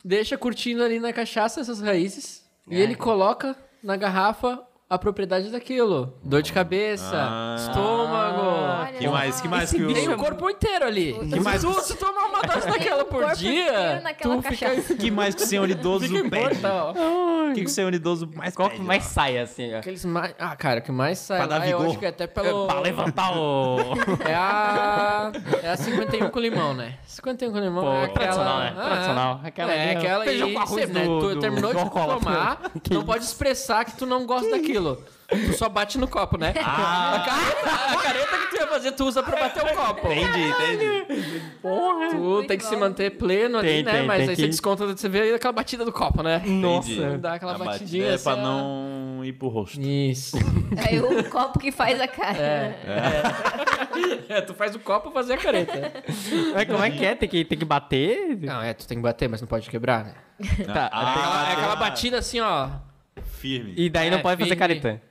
S14: deixa curtindo ali na cachaça essas raízes
S4: É.
S14: e ele coloca na garrafa a propriedade daquilo. Dor de cabeça,
S4: Ah.
S14: estômago.
S4: Que mais? Que mais?
S14: Esse
S4: Que o...
S14: Tem o corpo inteiro ali.
S4: Que mais?
S14: Se tu, se tu tomar uma dose daquela
S12: O
S14: por
S12: corpo inteiro
S14: dia,
S12: naquela
S14: tu fica, assim.
S12: cachaça.
S4: que mais que o senhor idoso
S14: fica
S4: pede?
S14: imortal.
S4: O que, que o senhor idoso mais
S3: Qual que
S4: pede?
S3: mais sai, assim, ó?
S14: Aqueles mais... Ah, cara, o que mais sai
S4: Pra dar
S14: lá, eu
S4: vigor.
S14: acho que é até pelo...
S3: Pra levantar o...
S14: É a... É a 51 com limão, né? 51 com limão
S3: Pô,
S14: é aquela...
S3: tradicional, né?
S14: Ah,
S3: Tradicional. Aquela
S14: é,
S3: ali, ó.
S14: aquela
S3: Feijão
S14: e
S3: com arroz
S14: cê, né?
S3: do-
S14: Tu
S3: do-
S14: terminou
S3: do
S14: de
S3: Alcoólatra.
S14: tomar, não pode expressar que tu não gosta daquilo. Tu só bate no copo, né?
S3: Ah.
S14: A, careta, a careta que tu ia fazer, tu usa pra bater o copo.
S4: Entendi, entendi.
S14: Tu tem que se manter pleno ali,
S3: Tem,
S14: né?
S3: tem,
S14: Mas
S3: tem
S14: aí
S3: que-
S14: você desconta, você vê aquela batida do copo, né?
S4: Entendi.
S14: Dá aquela
S4: A
S14: batidinha
S4: batida é
S14: assim,
S4: pra
S14: ó.
S4: não ir pro rosto.
S14: Isso.
S12: É o copo que faz a é. cara.
S14: É, tu faz o copo fazer a careta.
S3: Mas como é que é? Tem que, tem que bater?
S14: Não, é, tu tem que bater, mas não pode quebrar, né?
S3: Tá.
S14: Aquela- é aquela batida assim, ó.
S4: Ah, Firme.
S3: E daí não
S14: É,
S3: pode fazer
S14: firme.
S3: careta.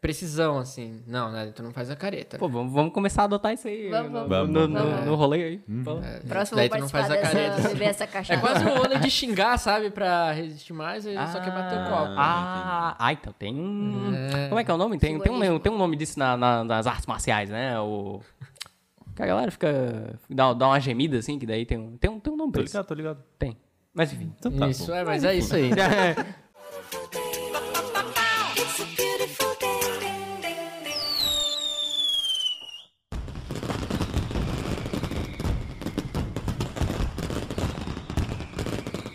S14: Precisão, assim. Não, né? Tu não faz a careta.
S3: Pô, vamos, vamos começar a adotar isso aí.
S12: Vamos,
S3: no,
S12: vamos,
S3: no,
S12: vamos,
S3: no-
S12: vamos.
S3: no rolê aí.
S4: Uhum.
S14: É,
S12: Próximo
S14: daí
S12: vou
S14: tu não
S12: participar
S14: faz a
S12: dessa,
S14: careta. assim.
S12: beber essa cachaça.
S14: É quase um rolê de xingar, sabe? Pra resistir mais, ele só quer bater o copo.
S3: Ah, ah, então tem um... Como é que é o nome? Tem, tem, um,
S12: Simbolismo.
S3: tem um nome disso na- na- nas artes marciais, né? O... Que a galera fica... Dá, dá uma gemida, assim, que daí tem um, tem um, tem um nome pra
S4: Tô
S3: isso.
S4: ligado, tô ligado.
S3: Tem. Mas enfim.
S4: Então tá
S14: isso,
S4: bom.
S14: é, mas é isso aí.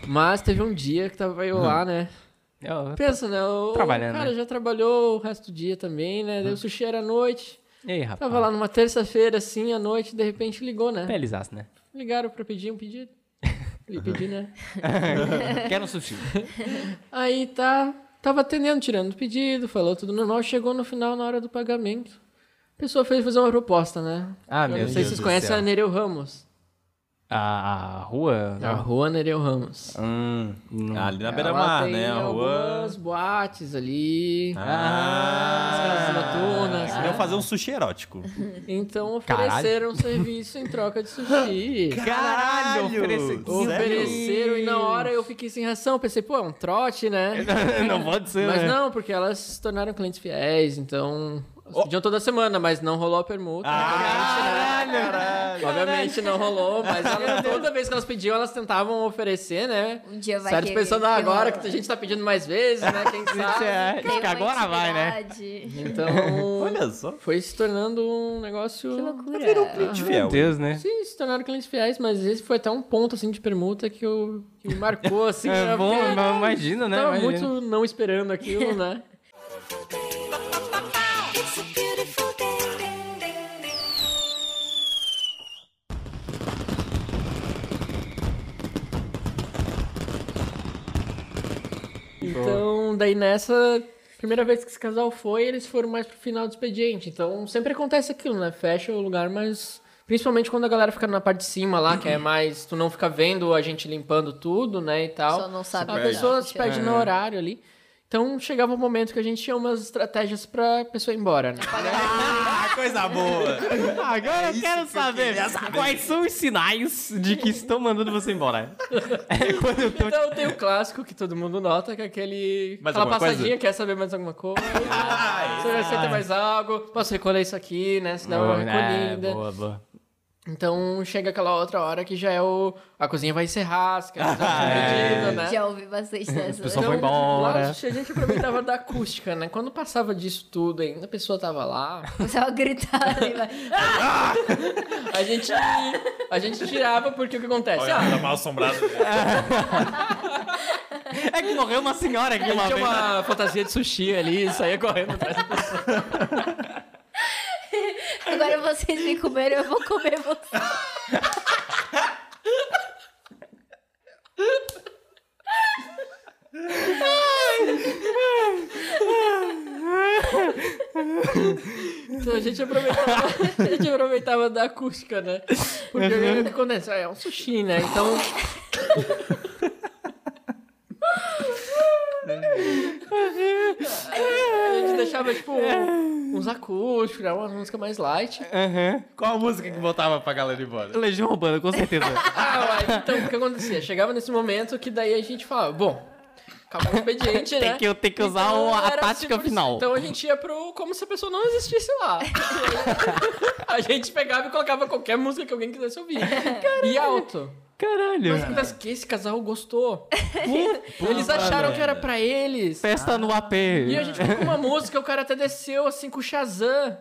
S14: mas teve um dia que tava eu lá, né?
S3: Eu-
S14: Pensa, né? O,
S3: Hum. Trabalhando, Hum.
S14: o cara
S3: né?
S14: já trabalhou o resto do dia também, né? Daí o sushi era à noite.
S3: Ei, rapaz.
S14: Tava Então lá numa terça-feira, assim, à noite, de repente ligou, né?
S3: Pelizaço, né?
S14: Ligaram pra pedir um pedido. Ele pedi, né?
S3: Quero um sushi.
S14: Aí tá, tava atendendo, tirando o pedido, falou tudo normal, chegou no final na hora do pagamento. A pessoa fez fazer uma proposta, né?
S3: Ah,
S14: Eu
S3: meu
S14: não sei se vocês conhecem a Nereu Ramos.
S3: A, a rua...
S14: A rua Nereu Ramos.
S3: Hum, não.
S4: Ah, Ali na
S14: Ela
S4: beira-mar,
S14: tem
S4: né? A rua...
S14: algumas boates ali, as casas
S4: Ah!
S14: noturnas. né?
S4: Queriam fazer um sushi erótico.
S14: Então
S3: Caralho.
S14: ofereceram um serviço em troca de sushi.
S4: Caralho!
S14: ofereceram e na hora eu fiquei sem reação. Pensei, pô, é um trote, né?
S3: não pode ser,
S14: Mas
S3: né?
S14: não, porque elas se tornaram clientes fiéis, então... Pediam toda semana, mas não rolou a permuta.
S3: Ah,
S4: Caralho! Caralho!
S14: Obviamente não rolou, mas elas, toda vez que elas pediam, elas tentavam oferecer, né?
S12: Um dia vai
S14: Certo,
S12: querer
S14: pensando,
S12: que
S14: ah, agora
S12: rola.
S14: que a gente tá pedindo mais vezes, né? Quem sabe?
S3: É, acho
S12: Tem
S3: que
S12: uma
S3: agora vai, né?
S12: intimidade.
S14: Então,
S4: Olha só.
S14: foi se tornando um negócio...
S12: Que loucura.
S14: um Ah.
S4: Cliente
S3: Meu
S4: fiel.
S3: Deus, né?
S14: Sim, se tornaram clientes fiéis, mas esse foi até um ponto, assim, de permuta que, eu, que me marcou, assim. né?
S3: É bom,
S14: Porque
S3: mas imagina, né?
S14: tava
S3: Imagina.
S14: muito não esperando aquilo, né? Então, daí nessa primeira vez que esse casal foi, eles foram mais pro final do expediente. Então, sempre acontece aquilo, né? Fecha o lugar, mas principalmente quando a galera fica na parte de cima lá, que é mais tu não fica vendo a gente limpando tudo, né, e tal.
S12: Só não sabe é.
S14: A
S12: olhar.
S14: pessoa se perde
S3: É.
S14: no horário ali. Então, chegava um momento que a gente tinha umas estratégias pra pessoa ir embora, né?
S4: Ah, coisa boa!
S3: Agora É eu quero saber, quais são os sinais de que estão mandando você embora. É quando eu tô...
S14: Então tem o clássico que todo mundo nota, que é aquele.
S4: Mais
S14: aquela
S4: alguma coisa?
S14: passadinha, quer saber mais alguma coisa? Você vai aceitar mais algo? Posso recolher isso aqui, né? Se dá uma
S3: é,
S14: recolhida.
S3: boa, boa.
S14: né? então chega aquela outra hora que já é o. A cozinha vai encerrar, se quer fazer alguma medida, né? Então,
S12: Já ouvi bastante dessa.
S3: pessoal foi embora.
S14: Lá, a gente aproveitava da acústica, né? Quando passava disso tudo ainda, a pessoa tava lá.
S12: Começava a gritar. ali, vai.
S14: A gente, a gente tirava porque o que acontece?
S4: Olha,
S14: Ah,
S4: tá mal assombrado.
S3: É que morreu uma senhora aqui uma
S14: tinha
S3: vez. né?
S14: uma fantasia de sushi ali, saía correndo atrás da pessoa.
S12: Agora vocês me comeram, eu vou comer vocês.
S14: Então a gente aproveitava, a gente aproveitava da acústica, né? Porque o que acontece? Ah, É um sushi, né? Então. a gente deixava, tipo, uns acústicos, né? uma música mais light.
S4: Qual a música que botava pra galera ir embora?
S3: Legião Urbana, com certeza.
S14: Ah, uai, então o que acontecia? Chegava nesse momento que daí a gente falava, bom, acabou o expediente, né?
S3: tem, que, tem que usar
S14: Então,
S3: o- a
S14: era
S3: tática
S14: 100%.
S3: final.
S14: Então a gente ia pro como se a pessoa não existisse lá. a gente pegava e colocava qualquer música que alguém quisesse ouvir. E alto.
S3: Caralho.
S14: Mas acontece que esse casal gostou. eles acharam que era pra eles.
S3: Festa no AP.
S14: E a gente ficou com uma música, o cara até desceu assim com o Shazam.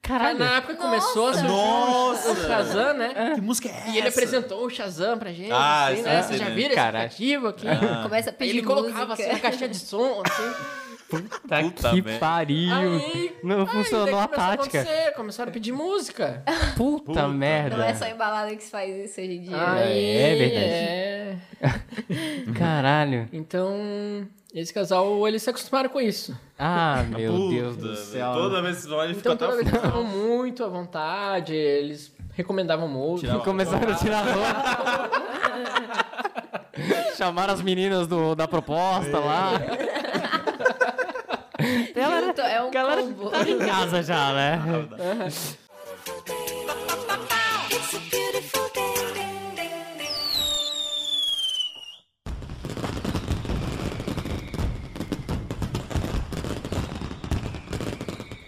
S14: Caralho. Na época começou a surgir o Shazam, né?
S4: Que música é essa?
S14: E ele apresentou o Shazam pra gente,
S4: Ah,
S14: assim, né?
S4: sim,
S14: Vocês já
S4: né?
S14: viram esse
S3: Caralho.
S14: aplicativo aqui?
S12: Começa a
S14: Aí
S12: pedir
S14: Ah. ele colocava
S12: música.
S14: assim na caixinha de som, assim.
S3: Tá
S4: Puta
S3: que
S4: merda.
S3: pariu.
S14: Aí,
S3: Não
S14: aí, daí
S3: funcionou a
S14: começou
S3: tática. É,
S14: acontecer, começaram a pedir música.
S3: Puta, merda.
S12: Não é só embalada que se faz isso hoje em dia.
S6: Ah,
S14: Aí,
S3: é verdade.
S14: é.
S3: Caralho.
S14: Então, esse casal, eles se acostumaram com isso.
S3: Ah, meu
S4: Puta,
S3: Deus do
S4: velho.
S3: céu.
S4: Toda vez que vocês vão, ele fica
S14: Então,
S4: até
S14: toda
S4: o
S14: vez
S4: fim.
S14: que eles estavam muito à vontade, eles recomendavam música.
S4: Tirava-
S3: Começaram a tirar roupa. Chamaram as meninas do, da proposta lá. Ela-
S12: Junto, é um
S3: galera
S12: combo.
S3: tá em casa já, né?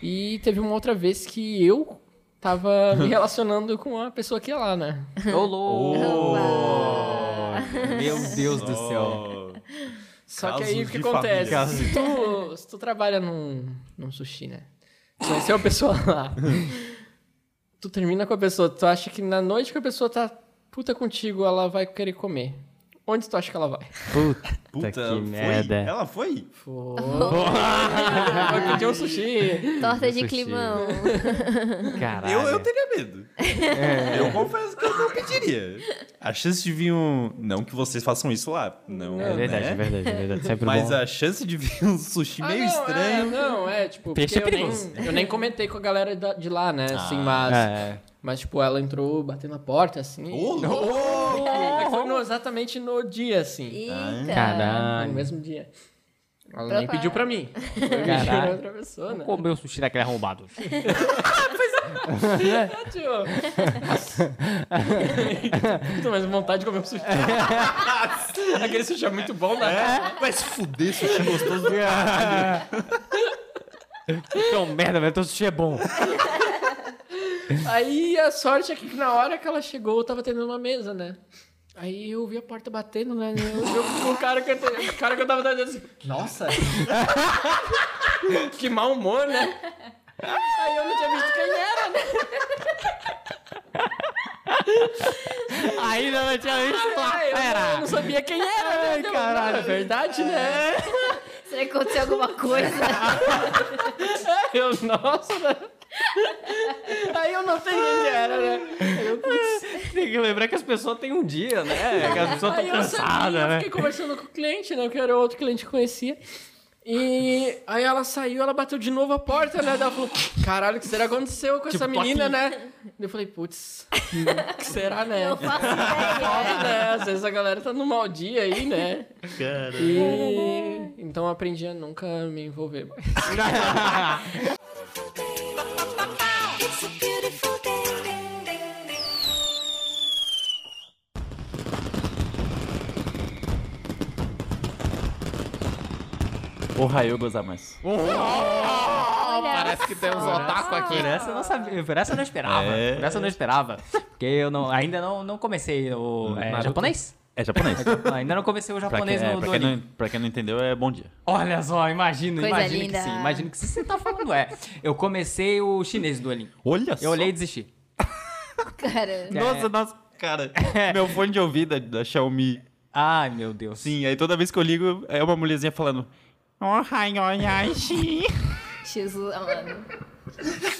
S14: E teve uma outra vez que eu tava me relacionando com a pessoa que ia lá, né?
S3: Meu Deus do céu.
S14: Só que
S4: Casos
S14: aí o que
S4: de
S14: acontece?
S4: família.
S14: Se tu, se tu trabalha num, num sushi, né? Conheceu a pessoa lá. tu termina com a pessoa, tu acha que na noite que a pessoa tá puta contigo, ela vai querer comer. Onde tu acha que ela vai?
S4: Puta,
S3: que
S4: ela foi?
S3: merda.
S4: Ela foi?
S14: Vai pedir um sushi.
S12: Torta de
S3: Sushi.
S12: climão.
S3: Caralho. É
S4: Eu, eu teria medo. Eu confesso que eu não pediria. A chance de vir um. Não que vocês façam isso lá. Não,
S3: É verdade,
S4: né?
S3: é verdade, é verdade. Sempre
S4: Mas
S3: bom.
S4: a chance de vir um sushi
S14: Ah,
S4: meio
S14: não,
S4: estranho.
S14: É, não, é, tipo,
S3: Peixe é
S14: porque eu,
S3: perigoso.
S14: nem, eu nem comentei com a galera da- de lá,
S4: Ah,
S14: né? Assim, mas,
S3: É.
S14: mas, tipo, ela entrou batendo a porta, assim.
S4: Ô, louco!
S14: É que foi no- exatamente no dia, assim.
S6: é.
S12: Eita.
S3: Ah,
S14: No
S3: Caralho.
S14: mesmo dia. Ela nem pediu pra mim. Foi
S3: Caralho.
S14: pedir pra outra pessoa, né?
S3: Comeu sushi daquele arrombado.
S14: Puta, mas vontade de comer um sushi. Aquele sushi é muito bom, né?
S4: É? Vai se fuder, sushi gostoso.
S3: Então, merda, velho. Teu sushi é bom.
S14: Aí a sorte é que na hora que ela chegou, eu tava tendo uma mesa, né? Aí eu vi a porta batendo, né? Eu, eu- o, cara que eu, te- o cara que eu tava dando assim, nossa! que mau humor, né? Aí eu não tinha visto quem era, né?
S3: Ainda não tinha visto lá.
S14: Aí eu, não- eu não
S3: Pera.
S14: sabia quem era, né?
S3: Ai,
S14: Eu,
S3: caralho.
S14: "Não, é verdade, né?
S3: é.
S12: Será que aconteceu alguma coisa?
S14: Eu, nossa, né? Aí eu não sei quem era, né? Aí eu, putz.
S3: Tem que lembrar que as pessoas têm um dia, né? Que as pessoas
S14: Aí
S3: estão
S14: eu saí,
S3: cansadas,
S14: eu
S3: né?
S14: fiquei conversando com o cliente, né? Porque era outro cliente que eu conhecia. E aí ela saiu, ela bateu de novo a porta, né? Daí Ela falou, caralho, o que será que aconteceu com essa menina, né? Daí Eu falei, putz, o que será, né?
S12: Não faço ideia.
S14: Foda, né? Às vezes a galera tá no mau dia aí, né? E... Então eu aprendi a nunca me envolver mais.
S4: Porra, eu gozar mais.
S12: Olha,
S4: que temos
S3: tá
S4: um otaku aqui,
S3: Por essa eu não sabia, por essa eu não esperava.
S4: É.
S3: Por essa eu não esperava. Porque eu não, ainda não, não comecei o é, japonês.
S4: É japonês.
S3: Ainda não comecei o
S4: Pra quem,
S3: japonês
S4: é,
S3: no
S4: pra, quem
S3: Duolingo.
S4: não, pra quem não entendeu, é bom dia.
S3: Olha só, imagina,
S12: Coisa
S3: imagina
S12: linda.
S3: que sim. Imagina que sim, você tá falando, é. Eu comecei o chinês do Duolingo.
S4: Olha só.
S3: Eu olhei e desisti.
S12: cara.
S4: Nossa, nossa, cara. Meu fone de ouvido é da Xiaomi.
S3: Ai, meu Deus.
S4: Sim, aí toda vez que eu ligo, é uma mulherzinha falando. Oh, hi, oh, hi, she."
S12: Jesus, mano.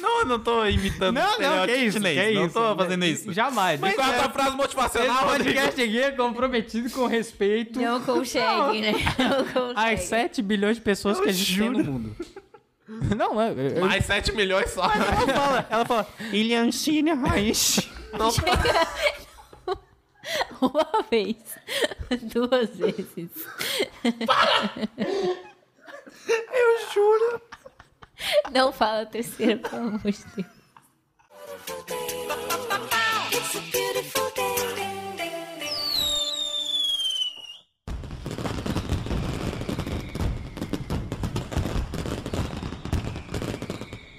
S4: Não, eu não tô imitando
S3: Não, não, que
S4: tá estereótipo
S3: isso,
S4: chinês,
S3: que
S4: não
S3: isso. Né,
S4: tô fazendo isso.
S3: Jamais. Mas
S4: é a frase motivacional,
S3: esse podcast aqui é comprometido com respeito
S12: Não consegue, né? Não consegue.
S3: às 7 bilhões de pessoas que existem no mundo.
S13: Não, é. é-
S3: Mais 7 milhões só.
S6: Ela fala, ela fala, Ilhancine Raiz.
S12: Uma vez. Duas vezes.
S6: Eu juro.
S12: Não fala a terceira, pelo amor de Deus.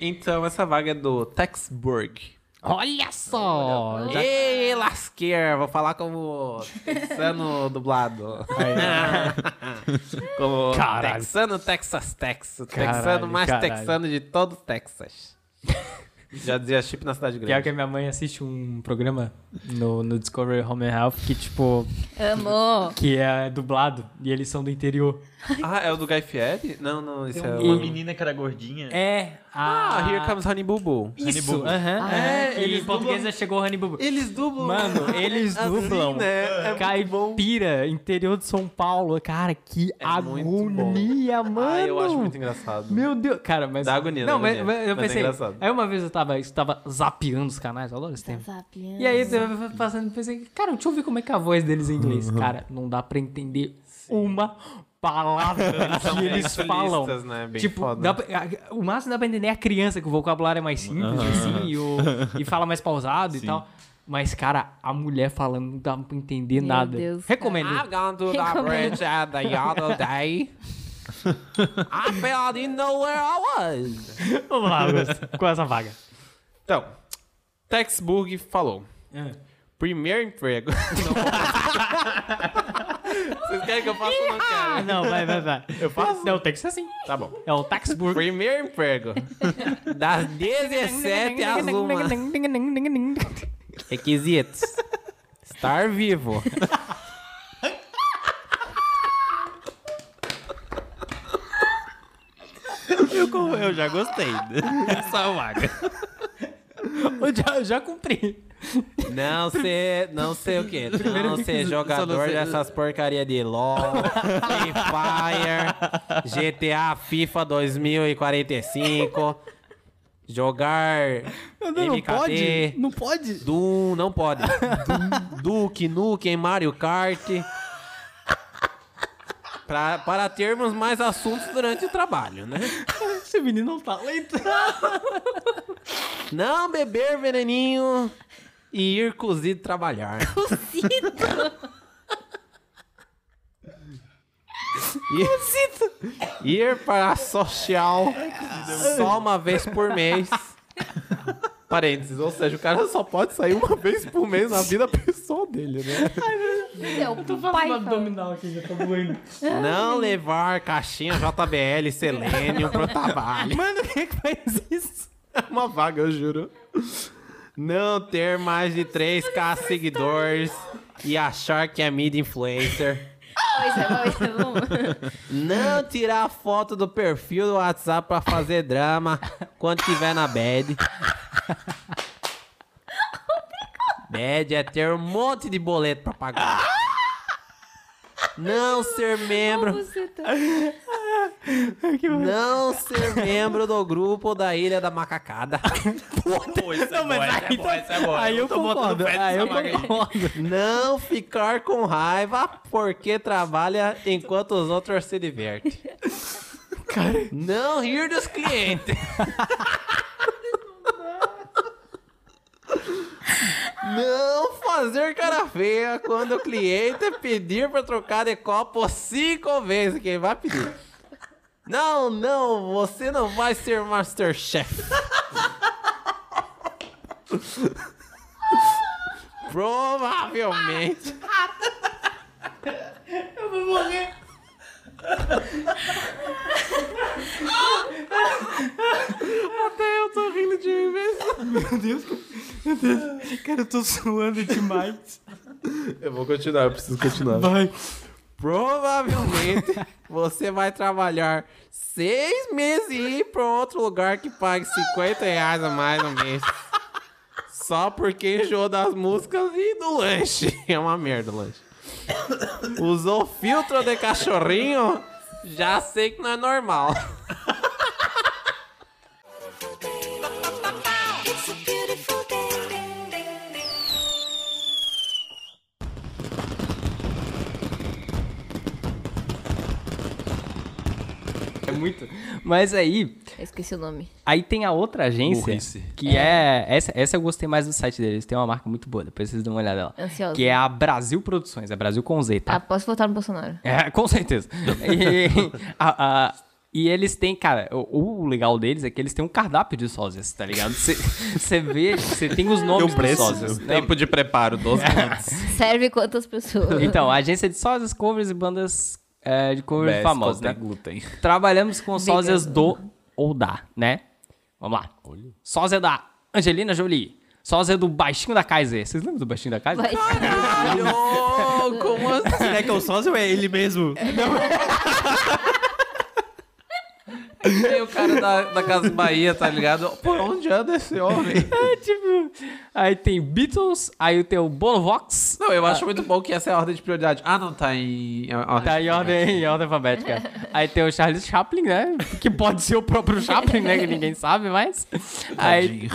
S3: Então, essa vaga é do Texburg.
S13: Olha só! Já-
S3: Ei, lasqueira, vou falar como texano dublado. como
S13: Caralho.
S3: texano Texas Tex. o
S13: Caralho,
S3: texano mais
S13: caralho.
S3: texano de todo o Texas. Já dizia chip na cidade
S13: Pior que
S3: grande.
S13: a minha mãe assiste um programa no, no Discovery Home and Health que, tipo,
S12: Amor.
S13: que é dublado e eles são do interior.
S3: Ah, é o do Guy Fieri? Não, não, isso é
S6: Uma
S3: o...
S6: menina que era gordinha.
S13: É.
S3: Ah, Here Comes Honey Boo Boo.
S13: Isso. Aham.
S3: Ah,
S13: é, e em português já chegou Honey Boo Boo.
S3: Eles dublam.
S13: Mano, eles
S3: Assim,
S13: dublam.
S3: né? É
S13: Caipira, interior de São Paulo. Cara, que
S3: É muito
S13: agonia, mano.
S3: Ah, eu acho muito engraçado.
S13: Meu Deus, cara, mas.
S3: Dá agonia,
S13: Não,
S3: dá
S13: mas,
S3: agonia,
S13: mas eu
S3: mas é
S13: pensei.
S3: engraçado.
S13: aí uma vez eu tava, eu tava zapeando os canais, eu adoro esse
S2: Tá
S13: tempo. E aí eu tava passando pensei, cara, deixa eu ver como é que é a voz deles em inglês. Cara, não dá pra entender uma palavra
S3: São
S13: que eles
S3: bem
S13: falam.
S3: solistas, né? Bem
S13: tipo,
S3: foda.
S13: dá pra- a- o máximo dá pra entender é a criança, que o vocabulário é mais simples, assim, e, o- e fala mais pausado e tal. Mas, cara, a mulher falando não dá pra entender nada.
S12: Deus, cara.
S13: Recomendo.
S3: I'm going to the bridge at the other day. I felt you know where I was.
S13: Vamos lá, Augusto, com essa vaga.
S3: Então, Texburg falou.
S13: É.
S3: Primeiro emprego. Vocês querem que eu faça ou não
S13: Ah,
S3: quero?
S13: não, vai, vai, vai. Eu faço? Não, tem que ser assim.
S3: Tá bom.
S13: É o Taxburg.
S3: Primeiro emprego. Das 17 às 1. Requisitos. Estar vivo.
S6: Eu, eu já gostei dessa vaga.
S13: Eu já, eu já cumpri.
S3: Não ser, não sei o quê. Não ser jogador dessas porcaria de LOL, Free Fire, GTA, FIFA 2045, jogar MKT,
S15: Não pode?
S3: Doom, não pode. Doom, Duke Nukem, Mario Kart. Pra, para termos mais assuntos durante o trabalho, né?
S13: Esse menino não tá lento.
S3: Não beber veneninho e ir cozido trabalhar. Cozido? Ir para a social só uma vez por mês. Parênteses, ou seja, o cara só pode sair uma vez por mês na vida pessoal dele, né?
S12: Eu tô
S13: Faz um abdominal aqui, já tô doendo.
S3: Não levar caixinha JBL Selenium pro trabalho.
S13: Mano, quem é que faz isso?
S3: Uma vaga, eu juro. Não ter mais de 3k seguidores e achar que é mid influencer. Não tirar foto do perfil do WhatsApp pra fazer drama quando tiver na bad. Bad é ter um monte de boleto pra pagar. Não ser membro.
S13: tá-
S3: Não ser membro do grupo da Ilha da Macacada.
S13: é
S6: não, mas aí,
S13: Aí é eu concordo. Aí eu concordo.
S3: Não ficar com raiva porque trabalha enquanto os outros se divertem. Não rir dos clientes. Não fazer cara feia quando o cliente pedir pra trocar de copo cinco vezes. Quem vai pedir? Não, não, você não vai ser Masterchef. Provavelmente.
S13: Cara, eu tô suando demais.
S3: Eu vou continuar, eu preciso continuar. Vai. Provavelmente você vai trabalhar seis meses e ir pra outro lugar que pague 50 reais a mais no mês. Só porque enjoou das músicas e do lanche. É uma merda o lanche. Usou filtro de cachorrinho? Já sei que não é normal. é muito. Mas aí,
S12: Eu esqueci o nome.
S3: aí tem a outra agência,
S4: Burrice.
S3: que é... essa, essa eu gostei mais do site deles, tem uma marca muito boa, depois vocês dão uma olhada lá.
S12: Ansiosa.
S3: Que é a Brasil Produções, é Brasil com Z, tá?
S12: Uhum. Ah, posso votar no Bolsonaro.
S3: É, com certeza. E, a- a- e eles têm, cara, o, o legal deles é que eles têm um cardápio de sósias, tá ligado? Você vê, você tem os nomes dos sósias. né?
S6: Tempo de preparo, 12 minutos.
S12: Serve quantas pessoas?
S3: Então, a agência de sósias, covers e bandas é, de covers
S4: Best
S3: famosas, né?
S4: contém glúten.
S3: Trabalhamos com sósias do ou da, né? Vamos lá. Sósia da Angelina Jolie. Sósia do Baixinho da Kaiser. Vocês lembram do Baixinho da Kaiser?
S12: Vai.
S4: como assim? Será que é o sósia ou é ele mesmo?
S6: Tem É o cara da, da Casa Bahia, tá ligado? Por onde anda esse homem?
S3: Aí tem Beatles, aí tem o Bonovox.
S6: Não, eu acho muito bom que essa é a ordem de prioridade. Ah, não, tá em. é ordem
S3: Tá em ordem, em ordem alfabética. Aí tem o Charles Chaplin, né? Que pode ser o próprio Chaplin, né? Que ninguém sabe, mas. Aí,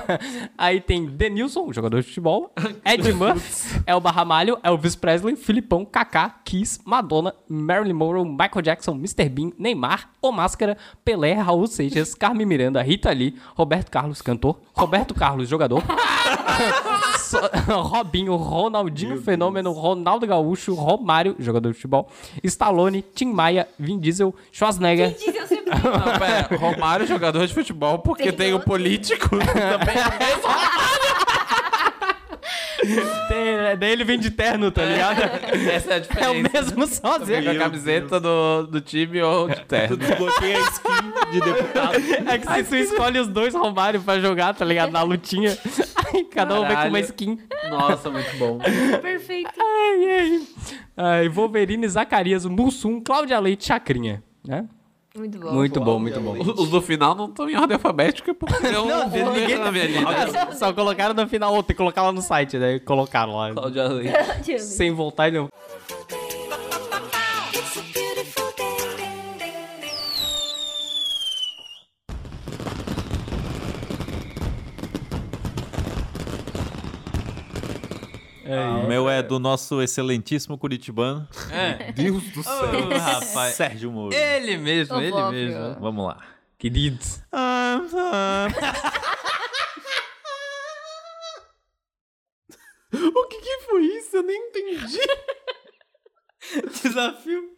S3: aí tem Denilson, jogador de futebol. Ed Murphy, é o Barramalho, Elvis Presley, Filipão, Kaká, Kiss, Madonna, Marilyn Monroe, Michael Jackson, Mr. Bean, Neymar, O Máscara, Pelé, Raul Seixas, Carmen Miranda, Rita Lee, Roberto Carlos, cantor, Roberto Carlos, jogador. So- Robinho, Ronaldinho Fenômeno, Ronaldo Gaúcho, Romário, jogador de futebol, Stallone, Tim Maia, Vin Diesel, Schwarzenegger.
S6: Não, pera, Romário, jogador de futebol, porque tem, o político.
S3: Tem- Daí ele vem de terno, tá ligado?
S6: Essa é a
S3: É o
S6: diferença.
S3: mesmo
S6: Com a
S3: sozinho.
S6: camiseta do, do time ou de
S4: Tu
S6: terra.
S4: desbloqueia a skin de deputado.
S3: É que se tu escolhe os dois Romário pra jogar, tá ligado? Na lutinha. Aí cada um vem com uma
S6: Caralho.
S3: skin.
S6: Nossa, muito bom.
S12: Perfeito.
S3: Ai, ai. Ai, Wolverine, Zacarias, Mussum, Cláudia Leite, Chacrinha. Né?
S12: Muito bom.
S3: Muito bom, muito bom.
S6: Os do final não estão em ordem alfabética porque deu um deu
S3: ninguém-
S6: na minha lista.
S3: Só colocaram no final ontem, colocaram lá no site, daí colocaram lá. Sem voltar e não.
S4: O meu é do nosso excelentíssimo Curitibano. Deus do céu. rapaz. Sérgio Moro.
S3: Ele mesmo,
S12: ele Óbvio. mesmo.
S4: Vamos lá.
S3: Queridos.
S6: O que, que foi isso? Eu nem entendi.
S3: Desafio.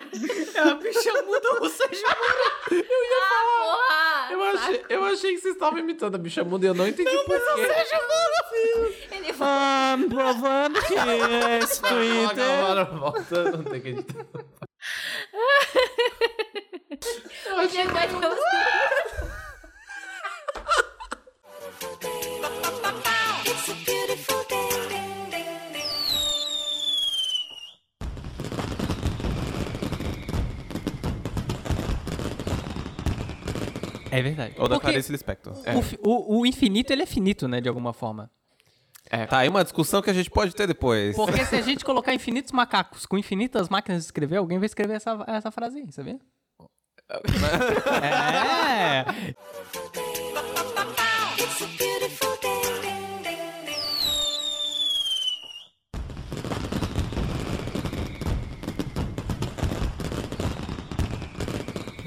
S3: A bicha muda o Sérgio
S6: Eu achei, eu achei que vocês estavam imitando a bicha muda e eu não entendi por quê.
S12: Ele falou.
S4: provando
S3: é
S4: que esse Twitter...
S6: Agora volta, não tem que editar.
S3: É verdade.
S6: Ou da
S3: Porque
S6: Clarice Lispector.
S3: o, fi- o- o infinito, ele é finito, né? De alguma forma.
S6: Tá aí uma discussão que a gente pode ter depois.
S3: Porque se a gente colocar infinitos macacos com infinitas máquinas de escrever, alguém vai escrever essa, essa frase aí, sabia? é.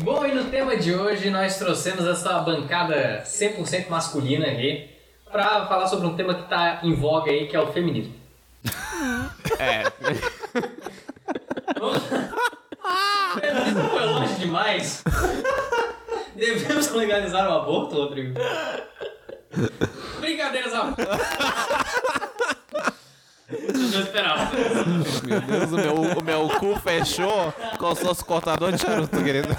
S3: Bom, e no tema de hoje nós trouxemos essa bancada 100% masculina aqui para falar sobre um tema que tá em voga aí, que é o feminismo.
S4: É.
S3: Feminismo foi longe demais. Devemos legalizar o aborto, Rodrigo? Brincadeiras à parte. Eu não esperava.
S6: Meu Deus, o meu, o meu cu fechou com os seus cortadores de charuto, querido.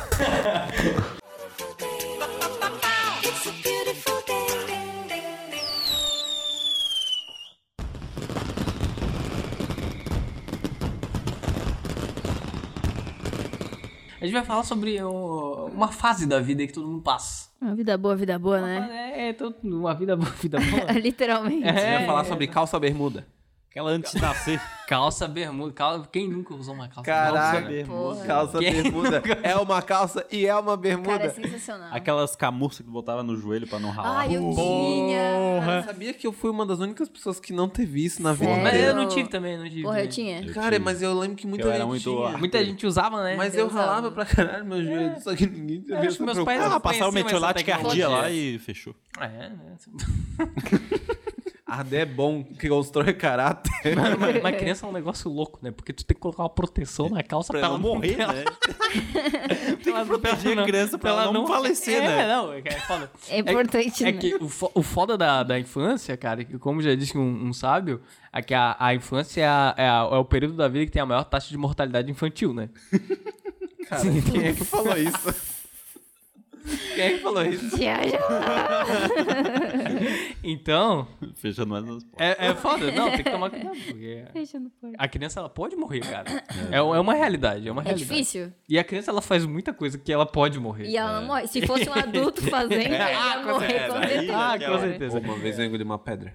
S13: A gente vai falar sobre o- uma fase da vida que todo mundo passa.
S12: Ah, Vida boa, vida boa, né?
S2: Tá
S13: É, é todo- uma vida boa, vida boa.
S12: Literalmente.
S6: É. Você ia falar sobre calça bermuda.
S4: Aquela antes de nascer.
S3: Calça bermuda. Calça... Quem nunca usou uma calça
S6: Caraca,
S3: bermuda?
S2: Porra.
S6: calça
S3: Quem
S6: bermuda. É uma calça e é
S2: Cara, é
S6: uma bermuda.
S2: sensacional.
S4: Aquelas camurças que botava no joelho pra não ralar. Uh,
S2: Ai, eu tinha.
S6: Cara, sabia que eu fui uma das únicas pessoas que não teve isso na vida
S2: Sério?
S3: Mas
S6: inteira?
S3: eu não tive também, não tive.
S2: Porra, eu
S3: também.
S2: tinha.
S6: Cara, mas eu lembro que muita
S4: Eu era
S6: gente
S4: muito-
S6: tinha.
S3: Muita gente usava, né?
S6: Mas
S2: Eu
S6: eu ralava
S2: usava.
S6: pra caralho meu joelho, só É. que ninguém teve
S3: Eu acho
S6: essa
S3: que meus
S6: preocupação.
S3: pais
S4: Ah, passar o
S3: Conheciam essa
S4: metiolate cardia lá
S3: tecnologia.
S4: e fechou.
S3: É, né?
S6: Arder é bom, que constrói caráter.
S3: Mas, mas criança é um negócio louco, né? Porque tu tem que colocar uma proteção na calça pra,
S4: Pra ela morrer,
S3: ela-
S4: né?
S3: pra ela não-
S4: Proteger a criança pra ela não falecer,
S3: é,
S4: né?
S3: não, é foda.
S2: É importante,
S3: É
S2: né?
S3: que o, fo- o foda da, da infância, cara, que como já disse um, um sábio, é que a, a infância é, a- é a- é o período da vida que tem a maior taxa de mortalidade infantil, né?
S6: Quem é que falou isso? Quem é que falou isso?
S2: Já, já.
S3: Então,
S4: Fechando mais nas portas.
S3: é, é foda. Não, tem que tomar cuidado, porque a criança ela pode morrer, cara. É, um- é uma realidade, é uma
S2: É
S3: realidade.
S2: difícil.
S3: E a criança ela faz muita coisa que ela pode morrer.
S2: E ela não morre. Se fosse um adulto fazendo, ela ia morrer com certeza.
S3: Ah,
S2: cara.
S3: com certeza.
S6: Uma vez eu engoli uma pedra.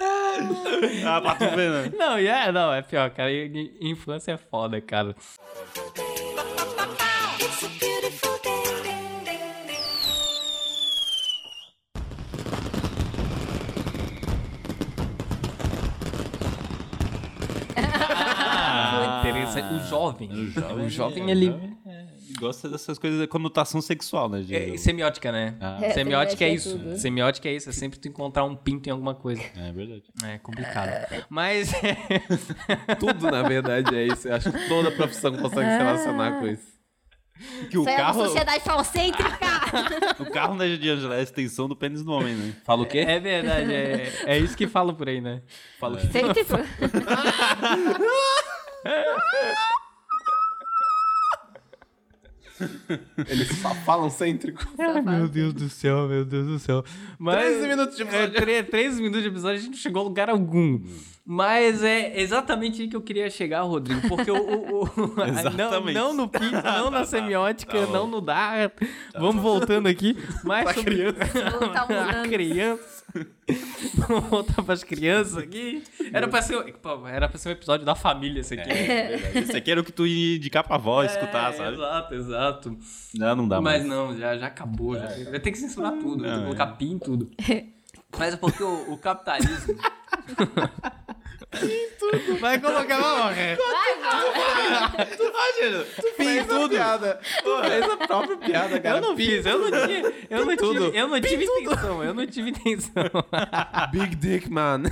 S4: Ah, pra tu ver, né?
S3: Não, e é, não, é pior, cara. E- e- Infância é foda, cara. Ah, interessante. O jovem.
S4: Tá
S3: né? O jovem, ele.
S4: é, Gosta dessas coisas, de conotação sexual, né,
S3: É,
S4: gente?
S3: semiótica, né?
S4: Ah.
S2: É,
S3: semiótica é
S2: semiótica é
S3: isso.
S2: tudo.
S3: Semiótica é isso. É sempre tu encontrar um pinto em alguma coisa.
S4: É verdade.
S3: É complicado. Mas.
S6: Tudo, na verdade, é isso. Eu acho que toda profissão consegue se relacionar com isso.
S4: Que o
S2: Isso é uma
S4: carro,
S2: sociedade falocêntrica.
S4: o carro, né, de Angela, é a extensão do pênis do homem, né?
S6: Fala o quê?
S3: É verdade, é, é isso que falam por aí, né? Falo que.
S2: Cêntrica.
S6: Eles só falam cêntrico.
S3: Meu Deus do céu, meu Deus do céu. Mas,
S6: 13 minutos de
S3: É,
S6: episódio.
S3: tre- três minutos de episódio, a gente não chegou a lugar algum. Mas é exatamente aí que eu queria chegar, Rodrigo. Porque o. o- o- a- não,
S4: Exatamente.
S3: não no pinto, não
S6: Tá
S3: na semiótica, não no dar. Vamos voltando aqui. Mas
S6: Pra
S3: sobre-
S6: criança.
S12: Tá
S2: Voltar uns
S3: a
S2: anos.
S3: criança. Vamos voltar pras crianças aqui. Era pra, ser, um- pô, era pra ser um episódio da família,
S6: É,
S3: isso aqui.
S4: Isso aqui era o que tu ia indicar pra avó escutar,
S3: É,
S4: sabe?
S3: Exato, exato.
S4: Não, não dá
S3: Mas
S4: mais.
S3: não, já, já acabou. Já.
S6: É.
S3: Vai ter que censurar tudo, vai ter que
S4: é.
S3: colocar pin em tudo. Mas é porque o, o capitalismo.
S4: Vai colocar uma morrer. Tu vai, Angela. Tu
S6: Fez tudo. Piada. Tu fez a própria piada, cara.
S3: Eu não fiz, eu não tinha. Eu não
S6: tudo.
S3: tive, eu não tive intenção, eu não tive intenção.
S6: Big Dick Man.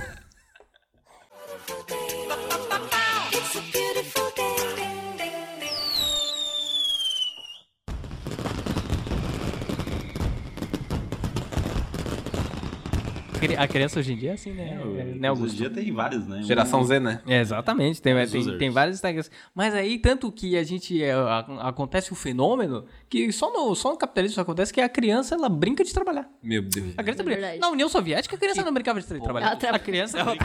S3: A criança hoje em dia é assim, né? né
S4: Hoje em dia tem vários, né?
S6: Geração Z, né?
S3: É, exatamente, tem, tem,
S4: users.
S3: tem várias Instagrams. Mas aí, tanto que a gente. é, a- acontece o fenômeno que só no, só no capitalismo isso acontece que a criança ela brinca de trabalhar.
S6: Meu Deus.
S3: A criança
S2: É
S3: brinca.
S2: verdade.
S3: Na União Soviética, a criança não brincava de tra- trabalhar.
S2: Ela tra-
S3: A criança. Ela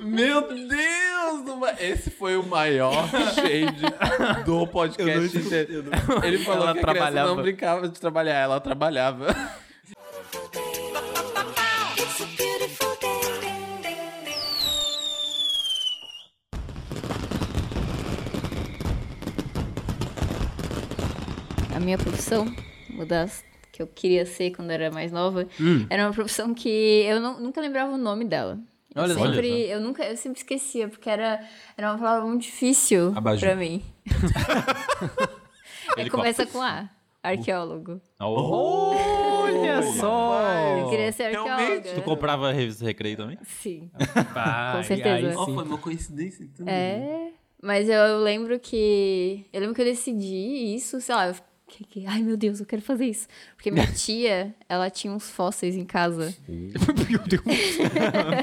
S6: Meu Deus! uma- Esse foi o maior shade do podcast inteiro. Ele falou
S3: Ela
S6: que a criança
S3: trabalhava.
S6: não brincava de trabalhar, ela trabalhava.
S2: a minha profissão, uma das que eu queria ser quando era mais nova, era uma profissão que eu não- nunca lembrava o nome dela. Eu
S3: Olha só.
S2: sempre, eu nunca, eu sempre esquecia porque era, era uma palavra muito difícil
S6: Abajur.
S2: pra mim. Aí começa com A, arqueólogo.
S4: Olha
S2: Eu queria ser arqueóloga.
S4: Tu comprava a revista Recreio também?
S2: Sim.
S3: Com
S2: certeza.
S3: foi uma coincidência. Então.
S2: É, mas eu lembro que. Eu lembro que eu decidi isso, sei lá, eu fiquei. que- Ai meu Deus, eu quero fazer isso. Porque minha tia, ela tinha uns fósseis em casa.
S3: É,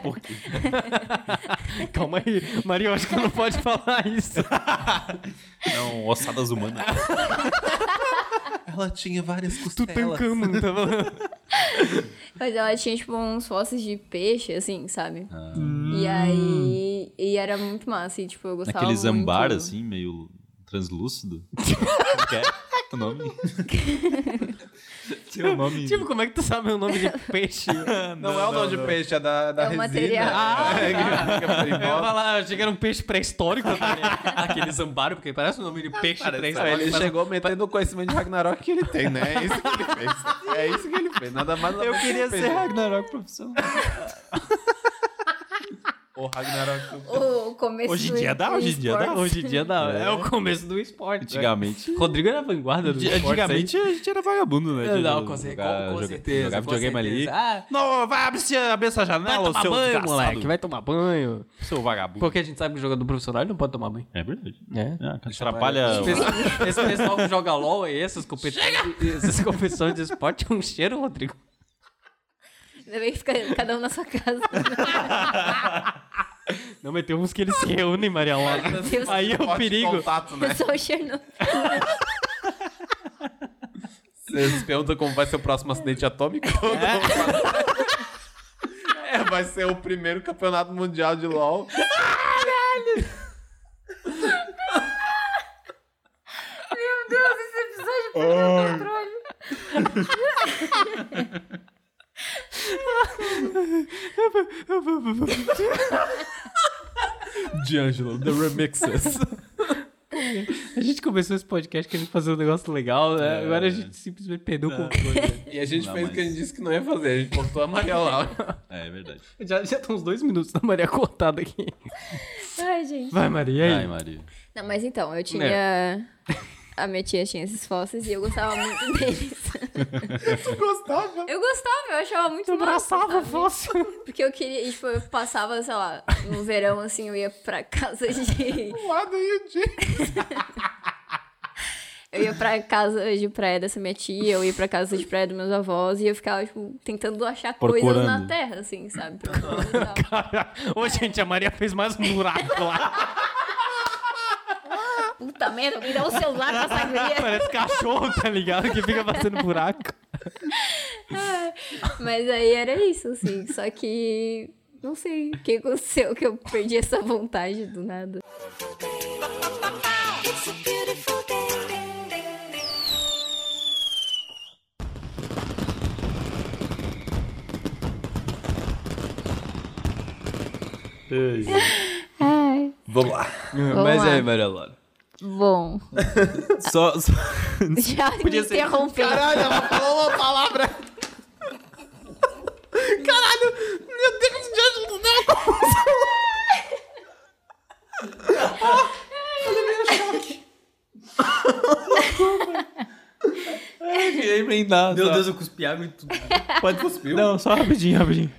S3: Calma aí, Maria, eu acho que não pode falar isso.
S4: Não, ossadas humanas.
S6: Ela tinha várias
S4: um
S6: costelas.
S3: Tancando, tá falando.
S2: Mas ela tinha, tipo, uns fósseis de peixe, assim, sabe?
S13: Ah.
S2: E aí. E era muito massa, e, assim, tipo, eu gostava
S4: assim. Naquele zambar,
S2: muito.
S4: assim, meio translúcido. Como que é? O nome? Tinha o nome.
S3: Tipo, como é que tu sabe o nome de peixe?
S6: Não, é o nome de peixe, é da, da
S12: É o
S6: resina.
S12: material.
S6: É, que- que é
S3: Eu ia
S6: perigosa.
S3: falar, eu achei que era um peixe pré-histórico, tá ligado? aquele zambário, porque parece o nome de peixe
S6: Não,
S3: pré-histórico.
S6: ele
S3: mas-
S6: chegou metendo o conhecimento de Ragnarok que ele tem, né? É isso que ele fez. É isso que ele fez. Nada mais nada menos que ele fez.
S4: Ragnarok profissional.
S6: O Ragnarok.
S12: O começo
S4: Hoje em
S12: do-
S4: dia dá,
S12: do
S4: hoje em dia dá,
S12: é esporte.
S3: Hoje em dia dá, é. o começo do esporte.
S4: Antigamente.
S3: né? Rodrigo era a vanguarda do esporte.
S4: Antigamente a gente era vagabundo, né?
S3: sabe?
S4: De-
S3: Não,
S4: de
S3: com, cer-
S4: jogar-
S3: com- com
S4: jogar-
S3: certeza.
S4: Jogar
S3: com
S4: videogame ali.
S3: certeza. Ah,
S4: Não, vai abrir, essa- abrir essa
S3: vai
S4: janela,
S3: tomar
S4: seu
S3: banho,
S4: desgraçado.
S3: moleque. Vai tomar banho.
S4: Seu vagabundo.
S3: Porque a gente sabe que jogador profissional ele não pode tomar banho.
S4: É verdade.
S3: É.
S4: É, atrapalha.
S3: Esse pessoal- Esse pessoal que joga LOL e essas competições, essas competições de esporte é um cheiro, Rodrigo.
S12: Ainda bem que fica cada um na sua casa.
S2: né?
S3: Não, mas tem uns que eles se reúnem, Maria Laura.
S12: Deus.
S3: Aí é o perigo.
S6: Contato, né?
S12: Pessoal Chernobyl.
S6: Você se pergunta como vai ser o próximo acidente atômico? É, vai ser o primeiro campeonato mundial de LOL.
S12: Meu Deus, esse episódio perdeu o controle.
S6: D'Angelo, The Remixes.
S3: A gente começou esse podcast querendo fazer um negócio legal, né? Agora a gente simplesmente perdeu o controle.
S6: E a gente
S4: Não,
S6: fez o que a
S4: mas-
S6: gente disse que não ia fazer. A gente contou a Maria Laura.
S4: É, é verdade.
S3: Já, já estão uns dois minutos da Maria cortada aqui.
S12: Ai, gente.
S3: Vai, Maria. e aí?
S4: Ai, Maria.
S12: Não, mas então, eu
S13: É.
S12: tinha... A minha tia tinha esses fósseis e eu gostava muito deles.
S6: Gostava.
S12: Eu gostava, eu achava muito massa.
S3: Abraçava fóssil.
S12: Porque eu queria, e, tipo, eu passava, sei lá, no verão, assim, eu ia pra casa de...
S6: Lado e o dia.
S12: Eu ia pra casa de praia dessa minha tia, eu ia pra casa de praia dos meus avós, e eu ficava, tipo, tentando achar coisas na
S4: Procurando.
S12: terra, assim, sabe? Pra tal.
S3: Ô, gente, a Maria fez mais um buraco lá.
S12: Puta merda, alguém dá o celular pra essa guria.
S3: Parece cachorro, tá ligado? Que fica fazendo buraco.
S12: Mas aí era isso, assim. Só que. Não sei o que aconteceu, que eu perdi essa vontade do nada. Ai,
S4: Vamos lá.
S12: Vamos
S4: Mas
S12: lá.
S4: aí, Maria Laura.
S12: bom.
S4: Só, só-
S12: Já me interrompeu.
S6: Caralho, ela falou uma palavra. Caralho, meu Deus, D'Angelo, não.
S4: Queria emendar. Meu Deus, eu cuspi água em tudo. Pode cuspir? Não, só rapidinho, rapidinho.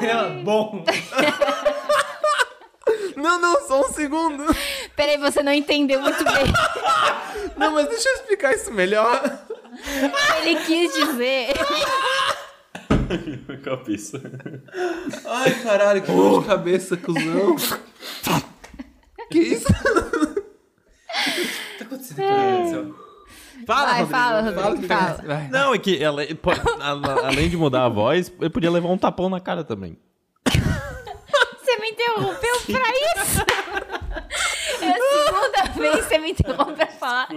S4: é
S6: Não, não, só um segundo.
S12: Peraí, você não entendeu muito bem.
S6: Não, mas deixa eu explicar isso melhor.
S12: Ele quis dizer.
S4: Cabeça.
S6: Ai, caralho, que dor de cabeça, cuzão. que isso? Tá né,
S12: Vai, fala, Rodrigo, fala.
S4: Não, é que ela, pô, a- além de mudar a voz, eu podia levar um tapão na cara também.
S12: Você me interrompeu pra isso? É a segunda vez que você me interrompe pra falar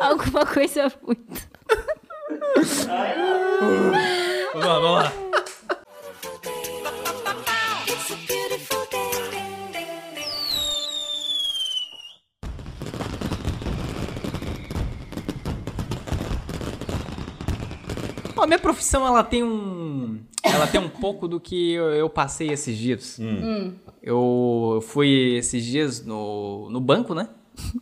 S12: alguma coisa muito.
S4: Vamos lá, vamos lá.
S3: Ó, a minha profissão, ela tem um... Ela tem um pouco do que eu, eu passei esses dias. Eu, eu fui esses dias no, no banco, né? Fui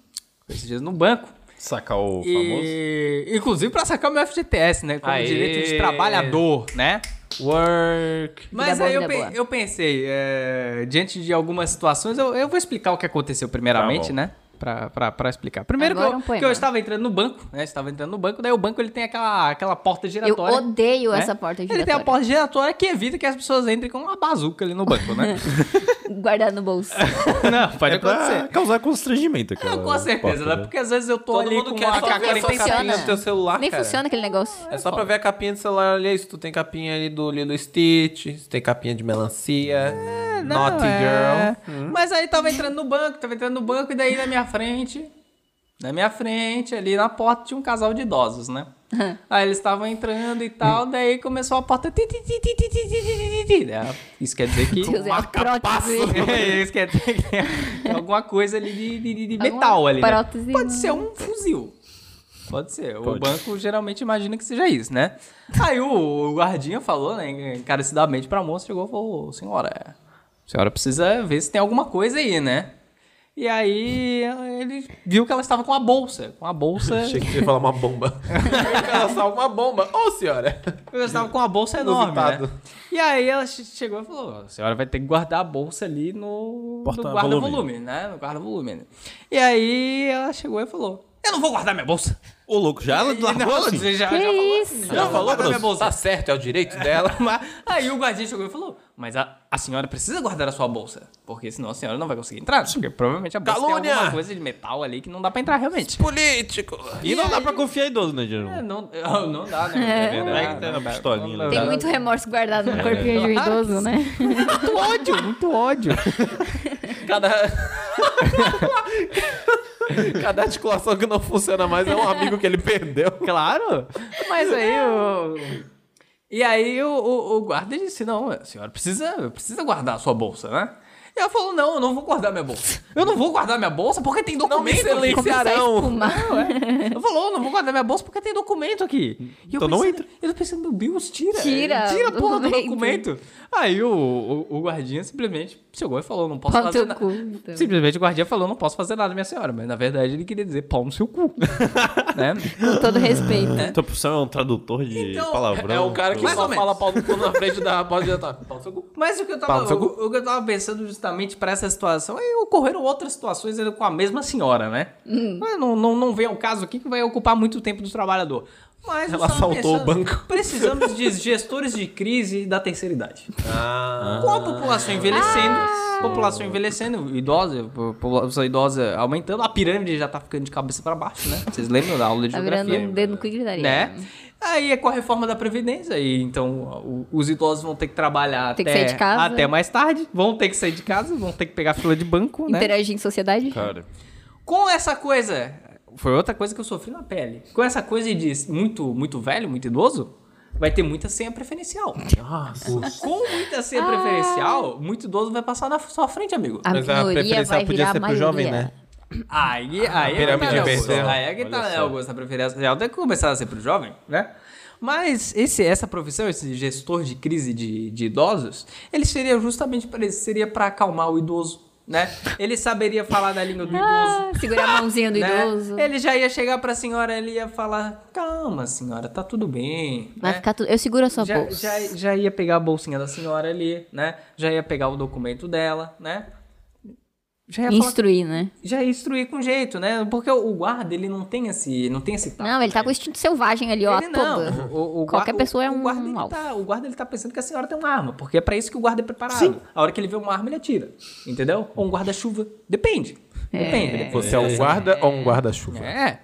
S3: esses dias no banco.
S4: Sacar o famoso.
S3: E, inclusive pra sacar meu FGTS, né? Como
S4: Aê.
S3: direito de trabalhador, né?
S4: Work.
S3: Mas
S12: Vida
S3: aí
S12: boa,
S3: eu,
S12: vida
S3: pe-
S12: boa.
S3: eu pensei, é, diante de algumas situações, eu, eu vou explicar o que aconteceu primeiramente,
S4: Tá bom.
S3: né? Pra, pra, pra explicar. Primeiro que
S12: Agora
S3: eu,
S12: um poema.
S3: que eu estava entrando no banco, né? Estava entrando no banco, daí o banco ele tem aquela, aquela porta
S12: Eu
S3: giratória.
S12: odeio
S3: né?
S12: essa porta
S3: Ele tem a
S12: giratória.
S3: porta giratória que evita que as pessoas entrem com uma bazuca ali no banco, né?
S12: Guardar no bolso.
S4: Não, pode
S3: É pra
S4: acontecer. causar constrangimento aquela
S3: com certeza, né?
S4: porta,
S3: Porque às vezes eu tô
S6: Todo
S3: ali
S6: mundo
S3: com
S6: quer
S3: uma
S6: só ver a sua
S12: funciona.
S6: capinha do teu celular,
S12: Nem
S6: cara.
S12: funciona aquele negócio.
S6: É só pra ver a capinha do celular ali, se tu tem capinha ali do Lilo Stitch, se tem capinha de melancia.
S13: É, não,
S6: Naughty
S13: é.
S12: Hum.
S13: Mas aí tava entrando no banco, tava entrando no banco, e daí na minha frente, na minha frente, ali na porta, tinha um casal de idosos, né? aí eles estavam entrando e tal,
S12: Hum.
S13: daí começou a porta... ti, ti, ti, ti, ti, ti, ti, ti, ti, ti, né? Isso quer dizer que...
S12: Deus, é a prótese.
S13: É, Isso quer dizer que é alguma coisa ali de, de- de- de metal ali, né?
S12: prótese,
S13: Pode ser um fuzil. Pode ser. O banco geralmente imagina que seja isso, né? Aí o, o guardinha falou, né, encarecidamente pra moça, chegou e falou, senhora, é, a senhora precisa ver se tem alguma coisa aí, né? E aí ele viu que ela estava com a bolsa, com a bolsa...
S6: Achei que você ia falar uma bomba. Eu ia lançar alguma bomba. Ô, senhora.
S13: Eu estava com uma bolsa enorme, né?
S6: Inusitado.
S13: E aí ela che- chegou e falou, a senhora vai ter que guardar a bolsa ali no, no guarda-volume, né? No guarda-volume. né? E aí ela chegou e falou, eu não vou guardar minha bolsa.
S4: Ô, louco, já largou
S13: Não,
S4: assim?
S13: você já,
S12: Que
S13: já falou
S12: isso?
S13: Já
S4: falou,
S13: falou minha
S4: Bruno?
S13: bolsa.
S6: Tá certo, é o direito dela.
S13: Mas- Aí o guardinha chegou e falou: Mas a, a senhora precisa guardar a sua bolsa, porque senão a senhora não vai conseguir entrar. Ah, Porque provavelmente a bolsa tem
S6: Calúnia!
S13: alguma coisa de metal ali que não dá pra entrar Ah, realmente.
S6: Político.
S4: E não dá pra confiar em idoso, né, Diego?
S13: É, Não, não, não dá, né? É
S4: Não é que tem uma pistolinha ali.
S12: Tem muito remorso guardado no corpinho de um idoso, né?
S13: Muito ódio, muito ódio.
S6: Cada... Cada articulação que não funciona mais é um amigo que ele perdeu.
S13: Claro. Mas aí o. E aí o, o- o guarda disse: Não, a senhora precisa, precisa guardar a sua bolsa, né? E ela falou: Não, eu não vou guardar minha bolsa. Eu não vou guardar minha bolsa porque tem documento. aqui." é. Eu falou, "Eu não vou guardar minha bolsa porque tem documento aqui. E eu
S4: Então não
S13: entra. Eu tô pensando, meu Deus, tira.
S12: Tira
S13: Tira a
S12: o
S13: porra do
S12: documento.
S13: documento. Aí o, o, o guardinha simplesmente chegou e falou, não posso
S12: Pau no
S13: fazer
S12: teu
S13: nada.
S12: cu. então.
S13: Simplesmente o guardinha falou, não posso fazer nada, minha senhora. Mas na verdade ele queria dizer, pau no seu cu. né?
S12: Com todo respeito.
S4: Tua profissão é um tradutor de palavrão.
S6: É o cara que
S13: Mais ou
S6: só
S13: menos.
S6: fala pau no cu na frente da porta de jantar. Pau no seu cu.
S13: Mas o que eu tava, o, o que eu tava pensando justamente pra essa situação, aí ocorreram outras situações ainda com a mesma senhora, né? Mas Não, não, não vem ao caso aqui que vai ocupar muito tempo do trabalhador. Mas Ela
S6: assaltou o banco.
S13: Precisamos de gestores de crise da terceira idade.
S6: Ah.
S13: Com
S3: Ah.
S13: a população envelhecendo, população envelhecendo, idosa, po- população idosa aumentando, a pirâmide já tá ficando de cabeça pra baixo, né? Vocês lembram da aula de
S12: Tá
S13: geografia?
S12: virando um dedo no cu e gritaria.
S13: né? Aí é com a reforma da Previdência, e então o- os idosos vão ter que trabalhar
S12: Tem que
S13: até,
S12: sair de casa.
S13: até mais tarde, vão ter que sair de casa, vão ter que pegar fila de banco, né?
S12: Interagir em sociedade?
S13: Com essa coisa, foi outra coisa que eu sofri na pele. Com essa coisa de muito, muito velho, muito idoso, vai ter muita senha preferencial.
S6: Ah.
S13: Com muita senha preferencial, muito idoso vai passar na sua frente, amigo.
S12: A
S6: Mas a
S12: minoria
S6: preferencial
S12: vai
S6: podia
S12: virar
S6: ser
S12: a
S6: pro jovem,
S12: maioria.
S6: né?
S13: Aí, aí, é que
S6: pirâmide
S13: tá, né,
S6: inverteu.
S13: Augusto? Aí é que tá, né, Augusto? A preferência já tem que começar a ser pro jovem, né? Mas esse, essa profissão, esse gestor de crise de, de idosos, ele seria justamente para isso, seria para acalmar o idoso, né? Ele saberia falar da língua do idoso.
S12: Ah, segurar a mãozinha do
S13: né?
S12: idoso.
S13: Ele já ia chegar pra senhora, ele ia falar: calma, senhora, tá tudo bem.
S12: Vai
S13: né?
S12: ficar tudo. Eu seguro a sua
S13: já,
S12: bolsa.
S13: já, já ia pegar a bolsinha da senhora ali, né? Já ia pegar o documento dela, né? Já ia, falar,
S12: Instruir, né?
S13: já ia instruir com jeito, né? Porque o o guarda, ele não tem esse, não tem esse tato.
S12: Não, ele tá com o instinto selvagem ali, ó.
S13: Ele não.
S12: Todo.
S13: O- o gua-
S12: Qualquer
S13: o-
S12: pessoa é
S13: o
S12: um
S13: guarda, ele
S12: alvo.
S13: tá- o guarda ele tá pensando que a senhora tem uma arma, porque é pra isso que o guarda é preparado. A hora que ele vê uma arma, ele atira. Entendeu? Ou um guarda-chuva. Depende. Depende.
S6: Você é um guarda ou um guarda-chuva?
S13: É.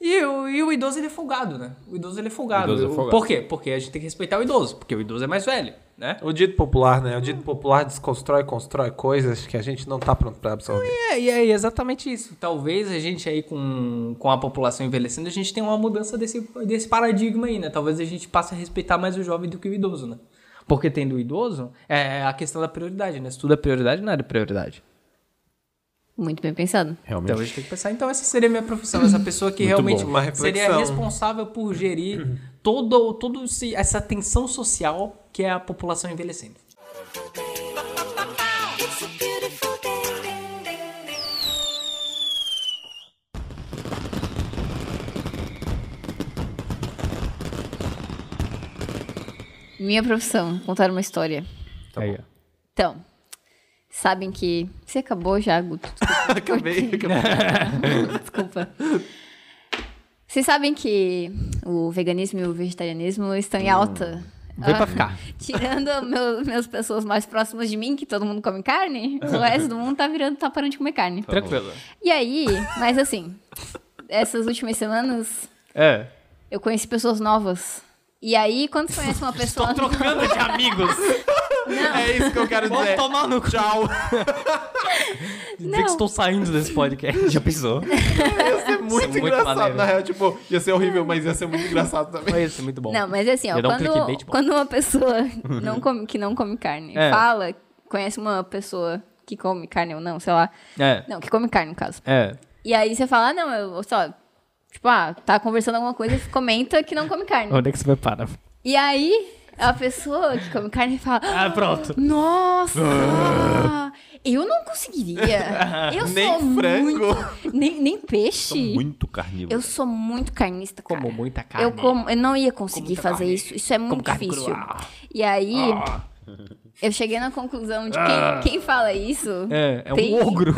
S13: E o, e o idoso ele é folgado, né? O idoso ele é folgado.
S6: O idoso é
S13: O-
S6: folgado.
S13: Por quê? Porque a gente tem que respeitar o idoso, porque o idoso é mais velho, né?
S6: O dito popular, né? O dito popular desconstrói e constrói coisas que a gente não tá pronto pra absorver.
S13: É, e é exatamente isso. Talvez a gente aí com, com a população envelhecendo, a gente tenha uma mudança desse, desse paradigma aí, né? Talvez a gente passe a respeitar mais o jovem do que o idoso, né? Porque tendo o idoso, é a questão da prioridade, né? Se tudo é prioridade, nada é prioridade.
S12: Muito bem pensado.
S13: Então a gente tem que pensar. Então essa seria a minha profissão, essa pessoa que realmente
S6: bom. Uma
S13: seria
S6: reflexão.
S13: responsável por gerir todo, todo esse- essa tensão social que é a população envelhecendo.
S12: Minha profissão, contar uma história.
S13: Tá
S12: Então, sabem que. Você acabou já, Guto?
S4: Acabei,
S12: Desculpa. Vocês sabem que o veganismo e o vegetarianismo estão em alta.
S13: Hum. Vem pra
S12: Ah,
S13: ficar.
S12: Tirando meu, meus pessoas mais próximas de mim, que todo mundo come carne, o resto do mundo tá virando, tá parando de comer carne.
S4: Tranquilo.
S12: E aí, mas assim, essas últimas semanas
S4: É.
S12: eu conheci pessoas novas. E aí, quando você conhece uma pessoa.
S4: Trocando de amigos.
S6: É isso que eu quero dizer.
S3: tomar no cu.
S6: Tchau.
S3: Dizer que estou saindo desse podcast. Já pensou?
S6: Ia ser muito,
S3: muito
S6: engraçado.
S3: maneiro.
S6: Na real, tipo, ia ser horrível, mas ia ser muito engraçado também.
S3: Foi isso, muito bom.
S12: Não, mas assim, ó,
S3: Ia dar um
S12: quando,
S3: clickbait bom.
S12: quando uma pessoa não come- que não come carne
S13: É.
S12: fala, conhece uma pessoa que come carne ou não, sei lá.
S13: É,
S12: Não, que come carne, no caso.
S13: é.
S12: E aí você fala, ah, não, eu só. Tipo, ah, tá conversando alguma coisa e comenta que não come carne.
S3: Onde é que você vai parar?
S12: E aí a pessoa que come carne fala,
S3: Ah, pronto.
S12: nossa! Ah. Eu não conseguiria. Eu sou
S6: Nem frango.
S12: muito- nem, nem peixe.
S4: Muito carnívoro.
S12: Eu sou muito carnista, cara.
S3: Como muita carne.
S12: Eu, como, eu não ia conseguir
S3: muita
S12: fazer
S3: carne.
S12: isso. Isso é muito
S3: Como carne
S12: difícil.
S3: crua. Ah.
S12: E aí, eu cheguei na conclusão de quem, quem fala isso
S13: É, é um
S12: Tem-
S13: ogro.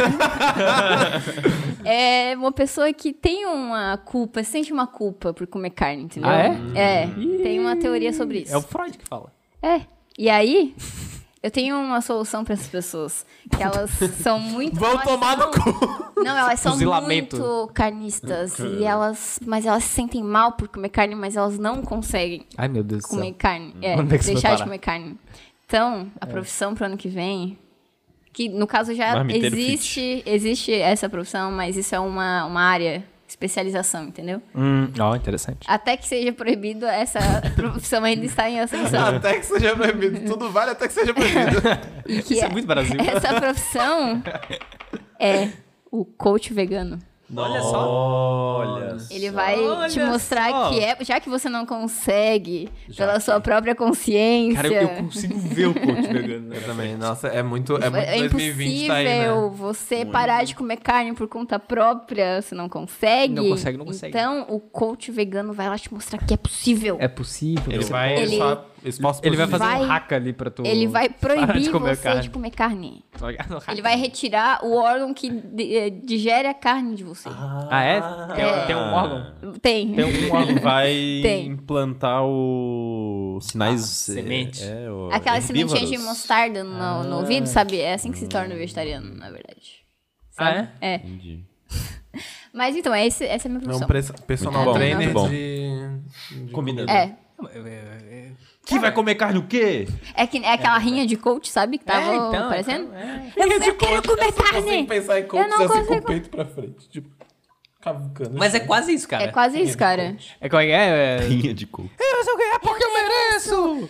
S12: é uma pessoa que tem uma culpa, sente uma culpa por comer carne, entendeu?
S3: Ah,
S12: é? É. Tem uma teoria sobre isso.
S3: É o Freud que fala.
S12: É. E aí, eu tenho uma solução pra essas pessoas. Que elas são muito.
S6: Vão
S12: elas
S6: tomar no
S12: são- Não, elas são
S13: Fuzilamento.
S12: muito carnistas. E elas. Mas elas se sentem mal por comer carne, mas elas não conseguem
S13: Ai, meu Deus do
S12: comer
S13: céu.
S12: carne. É,
S13: Onde é que você vai
S12: deixar de
S13: parar?
S12: comer carne. Então,
S6: É.
S12: a profissão pro ano que vem. Que no caso já
S4: Marmiteiro fit.
S12: existe, existe essa profissão, mas isso é uma, uma área especialização, entendeu?
S13: Hum, ó, interessante.
S12: Até que seja proibido, essa profissão ainda está em ascensão.
S6: Até que seja proibido. Tudo vale até que seja proibido.
S12: E que
S13: Isso
S12: é,
S13: é muito Brasil.
S12: essa profissão é o coach vegano.
S3: Olha só.
S4: Olha.
S12: Ele vai
S3: Olha
S12: te mostrar
S3: só.
S12: que é, já que você não consegue pela sua própria consciência,
S13: Cara, eu, eu consigo ver o coach vegano.
S6: Eu também. Nossa, é muito. É muito
S12: é
S6: 2020 tá aí, né?
S12: impossível você parar de comer carne por conta própria, você não consegue.
S13: Não consegue, não consegue.
S12: Então, o coach vegano vai lá te mostrar que é possível.
S13: É possível.
S6: Ele
S13: Você-
S6: vai.
S12: Ele-
S6: só- Esforço
S13: Ele vai
S6: positivo.
S13: fazer
S12: Vai-
S13: um hack ali pra tu.
S12: Ele vai proibir
S13: de comer
S12: você
S13: carne.
S12: de comer carne.
S13: Tá ligado? Hack.
S12: Ele vai retirar o órgão que di- eh, digere a carne de você.
S13: Ah, é? Tem, tem um órgão?
S12: Tem.
S4: Tem um órgão que vai
S12: Tem.
S4: implantar o sinais. é,
S13: semente.
S4: É, o-
S12: Aquela sementinha de
S4: herbívoros.
S12: mostarda no, no ouvido, sabe? É assim que se torna vegetariano, na verdade.
S13: Ah, é?
S12: É.
S4: Entendi.
S12: Mas então, é esse, essa é a minha
S6: É um
S12: profissão.
S6: pres- personal
S4: Muito bom,
S6: trainer
S4: muito bom.
S6: de. de
S4: Combinando.
S12: É.
S4: Que vai comer carne o quê?
S12: É, que, é aquela rinha de coach, sabe? Que tava aparecendo. Eu, eu quero comer
S6: Tem que
S12: carne!
S6: pensar em
S12: Eu não
S6: coaches assim com o
S12: consigo-
S6: peito pra frente. Tipo, cavucando.
S3: Mas é quase isso, cara.
S12: É quase isso, cara.
S13: É qual é? é?
S4: Linha de coco.
S12: Então, é
S13: Porque eu mereço!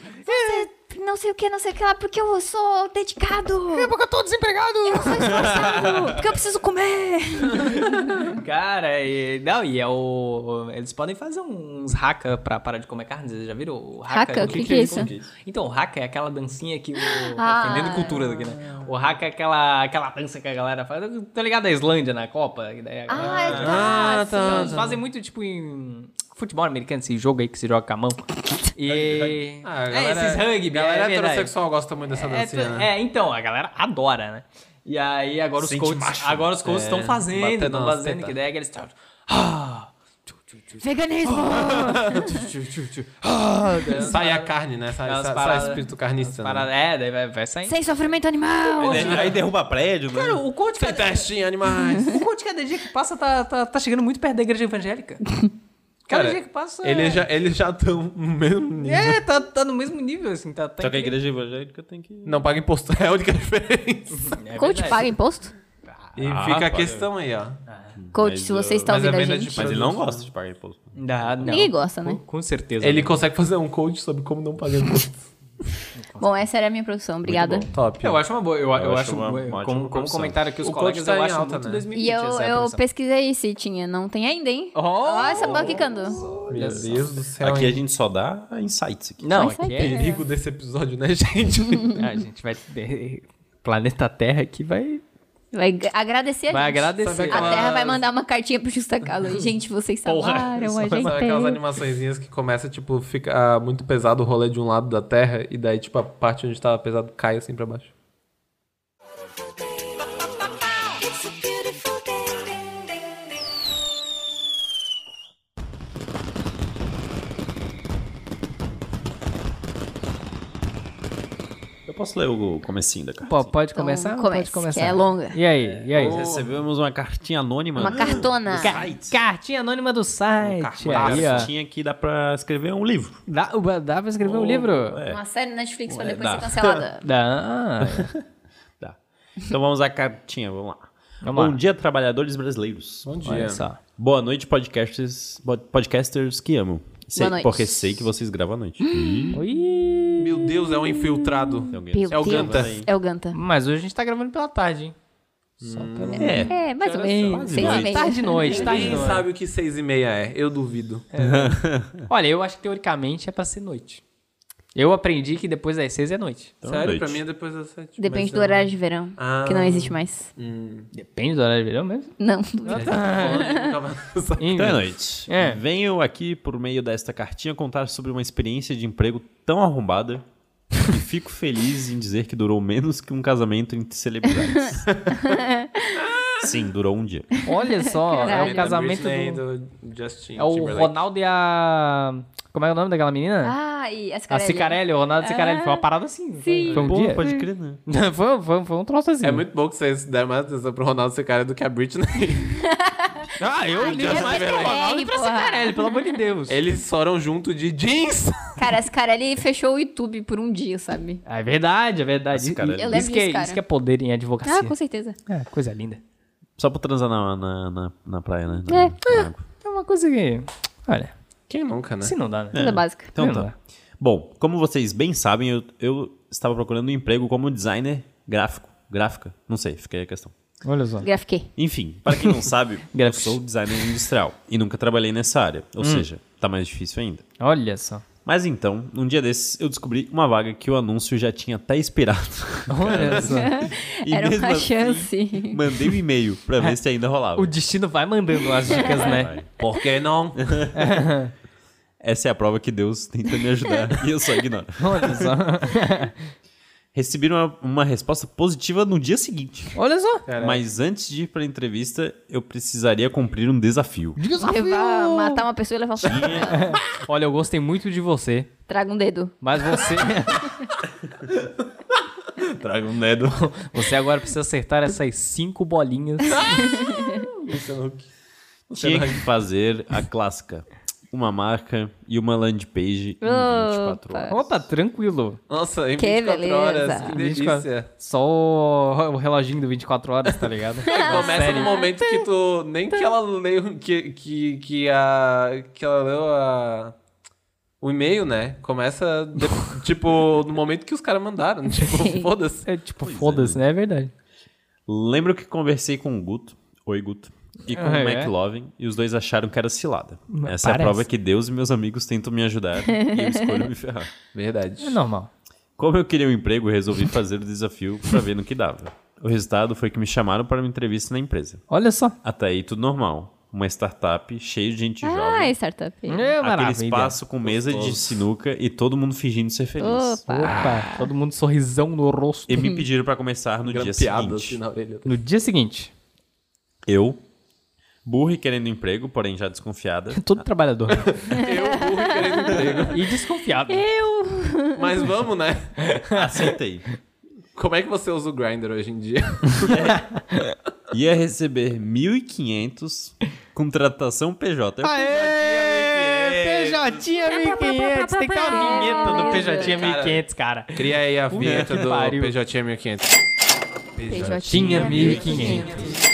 S12: Não sei o que, não sei o que lá, porque eu sou dedicado. É porque eu tô desempregado. Eu sou esforçado, porque eu preciso comer.
S13: Cara, e, não, e é o. Eles podem fazer uns haka pra parar de comer carne, vocês já viram? O
S12: Haka? O que que é isso?
S13: Então, o haka é aquela dancinha que. O,
S12: Ah.
S13: Aprendendo cultura daqui, né? O haka é aquela, aquela dança que a galera faz. Tá ligado a Islândia na Copa? Que daí a galera-
S12: Ah, tá.
S13: Então, eles fazem muito tipo em futebol americano, esse jogo aí que se joga com a mão. E.
S6: Ah, a
S13: é,
S6: galera-
S13: esses rugby, é
S6: galera
S13: verdade.
S6: heterossexual gosta muito dessa
S13: É,
S6: dancinha,
S13: tu-
S6: né?
S13: é, então, a galera adora, né? E aí agora os
S6: Sente
S13: coaches,
S6: macho,
S13: agora os
S6: é,
S13: coaches estão fazendo,
S6: batendo
S13: estão
S6: nas
S13: fazendo,
S6: tetas.
S13: que daí é aqueles tchau, tchau, ah, tchu, tchu, tchu,
S12: Veganismo.
S13: tchu, tchu, tchu, ah, daí
S6: Sai a carne, né? Sai,
S13: Aquelas
S6: sai, sai
S13: paradas-
S6: espírito carnista.
S13: para-
S6: Né?
S13: É, daí vai, vai saindo.
S12: Sem sofrimento animal.
S4: Aí, é- aí derruba prédio, né?
S13: Cara, o coach, cada,
S6: Testinho, animais.
S13: o coach cada dia que passa tá, tá, tá chegando muito perto da igreja evangélica. Cada
S6: Cara,
S13: dia que passa...
S6: Eles já eles já estão no mesmo nível.
S13: É, tá, tá no mesmo nível, assim, tá... tá
S4: Só que a
S13: incrível.
S4: igreja evangélica tem que.
S6: Não paga imposto, é a única diferença.
S13: É
S12: Coach
S13: verdade.
S12: paga imposto?
S6: E
S4: Ah,
S6: fica a
S4: paga.
S6: questão aí, ó.
S12: Coach,
S4: Mas,
S12: se você
S4: uh,
S12: está
S6: mas é
S12: ouvindo a
S6: venda de
S12: gente.
S4: Mas ele não gosta de pagar imposto.
S13: Ah, não.
S12: Ninguém gosta, né?
S13: Com, com certeza.
S6: Ele
S13: não.
S6: consegue fazer um coach sobre como não pagar imposto.
S12: Bom, essa era a minha profissão. Obrigada.
S6: Top.
S13: Eu acho uma boa. Eu, eu
S4: Eu
S13: acho,
S4: acho uma- uma
S13: como,
S4: ótima
S13: como
S4: produção.
S13: comentário aqui, os
S6: O coach
S13: colegas
S6: tá
S13: eu
S6: em
S13: acho
S6: alta,
S13: muito
S6: né?
S13: 2020
S12: E eu,
S13: essa
S12: eu
S13: produção.
S12: pesquisei se tinha. Não tem ainda, hein?
S13: Oh!
S12: Ó, essa bola quicando.
S6: Meu Deus do céu.
S4: Aqui a
S6: hein?
S4: gente só dá insights aqui.
S13: Não,
S12: Mas vai
S13: aqui
S6: O
S13: é...
S6: perigo desse episódio, né, gente?
S13: A gente vai... Planeta Terra aqui vai,
S12: Vai ag- agradecer a
S13: vai
S12: gente.
S13: agradecer.
S12: A Terra vai mandar uma cartinha pro Justa Causa. Gente, vocês salvaram a
S6: São aquelas
S12: gente.
S6: animaçõezinhas que começa, tipo, fica ah, muito pesado o rolê de um lado da terra, e daí, tipo, a parte onde tava pesado cai assim pra baixo.
S4: Eu Posso ler o comecinho da carta?
S13: Pô, pode começar?
S12: Então,
S13: pode
S12: comece,
S13: começar.
S12: que é longa.
S13: E aí, e aí?
S4: Recebemos uma cartinha anônima.
S12: Uma cartona.
S13: Ca- Cartinha anônima do site. Aí, ó.
S4: Cartinha que dá pra escrever um livro.
S13: Dá, ué, dá pra escrever um livro?
S4: É.
S12: Uma série Netflix pra
S4: Ué,
S12: depois
S4: dá.
S12: ser cancelada.
S13: Dá.
S4: Tá. Então vamos à cartinha, vamos lá.
S13: Vamos lá.
S4: Bom dia, trabalhadores brasileiros.
S6: Bom dia.
S13: Olha só.
S4: Boa noite, podcasters, bo- podcasters que amo. Sei-
S12: noite.
S4: Porque sei que vocês gravam à noite. Ih,
S13: Oi.
S6: Meu Deus, é um infiltrado.
S4: tem alguém-
S12: Meu
S6: É o
S12: Deus.
S6: Ganta.
S12: É o Ganta.
S13: Mas hoje a gente tá gravando pela tarde, hein? Só pela... É.
S12: É, mais ou menos. Seis e
S4: noite.
S12: meia.
S13: Tarde e noite,
S3: Tá
S13: tarde e
S6: Ninguém
S13: noite.
S6: sabe o que seis e meia é, eu duvido.
S13: Olha, eu acho que teoricamente é pra ser noite. Eu aprendi que depois das seis é noite.
S4: Então,
S6: Sério,
S4: noite.
S6: pra mim é depois das sete.
S12: Depende
S6: mas
S12: do
S6: eu-
S12: horário de verão,
S6: Ah.
S12: que não existe mais.
S6: Hum.
S13: Depende do horário de verão mesmo.
S12: Não.
S4: Então é noite.
S13: É.
S4: Venho aqui por meio desta cartinha contar sobre uma experiência de emprego tão arrombada que fico feliz em dizer que durou menos que um casamento entre celebridades. Sim, durou um dia.
S13: Olha só, é
S12: Caralho.
S13: o casamento
S6: Britney,
S13: do...
S6: do Justin
S13: É o
S6: Timberlake.
S13: Ronaldo e a... Como é o nome daquela menina?
S12: Ah, e a
S13: a
S12: Cicarelli. Ah,
S13: Cicarelli, o Ronaldo Cicarelli. Foi uma parada assim. Sim. Foi um
S4: Pô,
S13: dia.
S4: pode crer, né?
S13: foi, foi, foi um troço assim.
S6: É muito bom que vocês deram mais atenção pro Ronaldo ser cara do que a Britney.
S13: Ah, eu ligo
S12: Justin
S13: mais pro
S12: Timberlake,
S13: Ronaldo e pra
S12: é porra.
S13: Cicarelli, pelo amor de Deus.
S6: Eles foram junto de jeans.
S12: Cara, a Cicarelli fechou o YouTube por um dia, sabe?
S13: Ah, É verdade, é verdade.
S4: Nossa, cara,
S13: I-
S4: eu
S12: lembro
S13: isso, que é,
S12: disso, cara.
S13: isso que é poder em advocacia.
S12: Ah, com certeza.
S13: É, coisa linda.
S4: Só pra transar na, na, na, na praia, né? Na-
S12: É.
S4: na água.
S13: É uma coisa que. Olha,
S6: Quem nunca, né?
S13: se não dá, né?
S12: Coisa básica.
S4: Então
S13: Não
S4: tá.
S13: dá.
S4: Bom, como vocês bem sabem, eu, eu estava procurando um emprego como designer gráfico. Gráfica? Não sei, fiquei a questão.
S13: Olha só.
S12: Grafiquei.
S4: Enfim, para quem não sabe, eu
S13: Gráficos. Hum.
S4: sou designer industrial e nunca trabalhei nessa área. Ou seja, tá mais difícil ainda.
S13: Olha só.
S4: Mas então, um dia desses, eu descobri uma vaga que o anúncio já tinha até expirado.
S13: Olha só.
S4: E
S13: um
S12: Era
S4: mesmo
S12: uma
S4: assim,
S12: chance.
S4: mandei um e-mail pra ver se ainda rolava.
S13: O destino vai mandando as dicas, né?
S6: Por que não?
S4: Essa é a prova que Deus tenta me ajudar e eu só ignoro.
S13: Olha só.
S4: Recebi uma, uma resposta positiva no dia seguinte.
S13: Olha só.
S4: Mas antes de ir pra entrevista, eu precisaria cumprir um desafio.
S12: Levar, matar uma pessoa e levar um...
S13: Olha, eu gostei muito de você,
S12: Traga um dedo.
S13: mas você,
S4: Traga um dedo.
S13: você agora precisa acertar essas cinco bolinhas.
S4: Tinha que fazer a clássica. Uma marca e uma land page em 24 horas.
S13: Opa, tranquilo.
S6: Nossa, em
S12: Que
S6: 24
S12: beleza.
S13: Ah,
S6: horas, que delícia.
S13: Só o o reloginho do 24 horas, tá ligado?
S6: É, Começa
S13: Sério.
S6: no momento que tu. Nem que ela leu. Que, que, que, a, que ela leu a. O e-mail, né? Começa, de- tipo, no momento que os caras mandaram. Tipo, foda-se.
S13: É tipo, foda-se, né? É verdade.
S4: Lembro que conversei com o Guto. Oi, Guto. E com
S13: Ah,
S4: o
S13: é?
S4: McLovin, e os dois acharam que era cilada. Essa é a
S13: parece.
S4: prova que Deus e meus amigos tentam me ajudar e eu escolho me ferrar.
S6: Verdade.
S13: É normal.
S4: Como eu queria um emprego, resolvi fazer o desafio pra ver no que dava. O resultado foi que me chamaram para uma entrevista na empresa.
S13: Olha só.
S4: Até aí tudo normal. Uma startup cheia de gente
S12: Ah,
S4: jovem.
S12: startup.
S13: É
S4: Aquele
S13: maravilha.
S4: espaço com mesa de sinuca e todo mundo fingindo ser feliz.
S12: Opa.
S13: Opa, todo mundo sorrisão no rosto.
S4: E me pediram pra começar no dia
S6: Piada
S4: seguinte.
S6: assim na orelha.
S13: No dia seguinte,
S4: Eu, burro e querendo emprego, porém já desconfiada.
S13: todo trabalhador. né?
S6: Eu burro e querendo emprego.
S13: e desconfiado.
S6: Mas vamos, né?
S4: aceitei.
S6: Como é que você usa o Grindr hoje em dia?
S4: Ia receber 1.500 contratação PJ. Eu
S13: Ah, é? Aê! PJ 1500. Tem que ter uma vinheta do PJ 1500, cara.
S6: Cria aí a vinheta
S13: que
S6: do
S13: pariu.
S6: PJ 1500.
S13: Tinha 1500.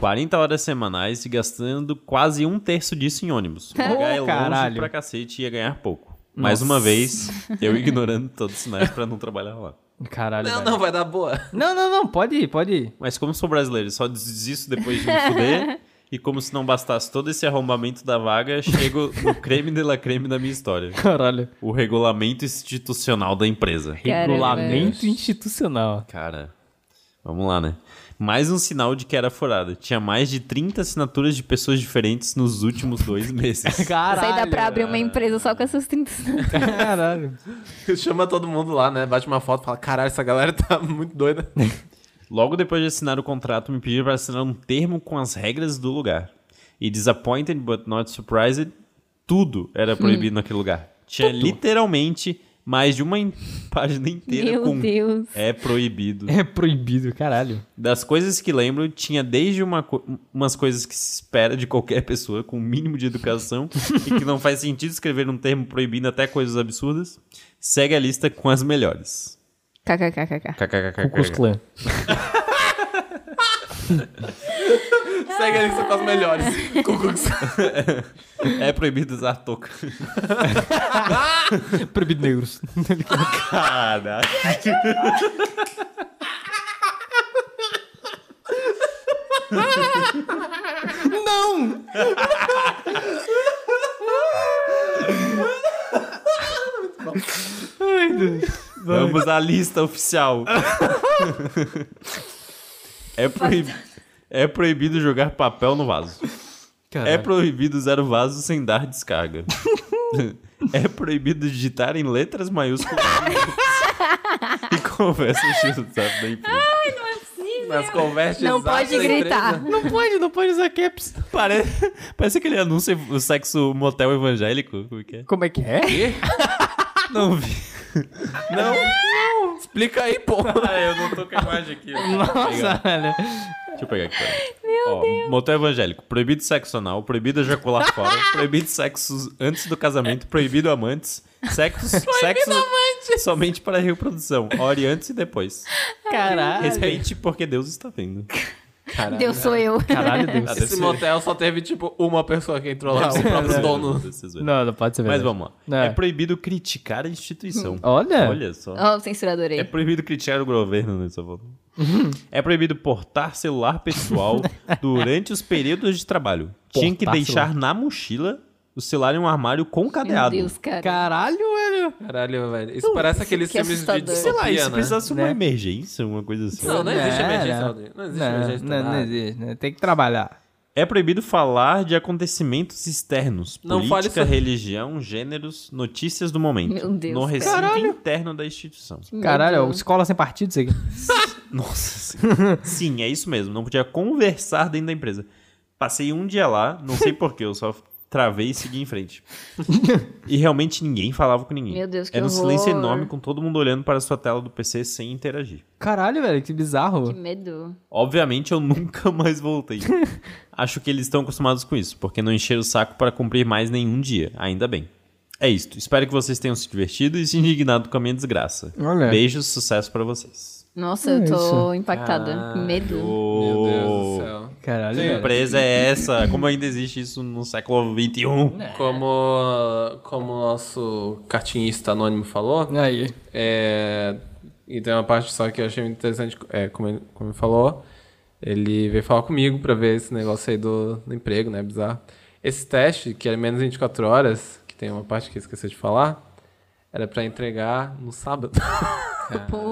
S4: 40 horas semanais e gastando quase um terço disso em ônibus. O lugar é longe
S13: Oh, caralho.
S4: pra cacete e ia ganhar pouco. Mais uma vez, eu ignorando todos os sinais pra não trabalhar lá.
S13: Caralho.
S6: Não,
S13: velho.
S6: não, vai dar boa.
S13: não, não, não, pode ir, pode ir.
S4: Mas como sou brasileiro, e só desisto depois de me fuder. E como se não bastasse todo esse arrombamento da vaga, chego no creme de la creme da minha história.
S13: Caralho.
S4: O regulamento institucional da empresa.
S12: Caramba.
S13: Regulamento institucional.
S4: Cara, vamos lá, né? Mais um sinal de que era furada. Tinha mais de 30 assinaturas de pessoas diferentes nos últimos dois meses.
S12: Isso
S13: Caralho.
S12: aí dá pra abrir uma empresa só com essas 30.
S13: Caralho.
S6: Chama todo mundo lá, né? Bate uma foto e fala: caralho, essa galera tá muito doida.
S4: Logo depois de assinar o contrato, me pediram para assinar um termo com as regras do lugar. E
S12: Hum.
S4: disappointed but not surprised, tudo era proibido naquele lugar. Tinha literalmente mais de uma em- página inteira
S12: Meu
S4: com
S12: Deus.
S4: é proibido.
S13: É proibido, caralho.
S4: Das coisas que lembro, tinha desde uma co- umas coisas que se espera de qualquer pessoa com o mínimo de educação e que não faz sentido escrever um termo proibindo até coisas absurdas. Segue a lista com as melhores.
S12: KKKKK.
S13: Cucus
S4: KKKK.
S13: Clan.
S6: Segue a lista com as melhores.
S4: É proibido usar touca.
S13: Proibido negros.
S4: Caralho. Vamos à lista oficial. é, proib- é proibido jogar papel no vaso. É proibido usar o vaso sem dar descarga. é proibido digitar em letras maiúsculas e conversas de WhatsApp da empresa.
S6: Nas conversas
S12: Não
S6: exatas
S12: pode
S6: da
S12: gritar.
S6: empresa.
S4: Não pode, não pode usar caps. Parece, parece aquele anúncio, o sexo motel evangélico. Como é que é?
S13: Como é que é?
S4: Não vi.
S6: Explica aí, pô.
S4: Ah, eu não tô com a imagem aqui.
S13: Nossa, velho.
S4: Deixa eu pegar aqui. peraí. Ó, Motel evangélico. Proibido sexo anal, proibido ejacular fora, proibido sexo antes do casamento, proibido amantes, sexo, sexo somente para reprodução. Ore antes e depois.
S13: Caralho.
S4: Respeite porque Deus está vendo.
S12: Deus sou eu.
S13: Caralho, Deus.
S4: Deve
S6: Esse
S4: ser-
S6: motel só teve, tipo, uma pessoa que entrou lá, os próprios
S4: Deve ser-
S6: donos.
S4: deve ser zoeira.
S13: Não, não pode ser
S4: Mas
S13: verdade.
S4: vamos lá.
S13: É.
S4: É. proibido criticar a instituição.
S13: Olha.
S4: Olha só.
S12: Ó, o censurador aí.
S4: É proibido criticar o governo, né? Só vou- é proibido portar celular pessoal durante os períodos de trabalho. Tinha que
S13: Portar
S4: deixar na mochila o celular em um armário com
S12: Meu
S4: cadeado.
S12: Deus, cara.
S13: Caralho, é- velho.
S6: Caralho, velho. Isso parece aqueles
S12: que
S6: filmes de
S12: assustador.
S4: Sei
S6: distopia,
S4: lá, e se
S6: né?
S4: precisasse uma
S13: Né?
S4: emergência, uma coisa assim.
S6: Não, não existe
S13: Não,
S6: emergência,
S13: não.
S6: Aldrin. Não existe
S13: Não,
S6: emergência.
S13: não, não
S6: nada.
S13: existe. né? Tem que trabalhar.
S4: É proibido falar de acontecimentos externos,
S6: Não fale
S4: política,
S6: sobre-
S4: religião, gêneros, notícias do momento.
S12: Meu Deus,
S4: no
S12: cara.
S4: recinto interno da instituição.
S13: Caralho, ó, escola sem partido, isso aqui.
S4: Nossa senhora. Sim, é isso mesmo. Não podia conversar dentro da empresa. Passei um dia lá, não sei porquê, eu só travei e segui em frente. E realmente ninguém falava com ninguém.
S12: Meu Deus, que
S4: Era um
S12: horror.
S4: silêncio enorme com todo mundo olhando para a sua tela do PC sem interagir.
S13: Caralho, velho, que
S12: Que
S13: bizarro.
S12: medo.
S4: Obviamente eu nunca mais voltei. Acho que eles estão acostumados com isso, porque não encheram o saco para cumprir mais nenhum dia. Ainda bem. É isto. Espero que vocês tenham se divertido e se indignado com a minha desgraça.
S13: Olha.
S4: Beijos, sucesso para vocês.
S12: Nossa, eu tô impactada. Que É medo.
S6: Meu Deus do céu.
S13: Caralho,
S4: Que
S13: velho.
S4: empresa é essa? Como ainda existe isso no século um. XXI?
S3: É,
S6: Como, como o nosso cartinhista anônimo falou,
S13: Aí.
S6: é, e tem uma parte só que eu achei muito interessante, é, como, ele, como ele falou, ele veio falar comigo pra ver esse negócio aí do, do emprego, né? Bizarro. Esse teste, que era menos 24 horas, que tem uma parte que eu esqueci de falar, era pra entregar no sábado.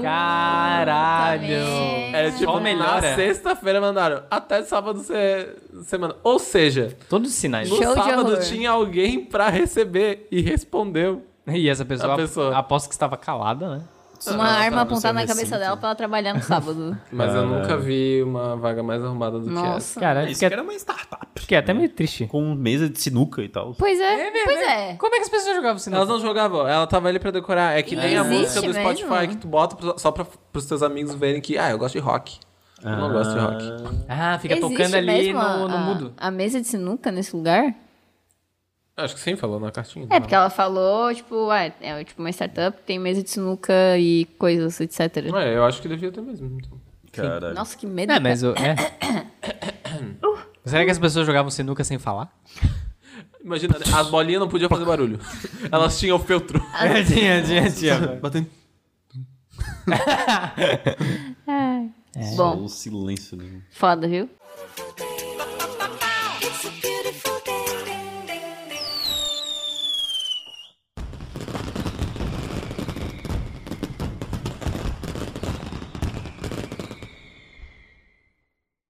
S13: Caralho. É,
S6: Era tipo, na
S13: melhora.
S6: sexta-feira mandaram, até sábado você, semana. Ou seja,
S13: Todos os sinais.
S6: no
S12: Show de
S6: sábado
S12: horror.
S6: tinha alguém pra receber e respondeu.
S13: E essa pessoa,
S6: A pessoa.
S13: aposto que estava calada, né?
S12: Uma arma apontada na cabeça dela pra ela trabalhar no sábado.
S6: Mas eu nunca vi uma vaga mais arrumada do que essa.
S12: Nossa.
S13: Caralho,
S4: Isso
S13: fiquei,
S4: era uma startup.
S13: fiquei até meio triste.
S4: Com mesa de sinuca e tal.
S12: Pois é, pois
S14: né?
S12: é.
S13: Como é que as pessoas jogavam sinal?
S6: Elas não jogavam, ela tava ali pra decorar. É que
S12: E
S6: nem a
S12: existe
S6: música do Spotify
S12: mesmo?
S6: que tu bota pro- só pra, pros teus amigos verem que, ah, eu gosto de rock. Eu não gosto de rock.
S13: Ah, fica
S12: Existe
S13: tocando ali
S12: mesmo
S13: no,
S12: a-
S13: no
S12: a-
S13: mudo.
S12: A mesa de sinuca nesse lugar?
S6: Acho que sim, falou na cartinha.
S12: É, porque ela falou, tipo, ah, é tipo uma startup, tem mesa de sinuca e coisas, etc.
S6: É, eu acho que devia ter mesmo. então.
S4: Caralho.
S12: Nossa, que medo.
S13: É,
S12: cara.
S13: mas eu. É. Será que as pessoas jogavam sinuca sem falar?
S6: Imagina, as bolinhas não podiam fazer barulho. Elas tinham o feltro.
S13: tinha, tinha, tinha.
S6: Batendo.
S12: Bom,
S4: Ou silêncio nenhum.
S12: É. foda, viu?
S2: Foda.